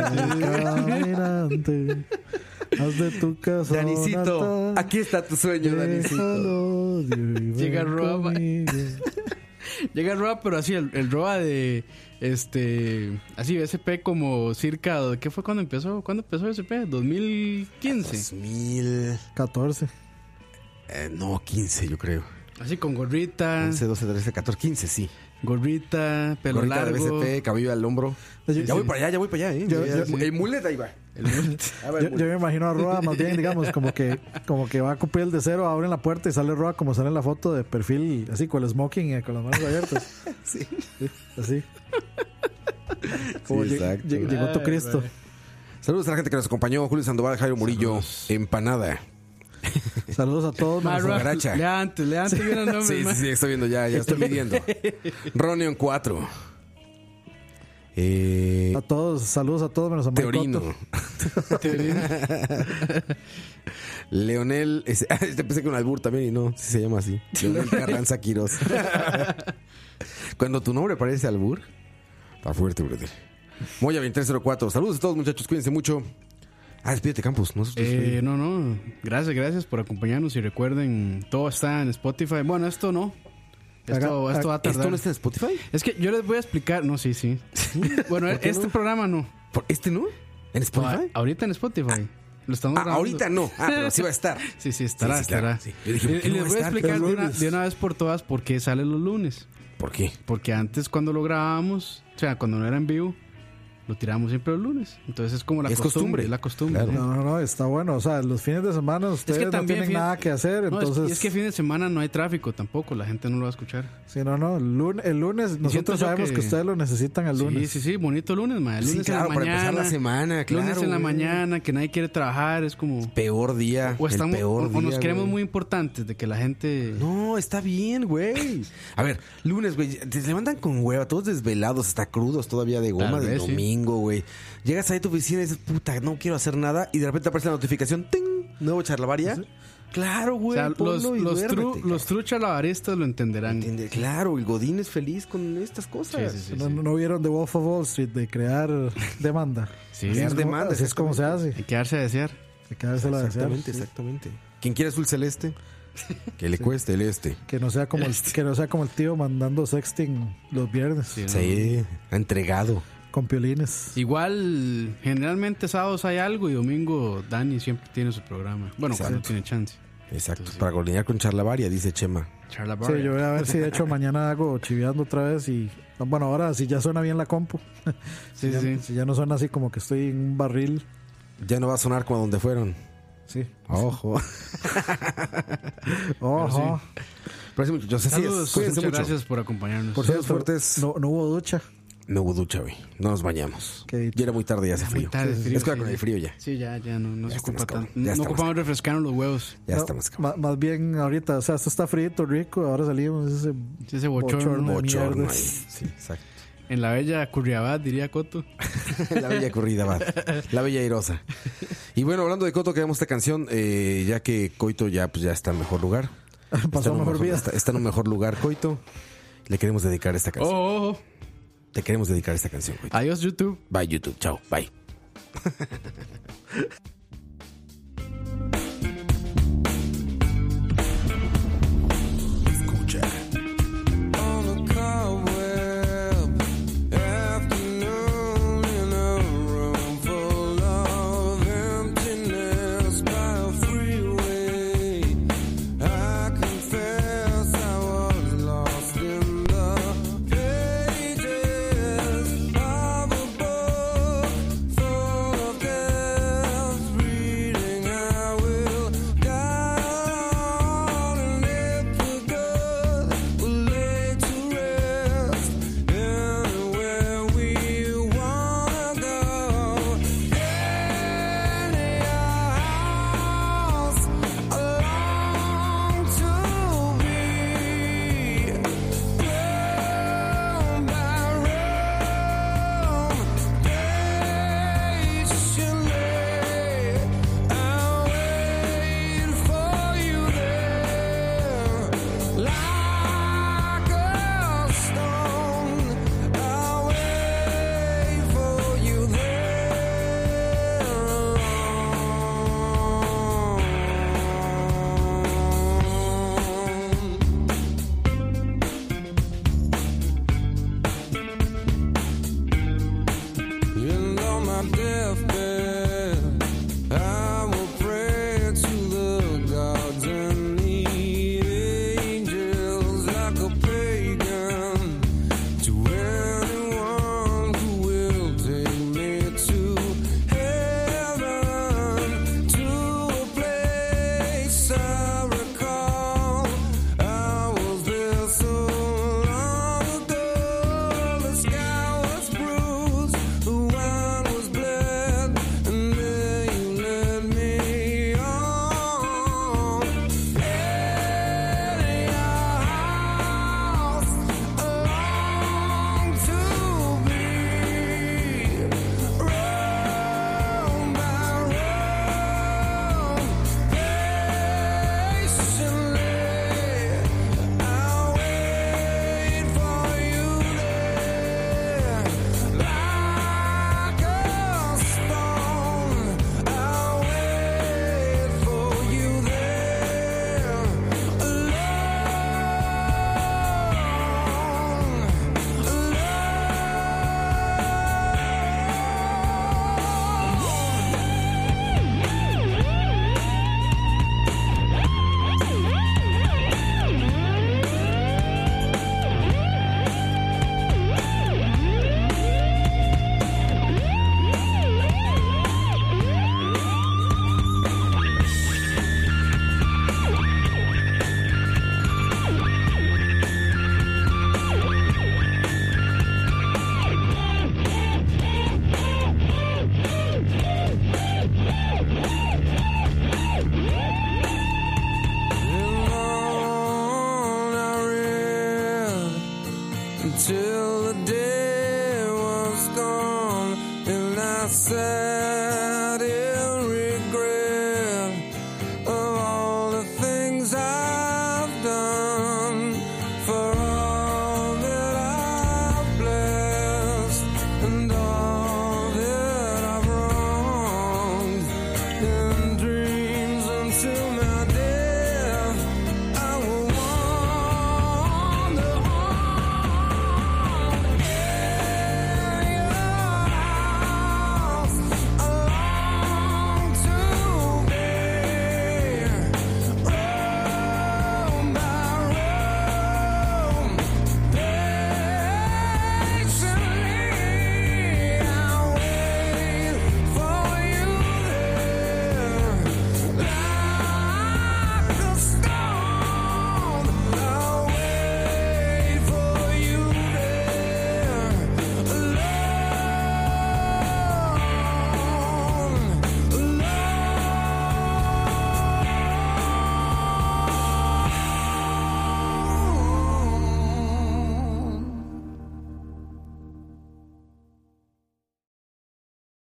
[SPEAKER 3] caminante. Haz de tu casa.
[SPEAKER 4] Danicito, aquí está tu sueño, Danicito.
[SPEAKER 6] Llega
[SPEAKER 3] Llega
[SPEAKER 6] Roa, ma. Llega Roa, pero así, el, el Roa de. Este. Así, BSP como circa. ¿Qué fue cuando empezó? ¿Cuándo empezó BSP? 2015.
[SPEAKER 4] 2000.
[SPEAKER 3] 14.
[SPEAKER 4] eh, no, 15, yo creo.
[SPEAKER 6] Así con gorrita,
[SPEAKER 4] 11, 12, 13, 14, 15, sí.
[SPEAKER 6] gorrita, pelo
[SPEAKER 4] Gorrita de
[SPEAKER 6] largo.
[SPEAKER 4] BSP, cabello al hombro.
[SPEAKER 3] Yo-
[SPEAKER 4] ya voy para allá, ya voy para allá. ¿eh?
[SPEAKER 3] Yo- yo-
[SPEAKER 4] el mullet ahí va.
[SPEAKER 6] El-
[SPEAKER 4] Ahí va el
[SPEAKER 3] Yo, yo me imagino a Roa más bien, digamos, como que, como que va a cumplir el de cero, abren la puerta y sale Roa como sale en la foto de perfil, así con el smoking y con las manos abiertas.
[SPEAKER 4] Sí.
[SPEAKER 3] Así. Como
[SPEAKER 4] Sí,
[SPEAKER 3] lleg-
[SPEAKER 4] exacto.
[SPEAKER 3] lleg- llegó tu Cristo.
[SPEAKER 4] Saludos a la gente que nos acompañó, Julio Sandoval, Jairo Murillo, Empanada.
[SPEAKER 3] Saludos a todos.
[SPEAKER 6] Ma,
[SPEAKER 3] menos a-
[SPEAKER 6] Roa,
[SPEAKER 4] Cucaracha.
[SPEAKER 6] lea antes, lea antes bien el nombre,
[SPEAKER 4] pues, Sí,
[SPEAKER 6] ma.
[SPEAKER 4] sí, sí, estoy viendo ya, ya estoy midiendo. Ronion 4. Eh,
[SPEAKER 3] a todos, saludos a todos menos a Mike
[SPEAKER 4] Teorino.
[SPEAKER 3] Cotto.
[SPEAKER 4] Leonel, ese- ah, este pensé que un albur también y no, sí se llama así. Leonel Carranza Quiroz. Cuando tu nombre parece albur, está fuerte, brother. Moya 2304. Saludos a todos, muchachos, cuídense mucho. Ah, despídete, Campos. No,
[SPEAKER 6] Eh, no, no. Gracias, gracias por acompañarnos. Y recuerden, todo está en Spotify. Bueno, esto no. Esto,
[SPEAKER 3] Haga-
[SPEAKER 6] esto va a tardar.
[SPEAKER 4] ¿Esto no está en Spotify?
[SPEAKER 6] Es que yo les voy a explicar. No, sí, sí. Bueno,
[SPEAKER 4] ¿Por qué
[SPEAKER 6] este
[SPEAKER 4] no?
[SPEAKER 6] programa no.
[SPEAKER 4] ¿Por- ¿Este no? ¿En Spotify?
[SPEAKER 6] A- Ahorita en Spotify. Lo estamos
[SPEAKER 4] Ah,
[SPEAKER 6] grabando.
[SPEAKER 4] ahorita no. Ah, pero sí va a estar.
[SPEAKER 6] Sí, sí, estará,
[SPEAKER 4] Sí, sí, claro,
[SPEAKER 6] estará.
[SPEAKER 4] sí. Yo dije,
[SPEAKER 6] Y-
[SPEAKER 4] ¿por qué
[SPEAKER 6] y
[SPEAKER 4] no
[SPEAKER 6] les
[SPEAKER 4] va a
[SPEAKER 6] voy a
[SPEAKER 4] estar?
[SPEAKER 6] explicar
[SPEAKER 4] Los
[SPEAKER 6] de una,
[SPEAKER 4] lunes.
[SPEAKER 6] de una vez por todas por qué sale los lunes.
[SPEAKER 4] ¿Por qué?
[SPEAKER 6] Porque antes cuando lo grabábamos, o sea, cuando no era en vivo, lo tirábamos siempre los lunes. Entonces es como la
[SPEAKER 4] Es costumbre.
[SPEAKER 6] Es la costumbre.
[SPEAKER 4] Claro.
[SPEAKER 6] ¿no?
[SPEAKER 3] No, no, no, está bueno. O sea, los fines de semana ustedes no tienen
[SPEAKER 6] fíjate-
[SPEAKER 3] nada que hacer,
[SPEAKER 6] No, es-
[SPEAKER 3] entonces.
[SPEAKER 6] y es, que fin de semana no hay tráfico tampoco, la gente no lo va a escuchar.
[SPEAKER 3] Sí, no, no. El lunes, el lunes
[SPEAKER 6] siento
[SPEAKER 3] nosotros
[SPEAKER 6] yo
[SPEAKER 3] sabemos
[SPEAKER 6] que-
[SPEAKER 3] que... ustedes lo necesitan el lunes.
[SPEAKER 6] Sí, sí, sí, bonito lunes, ma. El
[SPEAKER 4] Sí,
[SPEAKER 6] Lunes
[SPEAKER 4] claro,
[SPEAKER 6] en la
[SPEAKER 4] para
[SPEAKER 6] mañana.
[SPEAKER 4] empezar la semana,
[SPEAKER 6] Lunes
[SPEAKER 4] claro, eh.
[SPEAKER 6] en la
[SPEAKER 4] güey.
[SPEAKER 6] mañana, que nadie quiere trabajar, es como.
[SPEAKER 4] Peor día.
[SPEAKER 6] O,
[SPEAKER 4] el
[SPEAKER 6] estamos,
[SPEAKER 4] peor
[SPEAKER 6] o- o nos
[SPEAKER 4] día,
[SPEAKER 6] creemos
[SPEAKER 4] güey.
[SPEAKER 6] muy importantes de que la gente.
[SPEAKER 4] No, está bien, güey. A ver, lunes, güey, te levantan con hueva, todos desvelados, hasta crudos todavía de goma
[SPEAKER 6] Tal
[SPEAKER 4] del
[SPEAKER 6] vez, sí.
[SPEAKER 4] domingo, güey. Llegas ahí a tu oficina y dices, puta, no quiero hacer nada. Y de repente aparece la notificación, ¡ting! Nuevo charlavaria. Claro, güey.
[SPEAKER 6] O sea,
[SPEAKER 4] ponlo
[SPEAKER 6] los,
[SPEAKER 4] y
[SPEAKER 6] los,
[SPEAKER 4] duérmete,
[SPEAKER 6] tru, los truchalabaristas lo entenderán.
[SPEAKER 4] claro, el Godín es feliz con estas cosas.
[SPEAKER 6] Sí, sí, sí,
[SPEAKER 3] no, no vieron The Wolf of Wall Street de crear demanda.
[SPEAKER 6] Sí.
[SPEAKER 3] Así
[SPEAKER 6] Crear
[SPEAKER 3] es como-
[SPEAKER 6] demanda,
[SPEAKER 3] así es como se hace.
[SPEAKER 6] Y quedarse a desear.
[SPEAKER 3] Hay que dársela a desear.
[SPEAKER 4] Exactamente,
[SPEAKER 3] sí.
[SPEAKER 4] exactamente. Quien quiera azul celeste, que le cueste el este.
[SPEAKER 3] Que no sea como el, que no sea como el tío mandando sexting los viernes.
[SPEAKER 4] Sí, ha entregado.
[SPEAKER 3] Con piolines.
[SPEAKER 6] Igual, generalmente sábados hay algo y domingo Dani siempre tiene su programa. Bueno, cuando
[SPEAKER 4] Exacto.
[SPEAKER 6] tiene chance.
[SPEAKER 4] Exacto, para coordinar con Charlavaria, dice Chema.
[SPEAKER 6] Charla
[SPEAKER 3] Sí,
[SPEAKER 6] Barrett.
[SPEAKER 3] yo voy a ver si de hecho mañana hago chiveando otra vez y bueno, ahora si ya suena bien la compu. si,
[SPEAKER 4] Sí,
[SPEAKER 3] ya,
[SPEAKER 4] sí.
[SPEAKER 3] si ya no suena así como que estoy en un barril.
[SPEAKER 4] Ya no va a sonar como donde fueron.
[SPEAKER 3] Sí.
[SPEAKER 4] Ojo.
[SPEAKER 3] Ojo.
[SPEAKER 4] Pero sí, muchachos, así es.
[SPEAKER 6] Saludos,
[SPEAKER 4] Cuídense
[SPEAKER 6] muchas
[SPEAKER 4] mucho.
[SPEAKER 6] gracias por acompañarnos.
[SPEAKER 4] Por
[SPEAKER 3] Cierto,
[SPEAKER 4] fuertes.
[SPEAKER 3] No, no hubo ducha.
[SPEAKER 4] No hubo ducha, güey. No nos bañamos.
[SPEAKER 3] Qué dicha.
[SPEAKER 4] Ya era muy tarde, ya hace frío.
[SPEAKER 6] tarde, frío,
[SPEAKER 4] es que
[SPEAKER 6] sí,
[SPEAKER 4] con el
[SPEAKER 6] ya.
[SPEAKER 4] frío ya.
[SPEAKER 6] Sí, ya, ya, no, no se ocupa tanto.
[SPEAKER 4] Ya
[SPEAKER 6] No
[SPEAKER 4] estamos
[SPEAKER 6] ocupamos refrescar los huevos.
[SPEAKER 4] Ya
[SPEAKER 3] No,
[SPEAKER 4] estamos.
[SPEAKER 3] ma- más bien ahorita, o sea, esto está frito, rico, ahora salimos ese,
[SPEAKER 6] Ese bochorno.
[SPEAKER 3] de
[SPEAKER 4] Bochorno
[SPEAKER 3] mierda.
[SPEAKER 4] ahí. Sí, exacto.
[SPEAKER 6] En la bella Curriabat, diría Coto.
[SPEAKER 4] La bella corrida, va. La bella airosa. Y bueno, hablando de Coto, que vemos esta canción, eh, ya que Coito ya, pues, ya está en mejor lugar. está, en un
[SPEAKER 3] mejor vida.
[SPEAKER 4] Está, está en un mejor lugar, Coito. Le queremos dedicar esta canción.
[SPEAKER 6] Oh, oh, oh.
[SPEAKER 4] Te queremos dedicar esta canción, Coito.
[SPEAKER 6] Adiós, YouTube.
[SPEAKER 4] Bye, YouTube. Chao. Bye.